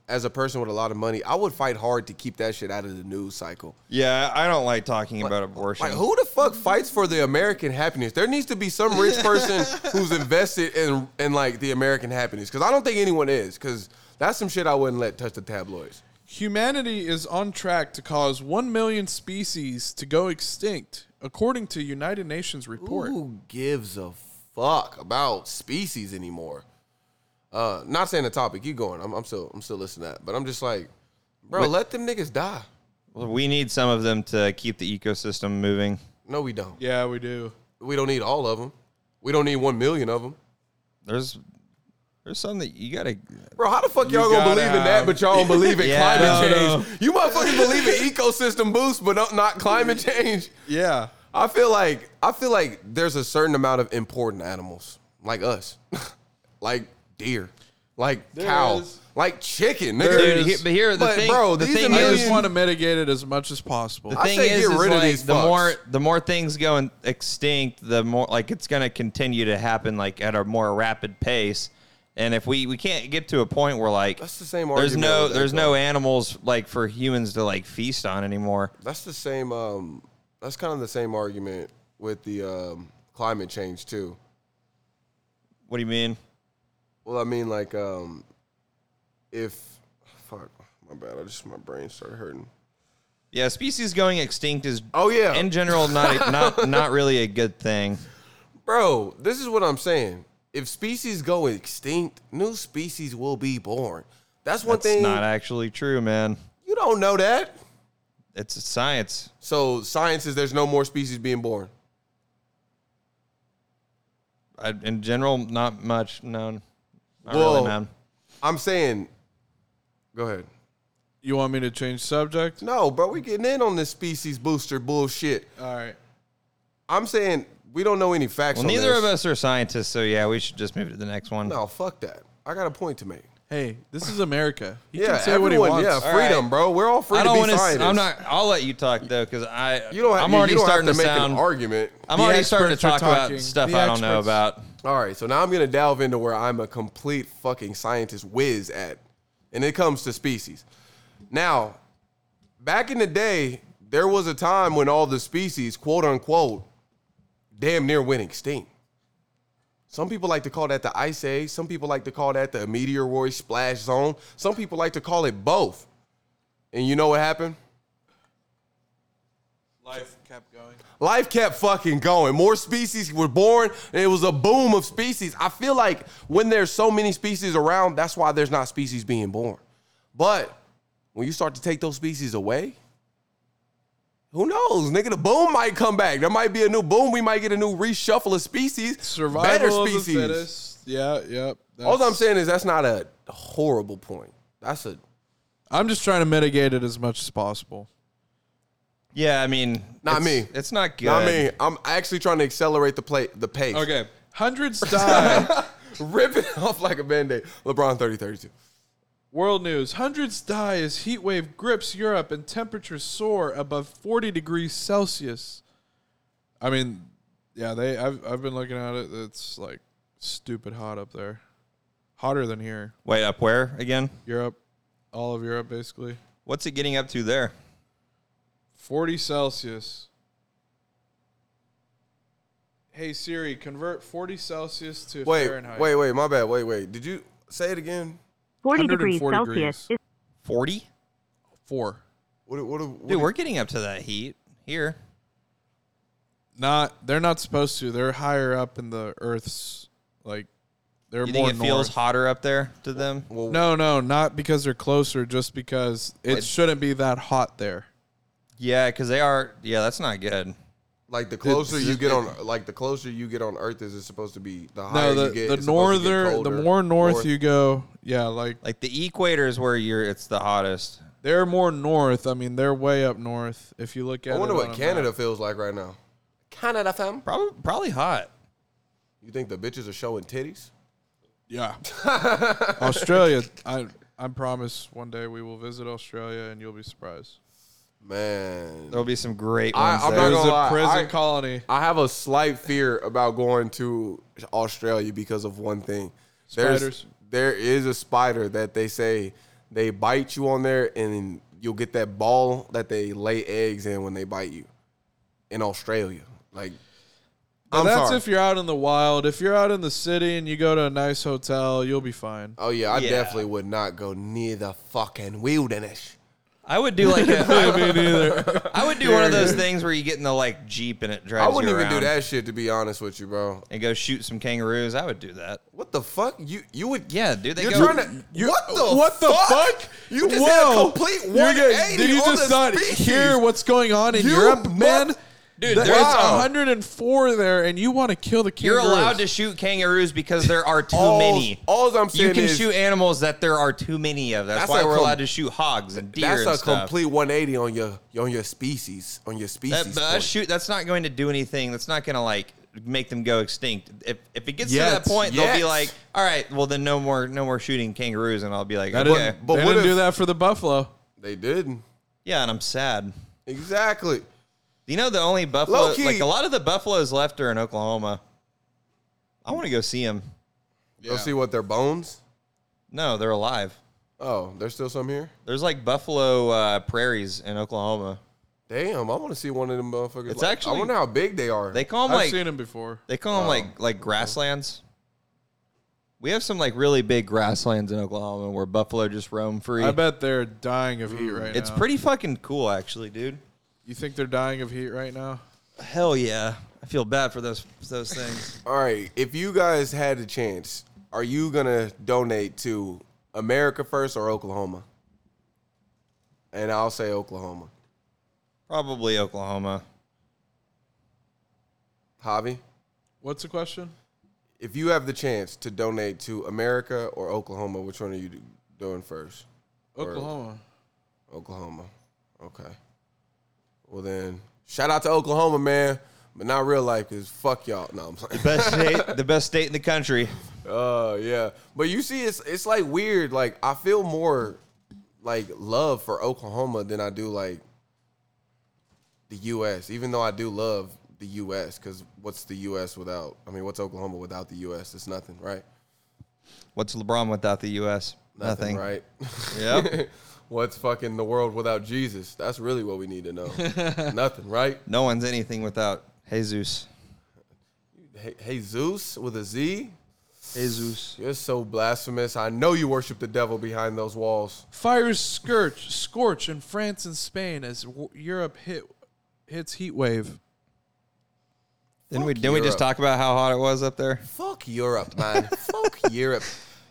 Speaker 1: as a person with a lot of money, I would fight hard to keep that shit out of the news cycle.
Speaker 3: Yeah, I don't like talking about abortion.
Speaker 1: Like who the fuck fights for the American happiness? There needs to be some rich person who's invested in in like the American happiness because I don't think anyone is because that's some shit I wouldn't let touch the tabloids.
Speaker 2: Humanity is on track to cause 1 million species to go extinct, according to United Nations report.
Speaker 1: Who gives a fuck about species anymore? Uh, not saying the topic. You going? I'm, I'm still, I'm still listening to that. But I'm just like, bro, let them niggas die.
Speaker 3: Well, we need some of them to keep the ecosystem moving.
Speaker 1: No, we don't.
Speaker 2: Yeah, we do.
Speaker 1: We don't need all of them. We don't need one million of them,
Speaker 3: There's there's some that you gotta
Speaker 1: bro. How the fuck y'all gonna
Speaker 2: gotta
Speaker 1: believe in that?
Speaker 2: have-
Speaker 1: But y'all don't believe in
Speaker 3: Yeah,
Speaker 1: climate
Speaker 3: no,
Speaker 1: change. You motherfuckers believe in ecosystem boost, but not, not climate change.
Speaker 2: Yeah.
Speaker 1: I feel like I feel like there's a certain amount of important animals like us, like deer, like
Speaker 2: There
Speaker 1: cow,
Speaker 2: is.
Speaker 1: like chicken. Nigga.
Speaker 2: There
Speaker 3: Dude,
Speaker 2: is-
Speaker 3: he- but here the
Speaker 1: But,
Speaker 3: thing,
Speaker 1: bro,
Speaker 3: the
Speaker 1: these
Speaker 3: thing
Speaker 2: I
Speaker 1: million-
Speaker 3: is,
Speaker 2: just want to mitigate it as much as possible.
Speaker 3: the
Speaker 1: I
Speaker 3: thing
Speaker 1: say
Speaker 3: is,
Speaker 1: get
Speaker 3: is
Speaker 1: rid of
Speaker 3: like,
Speaker 1: these
Speaker 3: the
Speaker 1: fucks.
Speaker 3: more the more things go extinct, the more like it's gonna continue to happen like at a more rapid pace. And if we we can't get to a point where like
Speaker 1: That's the same
Speaker 3: there's
Speaker 1: argument
Speaker 3: no
Speaker 1: with that,
Speaker 3: there's no animals like for humans to like feast on anymore.
Speaker 1: That's the same. Um, that's kind of the same argument with the um, climate change too.
Speaker 3: What do you mean?
Speaker 1: Well, I mean, like, um, if fuck, my bad. I just my brain started hurting.
Speaker 3: Yeah, species going extinct is
Speaker 1: Oh yeah,
Speaker 3: in general not not not really a good thing.
Speaker 1: Bro, this is what I'm saying. If species go extinct, new species will be born. That's one
Speaker 3: That's
Speaker 1: thing.
Speaker 3: not actually true, man.
Speaker 1: you don't know that.
Speaker 3: It's science.
Speaker 1: So science is there's no more species being born.
Speaker 3: I, in general, not much known. Not
Speaker 1: Well-
Speaker 3: really known.
Speaker 1: I'm saying. Go ahead.
Speaker 2: You want me to change subject?
Speaker 1: No, bro, we getting in on this species booster bullshit.
Speaker 2: All right.
Speaker 1: I'm saying we don't know any facts.
Speaker 3: Well,
Speaker 1: on
Speaker 3: neither
Speaker 1: this.
Speaker 3: of us are scientists, so yeah, we should just move to the next one.
Speaker 1: No, fuck that. I got a point to make.
Speaker 2: Hey, this is America. He
Speaker 1: yeah,
Speaker 2: can say
Speaker 1: everyone,
Speaker 2: what he wants.
Speaker 1: yeah,
Speaker 3: All right.
Speaker 1: freedom, bro. We're all free
Speaker 3: I don't
Speaker 1: to
Speaker 3: want
Speaker 1: be
Speaker 3: to.
Speaker 1: scientists.
Speaker 3: I'm not. I'll let you talk though, because I.
Speaker 1: You don't. Have,
Speaker 3: I'm already
Speaker 1: you don't
Speaker 3: starting
Speaker 1: have to,
Speaker 3: to,
Speaker 1: make
Speaker 3: sound.
Speaker 1: an argument.
Speaker 3: I'm
Speaker 2: The
Speaker 3: already starting to
Speaker 2: experts are
Speaker 3: talk about
Speaker 2: talking.
Speaker 3: stuff
Speaker 2: The
Speaker 3: I don't know
Speaker 2: experts.
Speaker 3: about.
Speaker 1: All right, so now I'm gonna delve into where I'm a complete fucking scientist whiz at, and it comes to species. Now, back in the day, there was a time when all the species, quote unquote, damn near went extinct. Some people like to call that the ice age. Some people like to call that the meteoroid splash zone. Some people like to call it both. And you know what happened?
Speaker 2: Life kept going.
Speaker 1: Life kept fucking going. More species were born, and it was a boom of species. I feel like when there's so many species around, that's why there's not species being born. But when you start to take those species away, who knows? Nigga, the boom might come back. There might be a new boom. We might get a new reshuffle of species.
Speaker 2: Survival
Speaker 1: better
Speaker 2: of
Speaker 1: species.
Speaker 2: the fittest. Yeah, yep.
Speaker 1: All I'm
Speaker 2: that's-
Speaker 1: saying is that's not a horrible point. That's a
Speaker 2: I'm just trying to mitigate it as much as possible.
Speaker 3: Yeah, I mean,
Speaker 1: Not
Speaker 3: it's-
Speaker 1: me.
Speaker 3: It's not good.
Speaker 1: I mean, I'm actually trying to accelerate the play the pace.
Speaker 2: Okay. Hundreds died.
Speaker 1: Rip it off like a band-aid. LeBron 30 32.
Speaker 2: World news: Hundreds die as heat wave grips Europe and temperatures soar above 40 degrees Celsius. I mean, yeah, they. I've I've been looking at it. It's like stupid hot up there, hotter than here.
Speaker 3: Wait, up where again?
Speaker 2: Europe, all of Europe basically,
Speaker 3: What's it getting up to there?
Speaker 2: 40 Celsius. Hey Siri, convert 40 Celsius to
Speaker 1: Wait,
Speaker 2: Fahrenheit.
Speaker 1: wait, wait. My bad. Wait, wait. Did you say it again?
Speaker 4: 40 degrees
Speaker 2: 140
Speaker 4: Celsius
Speaker 2: degrees.
Speaker 4: is
Speaker 3: Forty.
Speaker 2: four.
Speaker 1: What? What? what
Speaker 3: Dude, we're getting up to that heat here.
Speaker 2: Not. They're not supposed to. They're higher up in the Earth's like. They're
Speaker 3: You
Speaker 2: more
Speaker 3: think it feels
Speaker 2: north.
Speaker 3: hotter up there to them?
Speaker 1: well,
Speaker 2: No, no, not because they're closer, just because it shouldn't be that hot there.
Speaker 3: Yeah, because they are. Yeah, that's not good.
Speaker 1: Like the closer you get on, like the closer you get on Earth, is it supposed to be the higher
Speaker 2: No, the,
Speaker 1: you get?
Speaker 2: the
Speaker 1: it's supposed to get
Speaker 2: northern, the
Speaker 1: colder.
Speaker 2: more north, you go, yeah, like
Speaker 3: Like the equator is where you're. It's the hottest.
Speaker 2: they're more north. I mean, they're way up north. If you look at,
Speaker 1: I wonder
Speaker 2: it
Speaker 1: what
Speaker 2: on a
Speaker 1: Canada
Speaker 2: map.
Speaker 1: feels like right now. Canada, fam.
Speaker 3: Probably probably hot.
Speaker 1: You think the bitches are showing titties?
Speaker 2: Yeah, Australia. I I promise one day we will visit Australia, and you'll be surprised.
Speaker 1: Man,
Speaker 3: There'll be some great
Speaker 1: I-
Speaker 3: ones.
Speaker 1: I'm
Speaker 3: there.
Speaker 1: not
Speaker 2: There's
Speaker 1: gonna lie,
Speaker 2: a prison
Speaker 1: I-
Speaker 2: colony.
Speaker 1: I have a slight fear about going to Australia because of one thing. There's-
Speaker 2: Spiders.
Speaker 1: There is a spider that they say they bite you on there, and you'll get that ball that they lay eggs in when they bite you in Australia. Like,
Speaker 2: But
Speaker 1: I'm
Speaker 2: that's
Speaker 1: sorry.
Speaker 2: if you're out in the wild. If you're out in the city and you go to a nice hotel, you'll be fine.
Speaker 1: oh yeah, I
Speaker 3: Yeah.
Speaker 1: definitely would not go near the fucking wilderness.
Speaker 3: I would do like a,
Speaker 2: Me neither.
Speaker 3: I would do one of those things where you get in the like jeep and it
Speaker 1: I
Speaker 3: drives.
Speaker 1: wouldn't
Speaker 3: you
Speaker 1: even do
Speaker 3: around
Speaker 1: that shit to be honest with you, bro.
Speaker 3: And go shoot some kangaroos. I would do that.
Speaker 1: What the fuck? You you would
Speaker 3: Yeah, dude. They
Speaker 1: You're
Speaker 3: go.
Speaker 1: trying to what the
Speaker 2: what the fuck?
Speaker 1: You just
Speaker 2: Whoa.
Speaker 1: had a complete
Speaker 2: You're getting-
Speaker 1: 180
Speaker 2: Did you
Speaker 1: on the
Speaker 2: just not
Speaker 1: species.
Speaker 2: hear what's going on in
Speaker 1: You
Speaker 2: Europe,
Speaker 1: mu-
Speaker 2: man?
Speaker 3: Dude,
Speaker 2: There's
Speaker 3: there's
Speaker 1: Wow.
Speaker 2: 104 there, and you want to kill the
Speaker 3: You're
Speaker 2: kangaroos.
Speaker 3: allowed to shoot kangaroos because there are too
Speaker 1: All-
Speaker 3: many.
Speaker 1: all I'm saying
Speaker 3: you can
Speaker 1: is-
Speaker 3: shoot animals that there are too many of. That's,
Speaker 1: That's
Speaker 3: why
Speaker 1: a
Speaker 3: we're
Speaker 1: com-
Speaker 3: allowed to shoot hogs and deer
Speaker 1: That's
Speaker 3: and
Speaker 1: a
Speaker 3: stuff.
Speaker 1: complete 180 on your on your species on your
Speaker 3: That-
Speaker 1: species.
Speaker 3: but that
Speaker 1: point.
Speaker 3: shoot, that's not going to do anything. That's not going to like make them go extinct. If if it gets
Speaker 2: Yet.
Speaker 3: to that point, they'll be
Speaker 1: Yet.
Speaker 3: like, "All right, well then no more no more shooting kangaroos," and I'll be like,
Speaker 2: That
Speaker 3: "Okay,
Speaker 2: didn't-
Speaker 1: but
Speaker 2: they
Speaker 1: what
Speaker 2: didn't
Speaker 1: if-
Speaker 2: do that for the buffalo.
Speaker 1: They didn't
Speaker 3: yeah," and I'm sad.
Speaker 1: exactly.
Speaker 3: You know, the only buffalo,
Speaker 1: Low-key.
Speaker 3: like a lot of the buffaloes left are in Oklahoma. I want to go see them.
Speaker 1: Go see what their bones.
Speaker 3: No, they're alive.
Speaker 1: Oh, there's still some here.
Speaker 3: There's like buffalo uh, prairies in Oklahoma.
Speaker 1: Damn, I want to see one of them motherfuckers.
Speaker 3: It's
Speaker 1: Like, I
Speaker 3: actually-
Speaker 1: wonder how big they are.
Speaker 3: They call
Speaker 2: I've
Speaker 3: them like
Speaker 2: seen him before.
Speaker 3: They call them like like grasslands. We have some like really big grasslands in Oklahoma where buffalo just roam free.
Speaker 2: I bet they're dying of heat right
Speaker 3: It's
Speaker 2: now.
Speaker 3: pretty fucking cool, actually, dude.
Speaker 2: You think they're dying of heat right now?
Speaker 3: Hell yeah, I feel bad for those those things.
Speaker 1: All right, if you guys had a chance, are you gonna donate to America First or Oklahoma? And I'll say Oklahoma.
Speaker 3: Probably Oklahoma.
Speaker 1: Javi,
Speaker 2: What's the question?
Speaker 1: if you have the chance to donate to America or Oklahoma, which one are you do- doing first? Or-
Speaker 2: Oklahoma.
Speaker 1: Oklahoma. Okay. Well then, shout out to Oklahoma, man. But not real life, cause fuck y'all. No, I'm playing.
Speaker 3: Best state, the best state in the country.
Speaker 1: Oh yeah, but you see, it's it's like weird. Like I feel more like love for Oklahoma than I do like the U.S. Even though I do love the U.S. Because what's the U.S. without? I mean, what's Oklahoma without the U.S.? It's nothing, right?
Speaker 3: What's LeBron without the U.S.? Nothing.
Speaker 1: right?
Speaker 3: Yeah.
Speaker 1: what's fucking the world without Jesus? That's really what we need to know. nothing, right?
Speaker 3: no one's anything without Jesus.
Speaker 1: Hey, hey Zeus with a Z.
Speaker 3: Jesus.
Speaker 1: You're so blasphemous. I know you worship the devil behind those walls.
Speaker 2: Fires scorch, scorch in France and Spain as w- Europe hit hits heat wave.
Speaker 3: Didn't we?
Speaker 1: Fuck
Speaker 3: Didn't we
Speaker 1: Europe.
Speaker 3: just talk about how hot it was up there?
Speaker 1: Fuck Europe, man. Fuck Europe.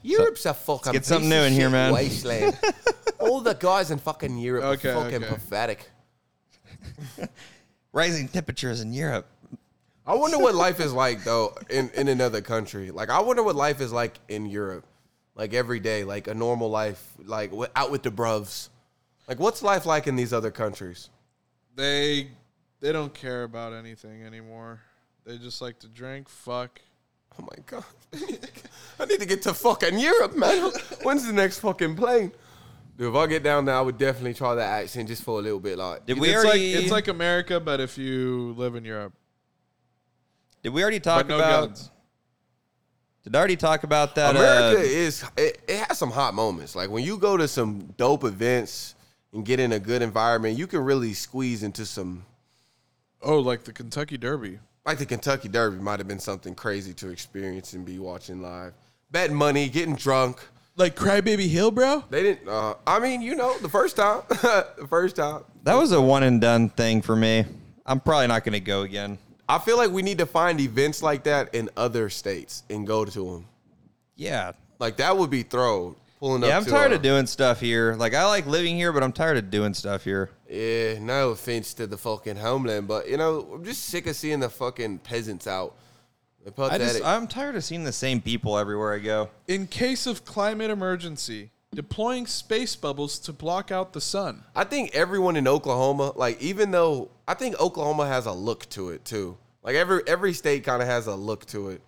Speaker 1: Europe's a fucking
Speaker 3: get something
Speaker 1: piece
Speaker 3: new
Speaker 1: of
Speaker 3: in here,
Speaker 1: shit
Speaker 3: man.
Speaker 1: Wasteland. All the guys in fucking Europe
Speaker 2: Okay,
Speaker 1: are fucking
Speaker 2: okay.
Speaker 1: pathetic.
Speaker 3: Rising temperatures in Europe.
Speaker 1: I wonder what life is like though in, in another country. Like I wonder what life is like in Europe. Like every day, like a normal life, like w- out with the bruvs. Like what's life like in these other countries?
Speaker 2: They they don't care about anything anymore. They just like to drink, fuck.
Speaker 1: Oh my god. I need to get to fucking Europe, man. When's the next fucking plane? Dude, if I get down there, I would definitely try that accent just for a little bit. Like,
Speaker 3: Did we
Speaker 2: it's
Speaker 3: already?
Speaker 2: like it's like America, but if you live in Europe,
Speaker 3: Did we already
Speaker 2: but
Speaker 3: talk
Speaker 2: no
Speaker 3: about?
Speaker 2: guns.
Speaker 3: Did I already talk about that?
Speaker 1: America
Speaker 3: uh,
Speaker 1: is it, it has some hot moments. Like when you go to some dope events and get in a good environment, you can really squeeze into some.
Speaker 2: Oh, like the Kentucky Derby.
Speaker 1: Like the Kentucky Derby might have been something crazy to experience and be watching live. Bet money, getting drunk.
Speaker 2: Like Crybaby Hill, bro?
Speaker 1: They didn't. Uh, I mean, you know, the first time, the first time.
Speaker 3: that was a one and done thing for me. I'm probably not going to go again.
Speaker 1: I feel like we need to find events like that in other states and go to them.
Speaker 3: Yeah,
Speaker 1: Like that would be throw. pulling up.
Speaker 3: Yeah, I'm
Speaker 1: to
Speaker 3: tired
Speaker 1: uh,
Speaker 3: of doing stuff here. Like I like living here, but I'm tired of doing stuff here.
Speaker 1: Yeah, no offense to the fucking homeland, but you know, I'm just sick of seeing the fucking peasants out. They're
Speaker 3: I
Speaker 1: pathetic.
Speaker 3: just I'm tired of seeing the same people everywhere I go.
Speaker 2: In case of climate emergency, deploying space bubbles to block out the sun.
Speaker 1: I think everyone in Oklahoma, like even though I think Oklahoma has a look to it too. Like every every state kind of has a look to it.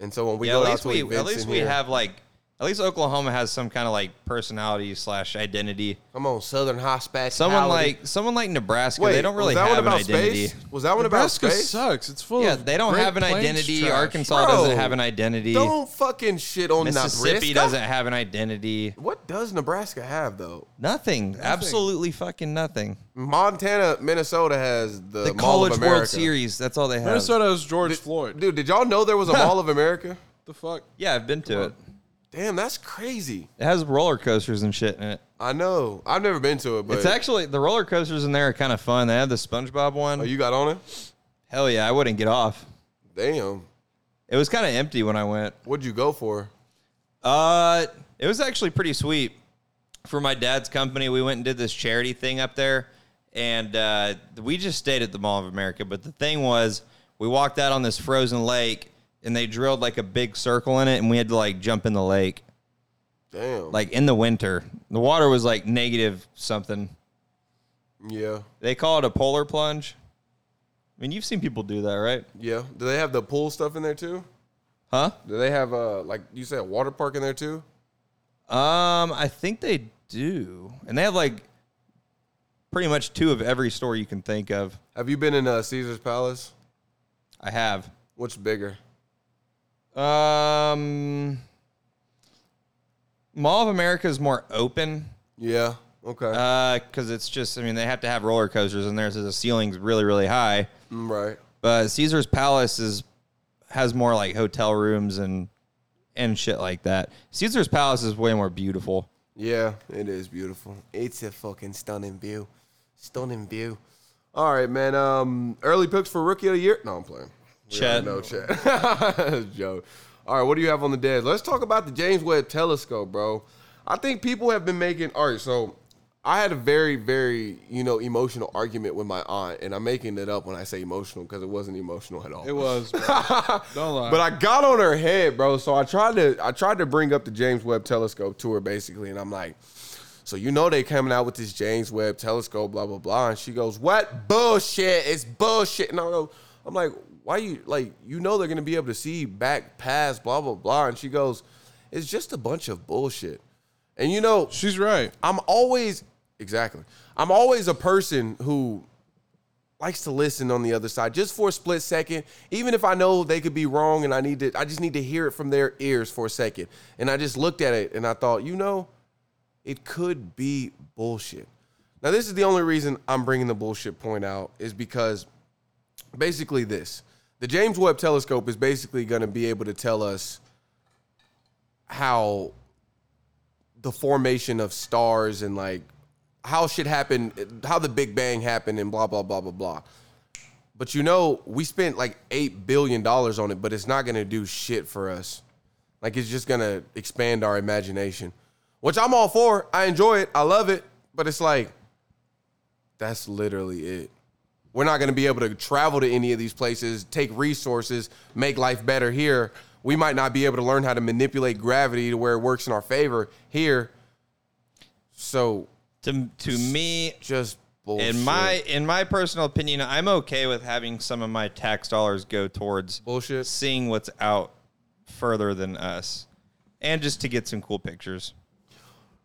Speaker 1: And so when we
Speaker 3: Yeah,
Speaker 1: go
Speaker 3: at
Speaker 1: out
Speaker 3: least
Speaker 1: to
Speaker 3: we
Speaker 1: events
Speaker 3: at least
Speaker 1: in
Speaker 3: we
Speaker 1: here,
Speaker 3: have like at least Oklahoma has some kind of like personality slash identity.
Speaker 1: come on Southern hospitality.
Speaker 3: Someone like someone like Nebraska,
Speaker 1: wait,
Speaker 3: they don't really
Speaker 1: was that
Speaker 3: have
Speaker 1: one
Speaker 3: an
Speaker 1: about
Speaker 3: identity.
Speaker 1: space? Was that one
Speaker 2: Nebraska
Speaker 1: about space?
Speaker 2: sucks. It's full
Speaker 3: Yeah,
Speaker 2: of
Speaker 3: they don't
Speaker 2: Great
Speaker 3: have an
Speaker 2: Plains
Speaker 3: identity.
Speaker 2: trash.
Speaker 3: Arkansas
Speaker 1: Bro,
Speaker 3: doesn't have an identity.
Speaker 1: Don't fucking shit on
Speaker 3: Mississippi
Speaker 1: Nebraska.
Speaker 3: doesn't have an identity.
Speaker 1: What does Nebraska have though?
Speaker 3: Nothing. Absolutely fucking nothing.
Speaker 1: Montana, Minnesota has the, Mall
Speaker 3: The College
Speaker 1: of
Speaker 3: World
Speaker 1: America.
Speaker 3: Series. That's all they have.
Speaker 2: Minnesota has George Floyd.
Speaker 1: Dude, did y'all know there was a Mall of America?
Speaker 2: the fuck?
Speaker 3: Yeah, I've been to it.
Speaker 1: Damn, that's crazy.
Speaker 3: It has roller coasters and shit in it.
Speaker 1: I know. I've never been to it, but
Speaker 3: It's actually the roller coasters in there are kind of fun. They have the SpongeBob one.
Speaker 1: oh, you got on it?
Speaker 3: Hell yeah, I wouldn't get off.
Speaker 1: Damn.
Speaker 3: It was kind of empty when I went.
Speaker 1: What'd you go for?
Speaker 3: Uh, it was actually pretty sweet. For my dad's company, we went and did this charity thing up there, and uh, we just stayed at the Mall of America. But the thing was, we walked out on this frozen lake, and they drilled like a big circle in it, and we had to like jump in the lake,
Speaker 1: Damn.
Speaker 3: like in the winter. The water was like negative something.
Speaker 1: yeah.
Speaker 3: They call it a polar plunge. I mean, you've seen people do that, right?
Speaker 1: Yeah. Do they have the pool stuff in there too?
Speaker 3: Huh?
Speaker 1: Do they have uh like you said a water park in there too?
Speaker 3: Um, I think they do, and they have like pretty much two of every store you can think of.
Speaker 1: Have you been in uh, Caesar's Palace?
Speaker 3: I have.
Speaker 1: What's bigger?
Speaker 3: Um, Mall of America is more open
Speaker 1: Yeah. Okay.
Speaker 3: because it's just, I mean, they have to have roller coasters in there, so the ceiling's really, really high.
Speaker 1: Mm, right.
Speaker 3: But Caesar's Palace is has more like hotel rooms and and shit like that. Caesar's Palace is way more beautiful.
Speaker 1: Yeah, it is beautiful. It's a fucking stunning view. Stunning view. All right, man. Um, early picks for rookie of the year. No, I'm playing. We already
Speaker 3: Chet.
Speaker 1: know Chet. Joe. All right, what do you have on the dead? Let's talk about the James Webb Telescope, bro. I think people have been making. All right, so I had a very, very, you know, emotional argument with my aunt, and I'm making it up when I say emotional because it wasn't emotional at all.
Speaker 2: It was. bro. don't lie.
Speaker 1: But I got on her head, bro. So I tried to I tried to bring up the James Webb Telescope to her basically, and I'm like, so you know they coming out with this James Webb Telescope, blah blah blah. And she goes, what bullshit? It's bullshit. And I go, I'm like, why you like you know they're gonna be able to see back past blah blah blah. And she goes, it's just a bunch of bullshit. And you know,
Speaker 2: She's right.
Speaker 1: I'm always exactly. I'm always a person who likes to listen on the other side just for a split second, even if I know they could be wrong and I need to I just need to hear it from their ears for a second. And I just looked at it and I thought, you know, it could be bullshit. Now this is the only reason I'm bringing the bullshit point out is because basically this. The James Webb telescope is basically going to be able to tell us how the formation of stars and like how shit happened, how the Big Bang happened, and blah blah blah blah blah. But you know, we spent like eight billion dollars on it, but it's not gonna do shit for us. Like it's just gonna expand our imagination, which I'm all for. I enjoy it. I love it. But it's like that's literally it. We're not going to be able to travel to any of these places, take resources, make life better here. We might not be able to learn how to manipulate gravity to where it works in our favor here. So
Speaker 3: To to me,
Speaker 1: just bullshit.
Speaker 3: in my in my personal opinion, I'm okay with having some of my tax dollars go towards
Speaker 1: bullshit.
Speaker 3: seeing what's out further than us, and just to get some cool pictures.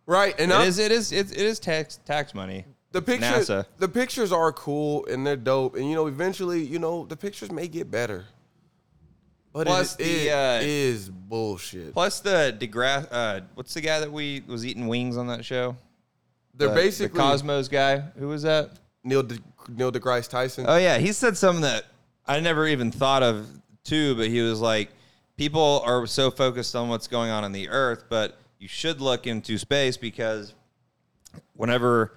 Speaker 1: Right, and
Speaker 3: It
Speaker 1: I'm,
Speaker 3: is it is it, it is tax tax money.
Speaker 1: the picture
Speaker 3: NASA.
Speaker 1: the pictures are cool and they're dope and you know eventually, you know, the pictures may get better. But Plus
Speaker 3: Plus the, uh,
Speaker 1: bullshit.
Speaker 3: Plus the DeGrasse, uh, what's the guy that we was eating wings on that show?
Speaker 1: They're
Speaker 3: The-
Speaker 1: basically
Speaker 3: the Cosmos guy. Who was that?
Speaker 1: Neil De, Neil deGrasse Tyson.
Speaker 3: Oh yeah, he said something that I never even thought of too, but he was like, people are so focused on what's going on in the earth, but you should look into space because whenever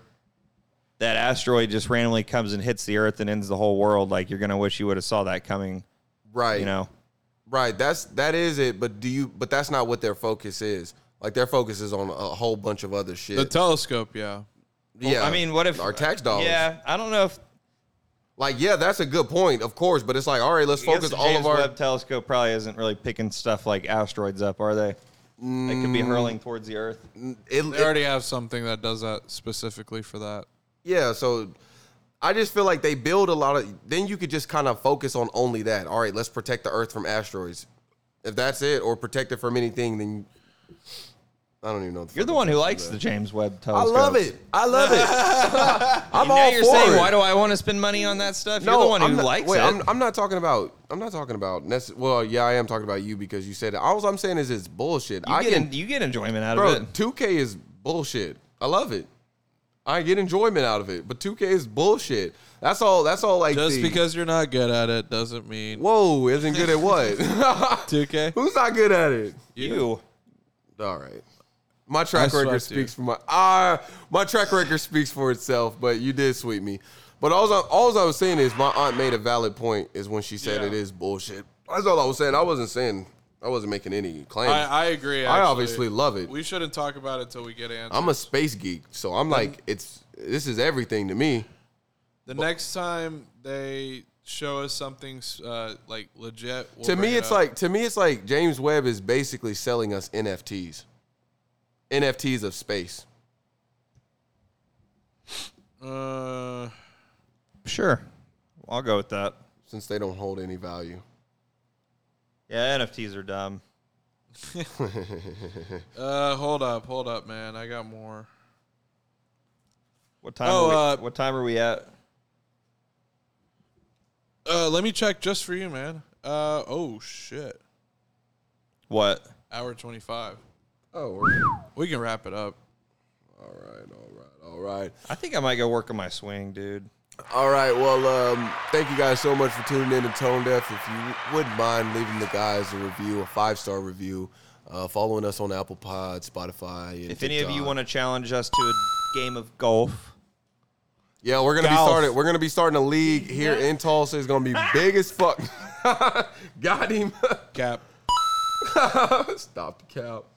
Speaker 3: that asteroid just randomly comes and hits the earth and ends the whole world, like you're gonna wish you would have saw that coming,
Speaker 1: right.
Speaker 3: you know.
Speaker 1: Right. That's that is it. But do you? But that's not what their focus is. Like their focus is on a whole bunch of other shit.
Speaker 2: The telescope, yeah.
Speaker 1: yeah,
Speaker 3: I mean, what if
Speaker 1: our tax dollars?
Speaker 3: Yeah, I don't know if
Speaker 1: like yeah, that's a good point, of course. But it's like, all right, let's
Speaker 3: I guess
Speaker 1: focus
Speaker 3: the
Speaker 1: all
Speaker 3: James
Speaker 1: of our.
Speaker 3: Webb Telescope probably isn't really picking stuff like asteroids up, are they? That could be
Speaker 1: Mm.
Speaker 3: hurling towards the Earth.
Speaker 1: it-
Speaker 2: They
Speaker 1: it-
Speaker 2: already have something that does that specifically for that.
Speaker 1: yeah, so I just feel like they build a lot of. Then you could just kind of focus on only that. All right, let's protect the Earth from asteroids. If that's it, or protect it from anything, then you- I don't even know.
Speaker 3: You're the one who likes the James Webb
Speaker 1: I
Speaker 3: Telescope.
Speaker 1: love it. I love it. I'm
Speaker 3: now
Speaker 1: all
Speaker 3: you're
Speaker 1: for
Speaker 3: saying,
Speaker 1: it.
Speaker 3: why do I want to spend money on that stuff?
Speaker 1: No,
Speaker 3: you're the one who
Speaker 1: I'm not,
Speaker 3: likes
Speaker 1: wait,
Speaker 3: it.
Speaker 1: I'm, I'm not talking about. I'm not talking about. Nece- well, yeah, I am talking about you because you said it. All I'm saying is it's bullshit.
Speaker 3: you,
Speaker 1: I
Speaker 3: get
Speaker 1: can,
Speaker 3: en- you get enjoyment out of
Speaker 1: bro.
Speaker 3: it.
Speaker 1: Two K is bullshit. I love it. I get enjoyment out of it, but two K is bullshit. That's all. That's all. Like
Speaker 2: Just
Speaker 1: the-
Speaker 2: because you're not good at it doesn't mean
Speaker 1: Whoa, isn't good at what?
Speaker 2: 2K.
Speaker 1: Who's not good at it?
Speaker 3: You.
Speaker 1: All right. My
Speaker 2: I
Speaker 1: track
Speaker 2: swear
Speaker 1: record
Speaker 2: to.
Speaker 1: speaks for my ah. my track record speaks for itself, but you did sweep me. But all I, all I was saying is my aunt made a valid point is when she said
Speaker 2: Yeah.
Speaker 1: it is bullshit. That's all I was saying. I wasn't saying I wasn't making any claims.
Speaker 2: I,
Speaker 1: I,
Speaker 2: I agree. actually.
Speaker 1: obviously love it.
Speaker 2: We shouldn't talk about it till we get answers.
Speaker 1: I'm a space geek, so I'm like it's this is everything to me.
Speaker 2: the next time they show us something uh, like legit, we'll
Speaker 1: to
Speaker 2: bring
Speaker 1: me
Speaker 2: it
Speaker 1: it's
Speaker 2: up.
Speaker 1: like to me it's like James Webb is basically selling us NFTs. NFTs of space.
Speaker 2: uh,
Speaker 3: Sure. I'll go with that.
Speaker 1: since they don't hold any value.
Speaker 3: Yeah, NFTs are dumb.
Speaker 2: uh, hold up, hold up, man. I got more.
Speaker 3: What time?
Speaker 2: Oh,
Speaker 3: are
Speaker 2: uh,
Speaker 3: we, what time are we at?
Speaker 2: Uh, let me check just for you, man. Uh, oh shit,
Speaker 3: What?
Speaker 2: hour twenty five.
Speaker 1: Oh, all right,
Speaker 2: We can wrap it up.
Speaker 1: all right, all right,
Speaker 3: I think I might go work on my swing, dude.
Speaker 1: all right. Well, um, thank you guys so much for tuning in to Tone Deaf. If you wouldn't mind leaving the guys a review, a five star review, uh, following us on Apple Pod, Spotify. And
Speaker 3: If any of you
Speaker 1: TikTok.
Speaker 3: want to challenge us to a game of golf,
Speaker 1: yeah, we're gonna
Speaker 3: Golf.
Speaker 1: be started. We're gonna be starting a league here in Tulsa. It's gonna be big as fuck. Got him.
Speaker 2: Cap.
Speaker 1: Stop the cap.